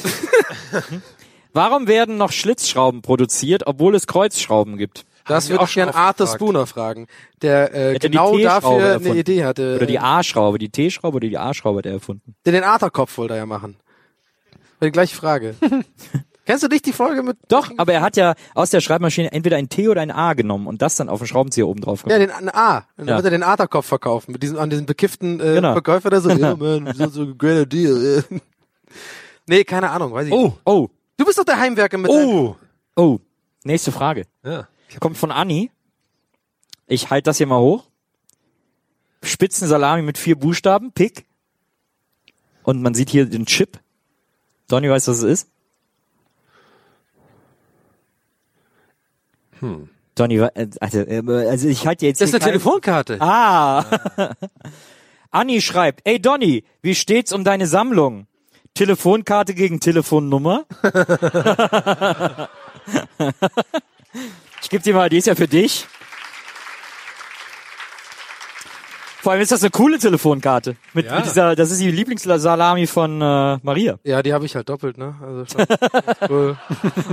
D: Warum werden noch Schlitzschrauben produziert, obwohl es Kreuzschrauben gibt?
E: Das würde ich gern Arthur Spooner fragen, der äh,
D: Hätte die
E: genau
D: T-Schraube
E: dafür
D: erfunden.
E: eine Idee hatte.
D: Oder die
E: Äh,
D: A-Schraube, die T-Schraube oder die A-Schraube hat er erfunden.
E: Den, den Arthur-Kopf wollte er ja machen. War die gleiche Frage. Kennst du nicht die Folge mit...
D: Doch, aber er hat ja aus der Schreibmaschine entweder ein T oder ein A genommen und das dann auf den Schraubenzieher oben drauf
E: Ja,
D: gemacht.
E: den ein A. ah, Dann
D: Ja.
E: wollte er den Arthur-Kopf verkaufen. Mit diesem, an diesem bekifften äh,
D: Genau.
E: Verkäufer, der so, yeah, man, das ist so ein greater deal. nee, keine Ahnung, weiß ich nicht.
D: Oh,
E: Du bist doch der Heimwerker mit
F: Oh!
D: oh. Nächste Frage.
F: Ja.
D: Kommt von Anni. Ich halte das hier mal hoch. Spitzensalami mit vier Buchstaben, Pick. Und man sieht hier den Chip. Donny weiß, was es ist.
F: Hm.
D: Donny, wa- äh, also, äh, also ich halte jetzt.
E: Das ist
D: hier
E: eine
D: kein-
E: Telefonkarte.
D: Ah. Anni schreibt, ey Donny, wie steht's um deine Sammlung? Telefonkarte gegen Telefonnummer? ich geb dir mal, die ist ja für dich. Vor allem ist das eine coole Telefonkarte. Mit,
F: Ja.
D: mit dieser, das ist die Lieblingssalami von äh, Maria.
E: Ja, die habe ich halt doppelt, ne? Also schon. Ist cool.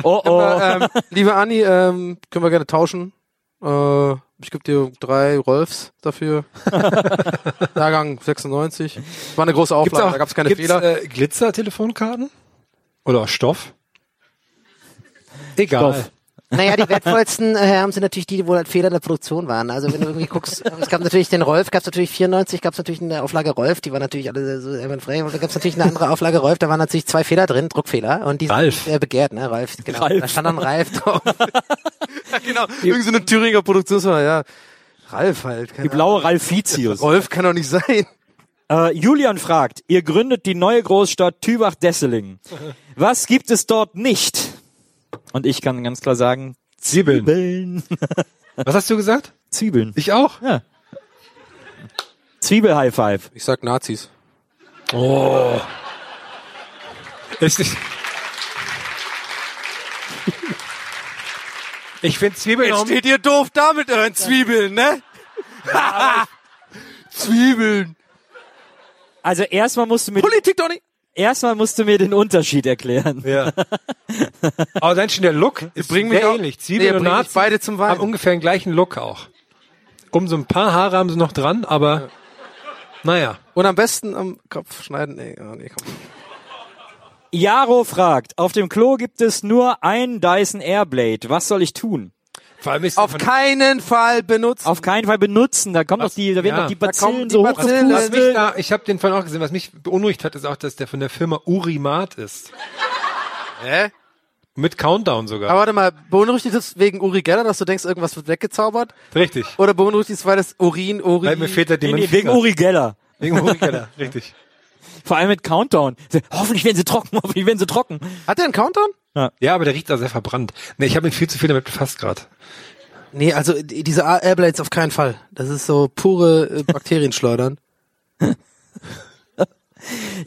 D: Oh oh.
E: Aber, ähm, liebe Anni, ähm, können wir gerne tauschen. Äh, ich gebe dir drei Rolfs dafür. Jahrgang 96. War eine große Auflage, da gab es keine
F: gibt's,
E: Fehler.
F: Äh, Glitzer-Telefonkarten? Oder aus Stoff? Egal.
D: Stoff.
K: Naja, die wertvollsten äh, haben sie natürlich die, die wohl halt Fehler in der Produktion waren. Also wenn du irgendwie guckst, äh, es gab natürlich den Rolf, gab es natürlich 94, gab es natürlich eine Auflage Rolf, die war natürlich alle so einwandfrei. Und da gab es natürlich eine andere Auflage Rolf, da waren natürlich zwei Fehler drin, Druckfehler. Und die
F: Ralf.
K: sind äh, begehrt, ne? Ralf, genau.
D: Ralf.
K: Da stand dann Ralf drauf.
E: genau, irgend so eine Thüringer Produktionsfirma, ja. Ralf halt,
D: Die
E: keine Ahnung.
D: blaue Ralfizius.
E: Rolf kann doch nicht sein.
D: Äh, Julian fragt, ihr gründet die neue Großstadt Tübach-Desseling. Was gibt es dort nicht? Und ich kann ganz klar sagen,
F: Zwiebeln.
D: Zwiebeln.
F: Was hast du gesagt?
D: Zwiebeln.
F: Ich auch.
D: Ja. Zwiebel-High-Five.
L: Ich sag Nazis.
F: Oh. Es ist ich finde Zwiebeln
E: Jetzt steht ihr doof da mit euren Zwiebeln, ne? Zwiebeln.
D: Also erstmal musst du mir
E: Politik, Donny.
D: erstmal musst du mir den Unterschied erklären.
F: Ja. Aber dann schon der Look ist
E: bringt mich
F: sehr
E: auch-
F: ähnlich. Zwiebeln
E: Nee,
F: und
E: bringt mich
F: Nazis
E: beide zum Weinen.
F: haben ungefähr den gleichen Look auch. Um so ein paar Haare haben sie noch dran, aber naja.
E: Und am besten am Kopf schneiden. Nee, oh, nee, komm.
D: Jaro fragt: Auf dem Klo gibt es nur ein Dyson Airblade. Was soll ich tun?
F: Vor allem ist
E: Auf
F: von-
E: keinen Fall benutzen.
D: Auf keinen Fall benutzen. Da kommt doch die, da werden
F: ja.
D: doch die
F: Da
D: Bazillen
E: kommen die
D: so
E: Bazillen.
F: was
D: hochgepustet.
F: mich da, ich habe den vorhin auch gesehen, was mich beunruhigt hat, ist auch, dass der von der Firma Urimat ist.
E: Hä?
F: Mit Countdown sogar.
E: Aber warte mal, beunruhigt dich das wegen Uri Geller, dass du denkst, irgendwas wird weggezaubert?
F: Richtig.
E: Oder beunruhigt dich, weil das Urin, Uri...
F: Weil mir fehlt der
D: Nee, nee,
F: Dimension.
D: wegen Uri Geller.
F: Wegen Uri Geller. Richtig.
D: Vor allem mit Countdown. Hoffentlich werden sie trocken, hoffentlich werden sie trocken.
E: Hat der einen Countdown?
F: Ja, aber der riecht da sehr verbrannt. Nee, ich habe mich viel zu viel damit befasst gerade.
E: Nee, also äh, diese A- Airblades auf keinen Fall. Das ist so pure äh, Bakterien schleudern.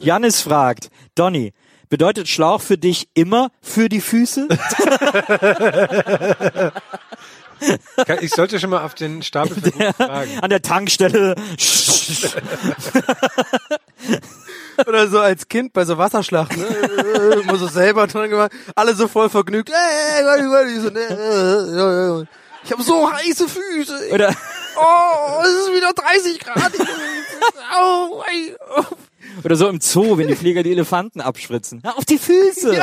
D: Janis fragt, Donny, bedeutet Schlauch für dich immer für die Füße?
F: Ich sollte schon mal auf den Stapel für Gutes fragen.
D: An der Tankstelle.
E: Oder so als Kind bei so Wasserschlachten. Ne? Immer so selber dran gemacht. Alle so voll vergnügt. Äh, äh, äh, äh, so, ne, äh, äh, äh. Ich habe so heiße Füße. ey.
D: Oder,
E: Oh, es ist wieder 30 Grad. Au, ei, oh.
D: oder so im Zoo, wenn die Pfleger die Elefanten abspritzen. Na, auf die Füße!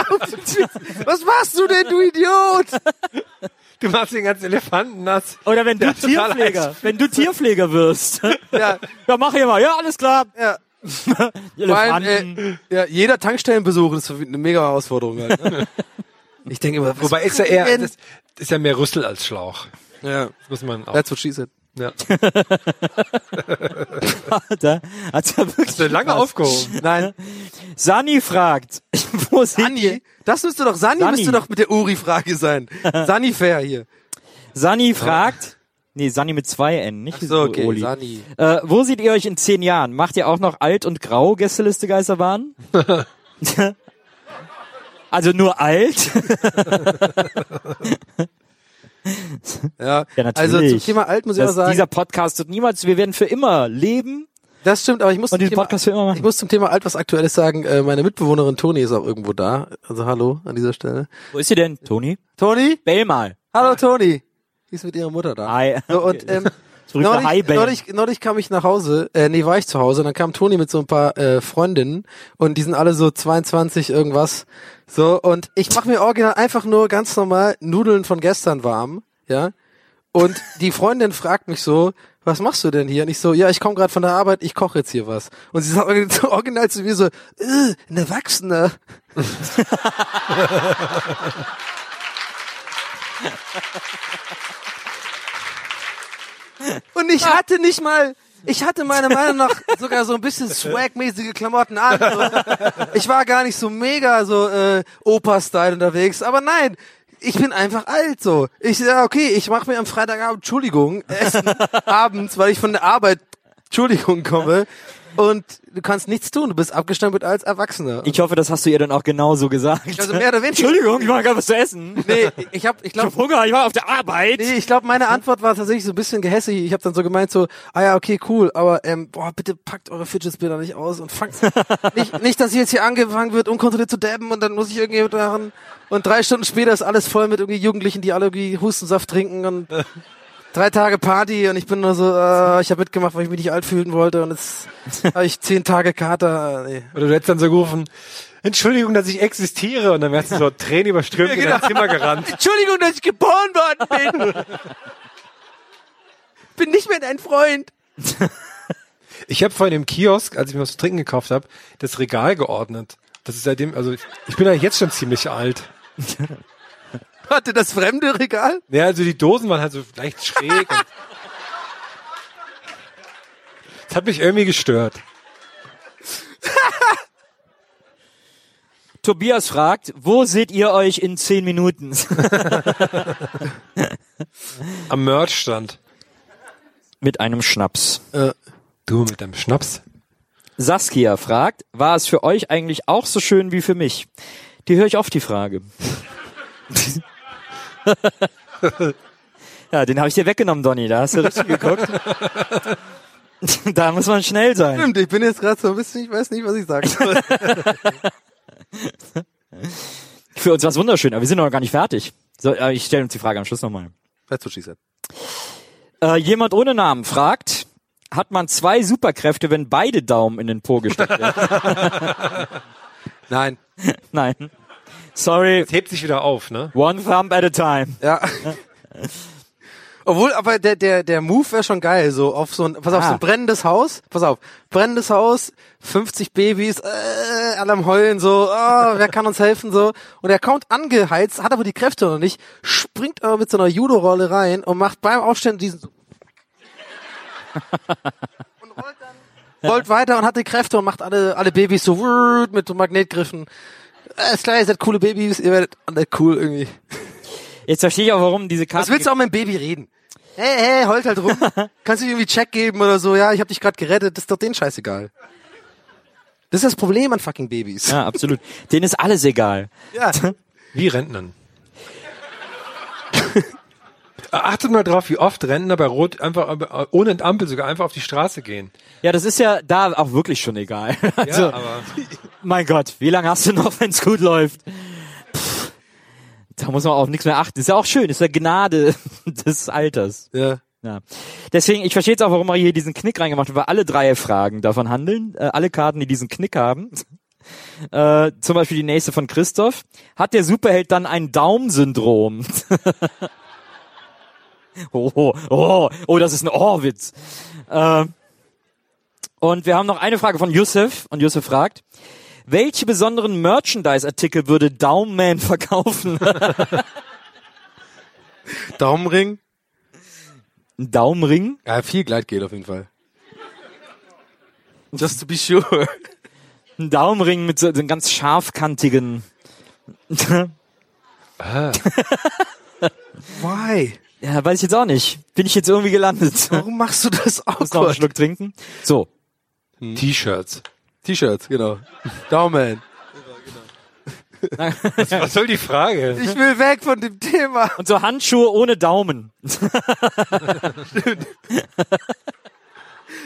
E: Was machst du denn, du Idiot?
F: Du machst den ganzen Elefanten nass.
D: Oder wenn du
F: Ja, total
D: Tierpfleger,
F: heiß.
D: wenn du Tierpfleger wirst.
E: Ja,
D: Ja, mach hier mal. Ja, alles klar.
E: ja.
D: Die
E: Vor allem,
D: Elefanten.
E: äh, ja, jeder Tankstellenbesuch ist eine mega Herausforderung. Halt, ne? Ich denke immer, was
F: Wobei ist ja eher,
E: denn?
F: das ist ja mehr Rüssel als Schlauch.
E: ja,
F: Das muss man auch.
E: that's what she said.
F: ja.
E: äh,
D: da hat's ja
F: Das ist
D: wirklich.
F: lange aufgehoben.
E: Nein,
D: Sani fragt, wo sind
E: Sani, das müsste doch, Sani,
D: Sani.
E: müsste doch mit der Uri-Frage sein. Sani fair hier.
D: Sani fragt, nee, Sani mit zwei N, nicht
E: so, okay,
D: Oli.
E: Sani.
D: Äh, wo seht ihr euch in zehn Jahren? Macht ihr auch noch alt und grau Gästeliste Geisterbahn? also nur alt? Ja,
E: Ja,
D: natürlich.
E: Also zum Thema alt muss ich
D: das,
E: auch sagen,
D: Dieser Podcast wird niemals, wir werden für immer leben.
E: das stimmt, aber ich muss,
D: Und
E: zum
D: den
E: Thema,
D: Podcast für immer machen.
E: ich muss zum Thema alt was Aktuelles sagen. Äh, meine Mitbewohnerin Toni ist auch irgendwo da. Also hallo an dieser Stelle.
D: Wo ist sie denn, Toni?
E: Toni?
D: Bell mal.
E: Hallo Toni. Die ist mit ihrer Mutter da.
D: Hi.
E: So, und ähm,
D: Zurück nach Hi,
E: neulich,
D: Bell.
E: neulich, neulich kam ich nach Hause, äh, nee, war ich zu Hause, und dann kam Toni mit so ein paar äh, Freundinnen und die sind alle so 22 irgendwas. So, und ich mache mir original einfach nur ganz normal Nudeln von gestern warm, ja. Und die Freundin fragt mich so, was machst du denn hier? Und ich so, ja, ich komme gerade von der Arbeit, ich koche jetzt hier was. Und sie sagt so original zu mir so, äh, ein Erwachsener. Und ich hatte nicht mal, ich hatte meiner Meinung nach sogar so ein bisschen swagmäßige Klamotten an. So. Ich war gar nicht so mega so äh, Opa-Style unterwegs, aber nein. Ich bin einfach alt so. Ich ja okay, ich mache mir am Freitagabend Entschuldigung Essen abends, weil ich von der Arbeit Entschuldigung komme und du kannst nichts tun. Du bist abgestempelt als Erwachsener.
D: Ich hoffe, das hast du ihr dann auch genauso gesagt.
E: Also mehr oder weniger.
D: Entschuldigung, ich mache gerade was zu essen.
E: nee, ich habe ich
D: Ich
E: glaube
D: hab Hunger, ich war auf der Arbeit.
E: Nee, ich glaube, meine Antwort war tatsächlich so ein bisschen gehässig. Ich habe dann so gemeint so, ah ja, okay, cool, aber ähm, boah, bitte packt eure Fidget Spinner nicht aus und fangt nicht, nicht, dass hier jetzt hier angefangen wird, unkontrolliert zu dabben und dann muss ich irgendwie daran und drei Stunden später ist alles voll mit irgendwie Jugendlichen, die alle irgendwie Hustensaft trinken und drei Tage Party und ich bin nur so, äh, ich habe mitgemacht, weil ich mich nicht alt fühlen wollte und jetzt habe ich zehn Tage Kater. Nee.
F: Oder du hättest dann so gerufen, Entschuldigung, dass ich existiere. Und dann wärst du so Tränen überströmt in
E: genau.
F: dein Zimmer gerannt.
E: Entschuldigung, dass ich geboren worden bin. bin nicht mehr dein Freund.
F: Ich habe vorhin im Kiosk, als ich mir was zu trinken gekauft habe, das Regal geordnet. Das ist seitdem, also ich ich bin ja jetzt schon ziemlich alt.
E: Hatte das fremde Regal?
F: Ja, also die Dosen waren halt so leicht schräg. und- Das hat mich irgendwie gestört.
D: Tobias fragt, wo seht ihr euch in zehn Minuten?
F: Am Merch stand.
D: Mit einem Schnaps.
F: Du mit deinem Schnaps.
D: Saskia fragt, war es für euch eigentlich auch so schön wie für mich? Die höre ich oft, die Frage. ja, den habe ich dir weggenommen, Donny. Da hast du richtig geguckt. da muss man schnell sein.
E: Stimmt, ich bin jetzt gerade so ein bisschen, ich weiß nicht, was ich sagen soll.
D: Für uns war es wunderschön, aber wir sind noch gar nicht fertig. So, äh, ich stelle uns die Frage am Schluss nochmal.
E: That's what she said.
D: Äh, jemand ohne Namen fragt, hat man zwei Superkräfte, wenn beide Daumen in den Po gesteckt werden?
E: Nein.
D: Nein. Sorry,
F: Es hebt sich wieder auf, ne?
D: one thumb at a time.
E: Ja. Obwohl, aber der, der, der Move wäre schon geil, so auf so ein, pass auf, so
D: Ah.
E: ein brennendes Haus, pass auf, brennendes Haus, 50 Babys, äh, alle am Heulen, so, ah, wer kann uns helfen, so. Und er kommt angeheizt, hat aber die Kräfte noch nicht, springt aber mit so einer Judo-Rolle rein und macht beim Aufstehen diesen so. und rollt dann, rollt weiter und hat die Kräfte und macht alle, alle Babys so, wrrrt, mit so Magnetgriffen. Äh, ist klar, ihr seid coole Babys, ihr werdet alle cool irgendwie.
D: Jetzt verstehe ich auch, warum diese Karte...
E: Was willst du auch mit dem Baby reden? Hey, hey, heult halt rum. Kannst du ihm irgendwie Check geben oder so? Ja, ich hab dich gerade gerettet. Das ist doch denen scheißegal. Das ist das Problem an fucking Babys.
D: Ja, absolut. Denen ist alles egal.
E: Ja.
F: Wie Rentnern. Achtet mal drauf, wie oft Rentner bei Rot einfach äh, ohne Ampel sogar einfach auf die Straße gehen.
D: Ja, das ist ja da auch wirklich schon egal. Also,
F: aber
D: mein Gott, wie lange hast du noch, wenn's gut läuft? Pff, da muss man auf nichts mehr achten. Ist ja auch schön, ist ja Gnade des Alters.
E: Ja.
D: Ja. Deswegen, ich verstehe jetzt auch, warum wir hier diesen Knick reingemacht haben, weil alle drei Fragen davon handeln. Äh, alle Karten, die diesen Knick haben. Äh, zum Beispiel die nächste von Christoph. Hat der Superheld dann ein Daum-Syndrom? oh, oh, oh, oh, das ist ein Ohrwitz. Äh, und wir haben noch eine Frage von Yusuf. Und Yusuf fragt, welche besonderen Merchandise-Artikel würde Daumman verkaufen?
E: Daumenring.
D: ein Daumenring?
E: Ja, viel Gleitgel auf jeden Fall. Just to be sure.
D: Ein Daumenring mit so, so einem ganz scharfkantigen...
E: Why?
D: Ja, weiß ich jetzt auch nicht. Bin ich jetzt irgendwie gelandet?
E: Warum machst du das
D: Muss noch einen
E: awkward?
D: Schluck trinken. So.
F: T-Shirts.
E: Mhm. T-Shirts, genau. Daumen.
F: Was soll die Frage?
E: Ich will weg von dem Thema.
D: Und so Handschuhe ohne Daumen.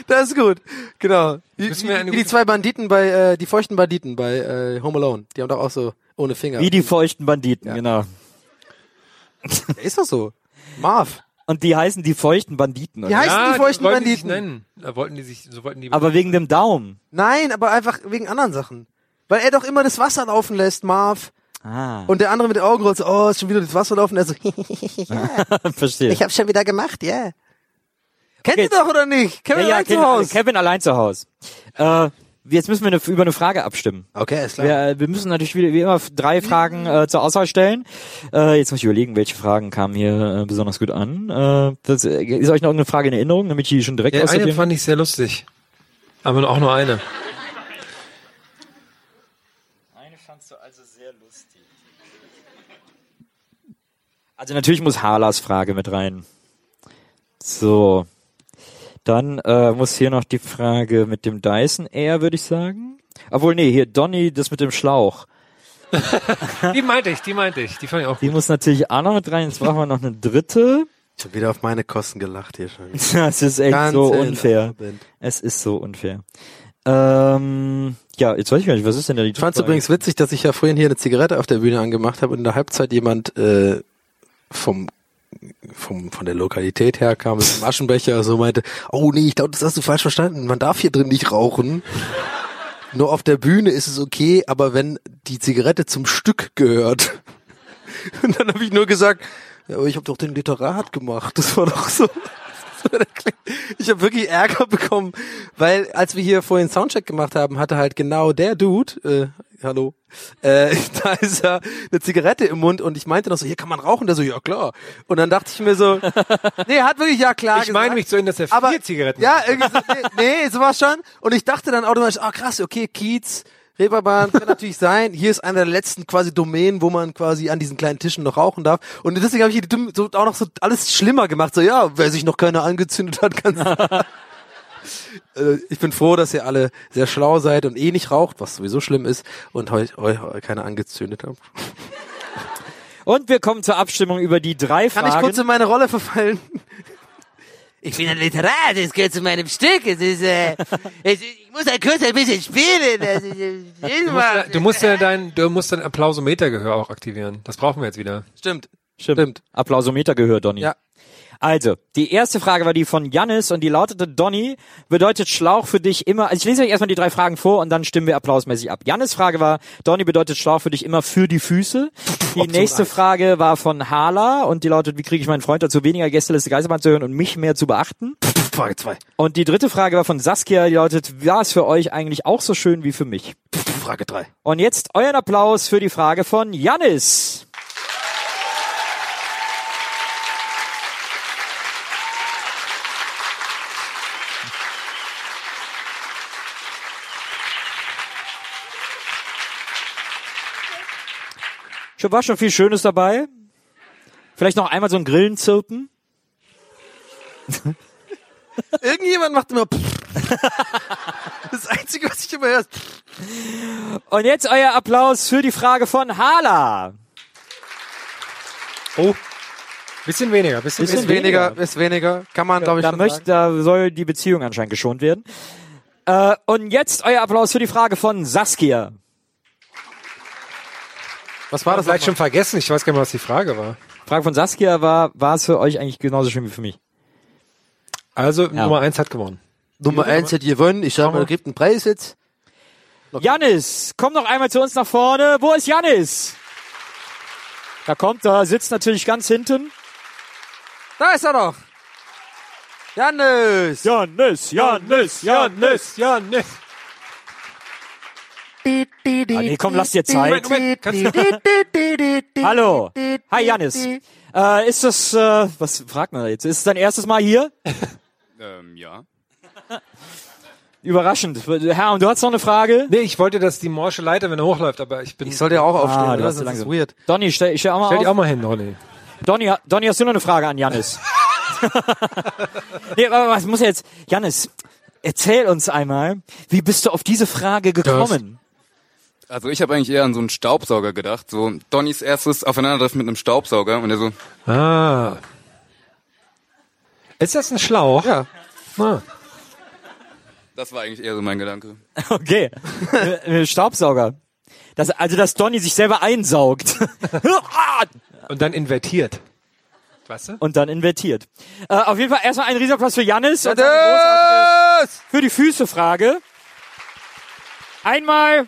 E: Das ist gut. Genau. Wie,
F: Müssen wir eine
E: wie, wie die
F: gute-
E: zwei Banditen bei, äh, die feuchten Banditen bei äh, Home Alone. Die haben doch auch so ohne Finger.
D: Wie die feuchten Banditen, genau.
E: Ist das so? Marv.
D: Und die heißen die feuchten Banditen.
E: Die
D: Oder?
E: heißen die feuchten
F: wollten Die sich
E: Banditen.
F: nennen. Da wollten die sich, so wollten die.
D: Aber wegen dem Daumen.
E: Nein, aber einfach wegen anderen Sachen. Weil er doch immer das Wasser laufen lässt, Marv.
D: Ah,
E: Und der andere mit den Augen rollt so, oh, ist schon wieder das Wasser laufen. Er so,
D: verstehe.
G: Ich hab's schon wieder gemacht, ja.
E: kennt
D: Okay.
E: ihr doch oder nicht? Kevin ja,
D: Kevin,
E: zu Hause.
D: Kevin allein zu Hause. Äh, jetzt müssen wir eine, über eine Frage abstimmen.
E: Okay, ist klar.
D: Wir, äh, wir müssen natürlich wie, wie immer drei Fragen äh, zur Auswahl stellen. Äh, jetzt muss ich überlegen, welche Fragen kamen hier äh, besonders gut an. Äh, das, äh, ist euch noch irgendeine Frage in Erinnerung, damit ich die schon direkt
F: ja, eine
D: aussortieren
F: fand ich sehr lustig. Aber auch nur eine.
D: Eine fandst du also sehr lustig. Also natürlich muss Harlas Frage mit rein. So. Dann äh, muss hier noch die Frage mit dem Dyson eher, würde ich sagen. Obwohl, nee, hier Donny, das mit dem Schlauch.
F: Die meinte ich, die meinte ich. Die fand ich auch
D: Die muss natürlich auch noch mit rein. Jetzt brauchen wir noch eine dritte.
E: Ich hab wieder auf meine Kosten gelacht hier schon.
D: Das ist echt
E: Ganz
D: so
E: in
D: unfair.
E: Abend.
D: Es ist so unfair. Ähm, ja, jetzt weiß ich gar nicht, was ist denn da die
E: Ich fand's übrigens witzig, dass ich ja vorhin hier eine Zigarette auf der Bühne angemacht habe und in der Halbzeit jemand äh, vom vom, von der Lokalität her kam mit dem Aschenbecher so meinte, oh nee, ich glaube, das hast du falsch verstanden. Man darf hier drin nicht rauchen. Nur auf der Bühne ist es okay, aber wenn die Zigarette zum Stück gehört. Und dann habe ich nur gesagt, ja, aber ich habe doch den Literat gemacht. Das war doch so. Ich habe wirklich Ärger bekommen, weil als wir hier vorhin Soundcheck gemacht haben, hatte halt genau der Dude, äh, hallo, äh, da ist er eine Zigarette im Mund und ich meinte noch so, hier kann man rauchen, der so, ja klar. Und dann dachte ich mir so, nee, er hat wirklich ja klar
F: Ich meine
E: gesagt.
F: mich zu Ende, dass er
E: aber,
F: vier Zigaretten
E: Ja, irgendwie so, nee, nee, so war's schon. Und ich dachte dann automatisch, ah krass, okay, Kiez, Reeperbahn, kann natürlich sein. Hier ist einer der letzten quasi Domänen, wo man quasi an diesen kleinen Tischen noch rauchen darf. Und deswegen habe ich hier die dumm- so, auch noch so alles schlimmer gemacht. So, ja, wer sich noch keiner angezündet hat, kann Äh, ich bin froh, dass ihr alle sehr schlau seid und eh nicht raucht, was sowieso schlimm ist, und euch, euch keine angezündet habt.
D: Und wir kommen zur Abstimmung über die drei
E: Kann
D: Fragen.
E: ich kurz in meine Rolle verfallen?
I: Ich bin ein Literat, das gehört zu meinem Stück. Es ist, äh, es ist, ich muss ein kurz ein bisschen spielen. Das ist, äh,
F: Du musst, ja, du musst ja dein, du musst dein Applausometergehör auch aktivieren. Das brauchen wir jetzt wieder.
E: Stimmt.
D: Stimmt. Applausometer gehört, Donny. Ja. Also, die erste Frage war die von Jannis und die lautete, Donny, bedeutet Schlauch für dich immer, also ich lese euch erstmal die drei Fragen vor und dann stimmen wir applausmäßig ab. Jannis Frage war, Donny bedeutet Schlauch für dich immer für die Füße. Die nächste Frage war von Hala und die lautet, wie kriege ich meinen Freund dazu, weniger Gästeliste Geisterbahn zu hören und mich mehr zu beachten?
E: Frage zwei.
D: Und die dritte Frage war von Saskia, die lautet, war es für euch eigentlich auch so schön wie für mich?
E: Frage drei.
D: Und jetzt euren Applaus für die Frage von Jannis. Schon war schon viel Schönes dabei. Vielleicht noch einmal so ein Grillenzirpen.
E: Irgendjemand macht immer. das Einzige, was ich immer höre, ist.
D: Und jetzt euer Applaus für die Frage von Hala.
F: Oh. Bisschen weniger, bisschen,
E: Ist weniger, ist weniger. Kann man, glaube ich,
D: da,
E: schon
D: möchte,
E: sagen.
D: da soll die Beziehung anscheinend geschont werden. Äh, und jetzt euer Applaus für die Frage von Saskia.
E: Was
F: war das? Vielleicht schon vergessen. Ich weiß gar nicht mehr, was die Frage war.
D: Frage von Saskia war, war es für euch eigentlich genauso schön wie für mich?
F: Also Nummer eins hat gewonnen.
I: Nummer eins hat gewonnen. Ich sag mal, gibt einen Preis jetzt.
D: Jannis, komm noch einmal zu uns nach vorne. Wo ist Jannis? Da kommt er, sitzt natürlich ganz hinten.
E: Da ist er doch. Janis.
D: Jannis, Jannis, Jannis,
F: Jannis.
D: Ah, nee, komm, lass dir Zeit.
F: Moment, Moment. Kannst
D: Hallo. Hi, Jannis. Äh, ist das, äh, was fragt man da jetzt? Ist es dein erstes Mal hier?
M: Ähm, ja.
D: Überraschend. Herr, und du hast noch eine Frage?
F: Nee, ich wollte, dass die morsche Leiter, wenn er hochläuft, aber ich bin... Ich soll
E: ja auch
D: Ah, du hast zu langsam. Donny, stell, stell auch mal
F: Stell
D: auf.
F: dich auch mal hin, Ronny.
D: Donny, ha- Donny, hast du noch eine Frage an Jannis? nee, aber was muss jetzt? Jannis, erzähl uns einmal, wie bist du auf diese Frage gekommen?
M: Also ich habe eigentlich eher an so einen Staubsauger gedacht. So Donnys erstes Aufeinandertreffen mit einem Staubsauger und er so,
F: Ah. Ist das ein Schlauch? Ja. Ah.
M: das war eigentlich eher so mein Gedanke.
D: Okay. Äh, äh, Staubsauger. Das, also, dass Donny sich selber einsaugt. Ah!
F: Und dann invertiert. Weißt du?
D: Und dann invertiert. Äh, auf jeden Fall erstmal einen Riesenapplaus für Jannis. Und seine
E: großartige
D: für die Füße Frage. Einmal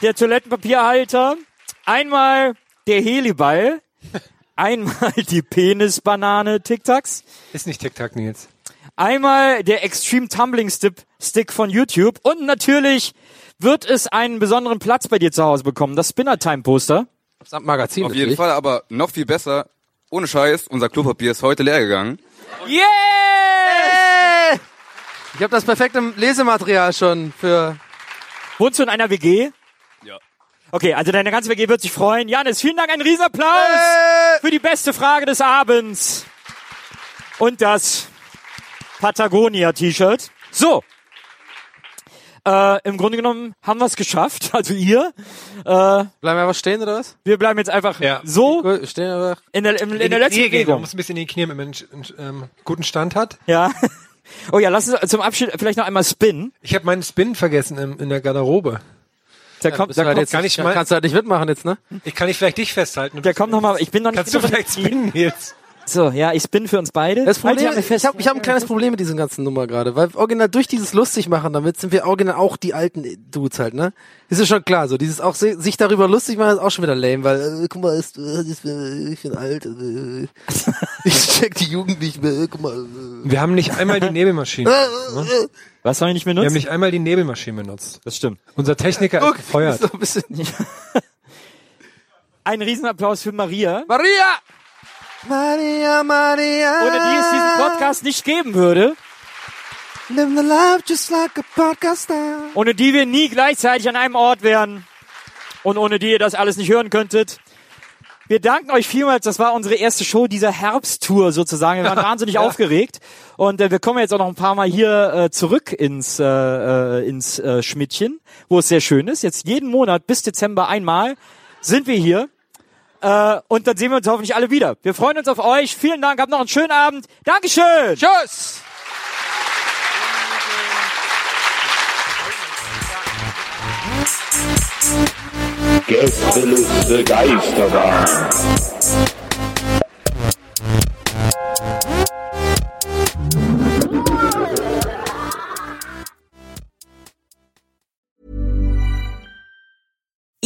D: der Toilettenpapierhalter, einmal der Heliball, einmal die Penisbanane Tic Tacs,
F: Ist nicht Tic-Tac, Nils.
D: einmal der Extreme Tumbling Stip- Stick von YouTube und natürlich wird es einen besonderen Platz bei dir zu Hause bekommen, das Spinner Time Poster.
E: Samt Magazin.
M: Auf jeden Fall, aber noch viel besser, ohne Scheiß, unser Klopapier ist heute leer gegangen.
D: Yeah!
E: Ich habe das perfekte Lesematerial schon für.
D: Wohnst du in einer WG?
M: Ja.
D: Okay, also deine ganze WG wird sich freuen. Janis, vielen Dank, einen Riesenapplaus für die beste Frage des Abends. Und das Patagonia-T-Shirt. So. Äh, Im Grunde genommen haben wir es geschafft, also ihr. Äh,
E: Bleiben wir einfach stehen oder was?
D: wir bleiben jetzt einfach
F: Ja.
D: so
E: Cool, stehen wir einfach.
D: in der, in, in der
F: die
D: letzten
F: Knie gehen. Man
D: Bewegung.
F: muss ein bisschen in die Knie, wenn man einen ähm, guten Stand hat.
D: Ja. Oh ja, lass uns zum Abschied vielleicht noch einmal spinnen.
F: Ich habe meinen Spin vergessen im, in der Garderobe.
D: Da kommt,
E: Bist du
D: da
E: halt
D: kommt,
E: jetzt
F: kann
E: kann
F: ich
E: ich
F: mal-
E: kannst du halt nicht mitmachen jetzt, ne?
F: Ich kann nicht vielleicht dich festhalten.
D: da kommt noch mal. Ich bin noch nicht.
F: Kannst du vielleicht spinnen, Nils?
D: so, ja, ich spinne für uns beide.
E: Das
D: Halt,
E: Problem,
D: ja,
E: ich habe ich hab ein kleines Problem mit diesen ganzen Nummer gerade, weil original durch dieses lustig machen, damit sind wir original auch die alten Dudes halt, ne? Ist ja schon klar, so dieses auch se- sich darüber lustig machen ist auch schon wieder lame, weil äh, guck mal, ist, äh, ist, äh, ich bin alt, äh, ich check die Jugend nicht mehr, äh, guck mal. Äh,
F: Wir haben nicht einmal die Nebelmaschine. benutzt, ne?
D: Was haben wir nicht
F: Wir haben
D: benutzt?
F: nicht einmal die Nebelmaschine benutzt.
D: Das stimmt.
F: Unser Techniker ist gefeuert.
E: so ein bisschen.
D: Ein Riesenapplaus für Maria.
E: Maria! Maria, Maria.
D: ohne die es diesen Podcast nicht geben würde,
E: Live the life just like a podcast star.
D: ohne die wir nie gleichzeitig an einem Ort wären und ohne die ihr das alles nicht hören könntet. wir danken euch vielmals. Das war unsere erste Show dieser Herbsttour sozusagen. Wir waren wahnsinnig aufgeregt. Und äh, wir kommen jetzt auch noch ein paar Mal hier äh, zurück ins, äh, äh, ins äh, Schmidtchen, wo es sehr schön ist. Jetzt jeden Monat bis Dezember einmal sind wir hier. Äh, und dann sehen wir uns hoffentlich alle wieder. Wir freuen uns auf euch. Vielen Dank. Habt noch einen schönen Abend. Dankeschön. Tschüss.
C: Gästeliste Geisterbahn.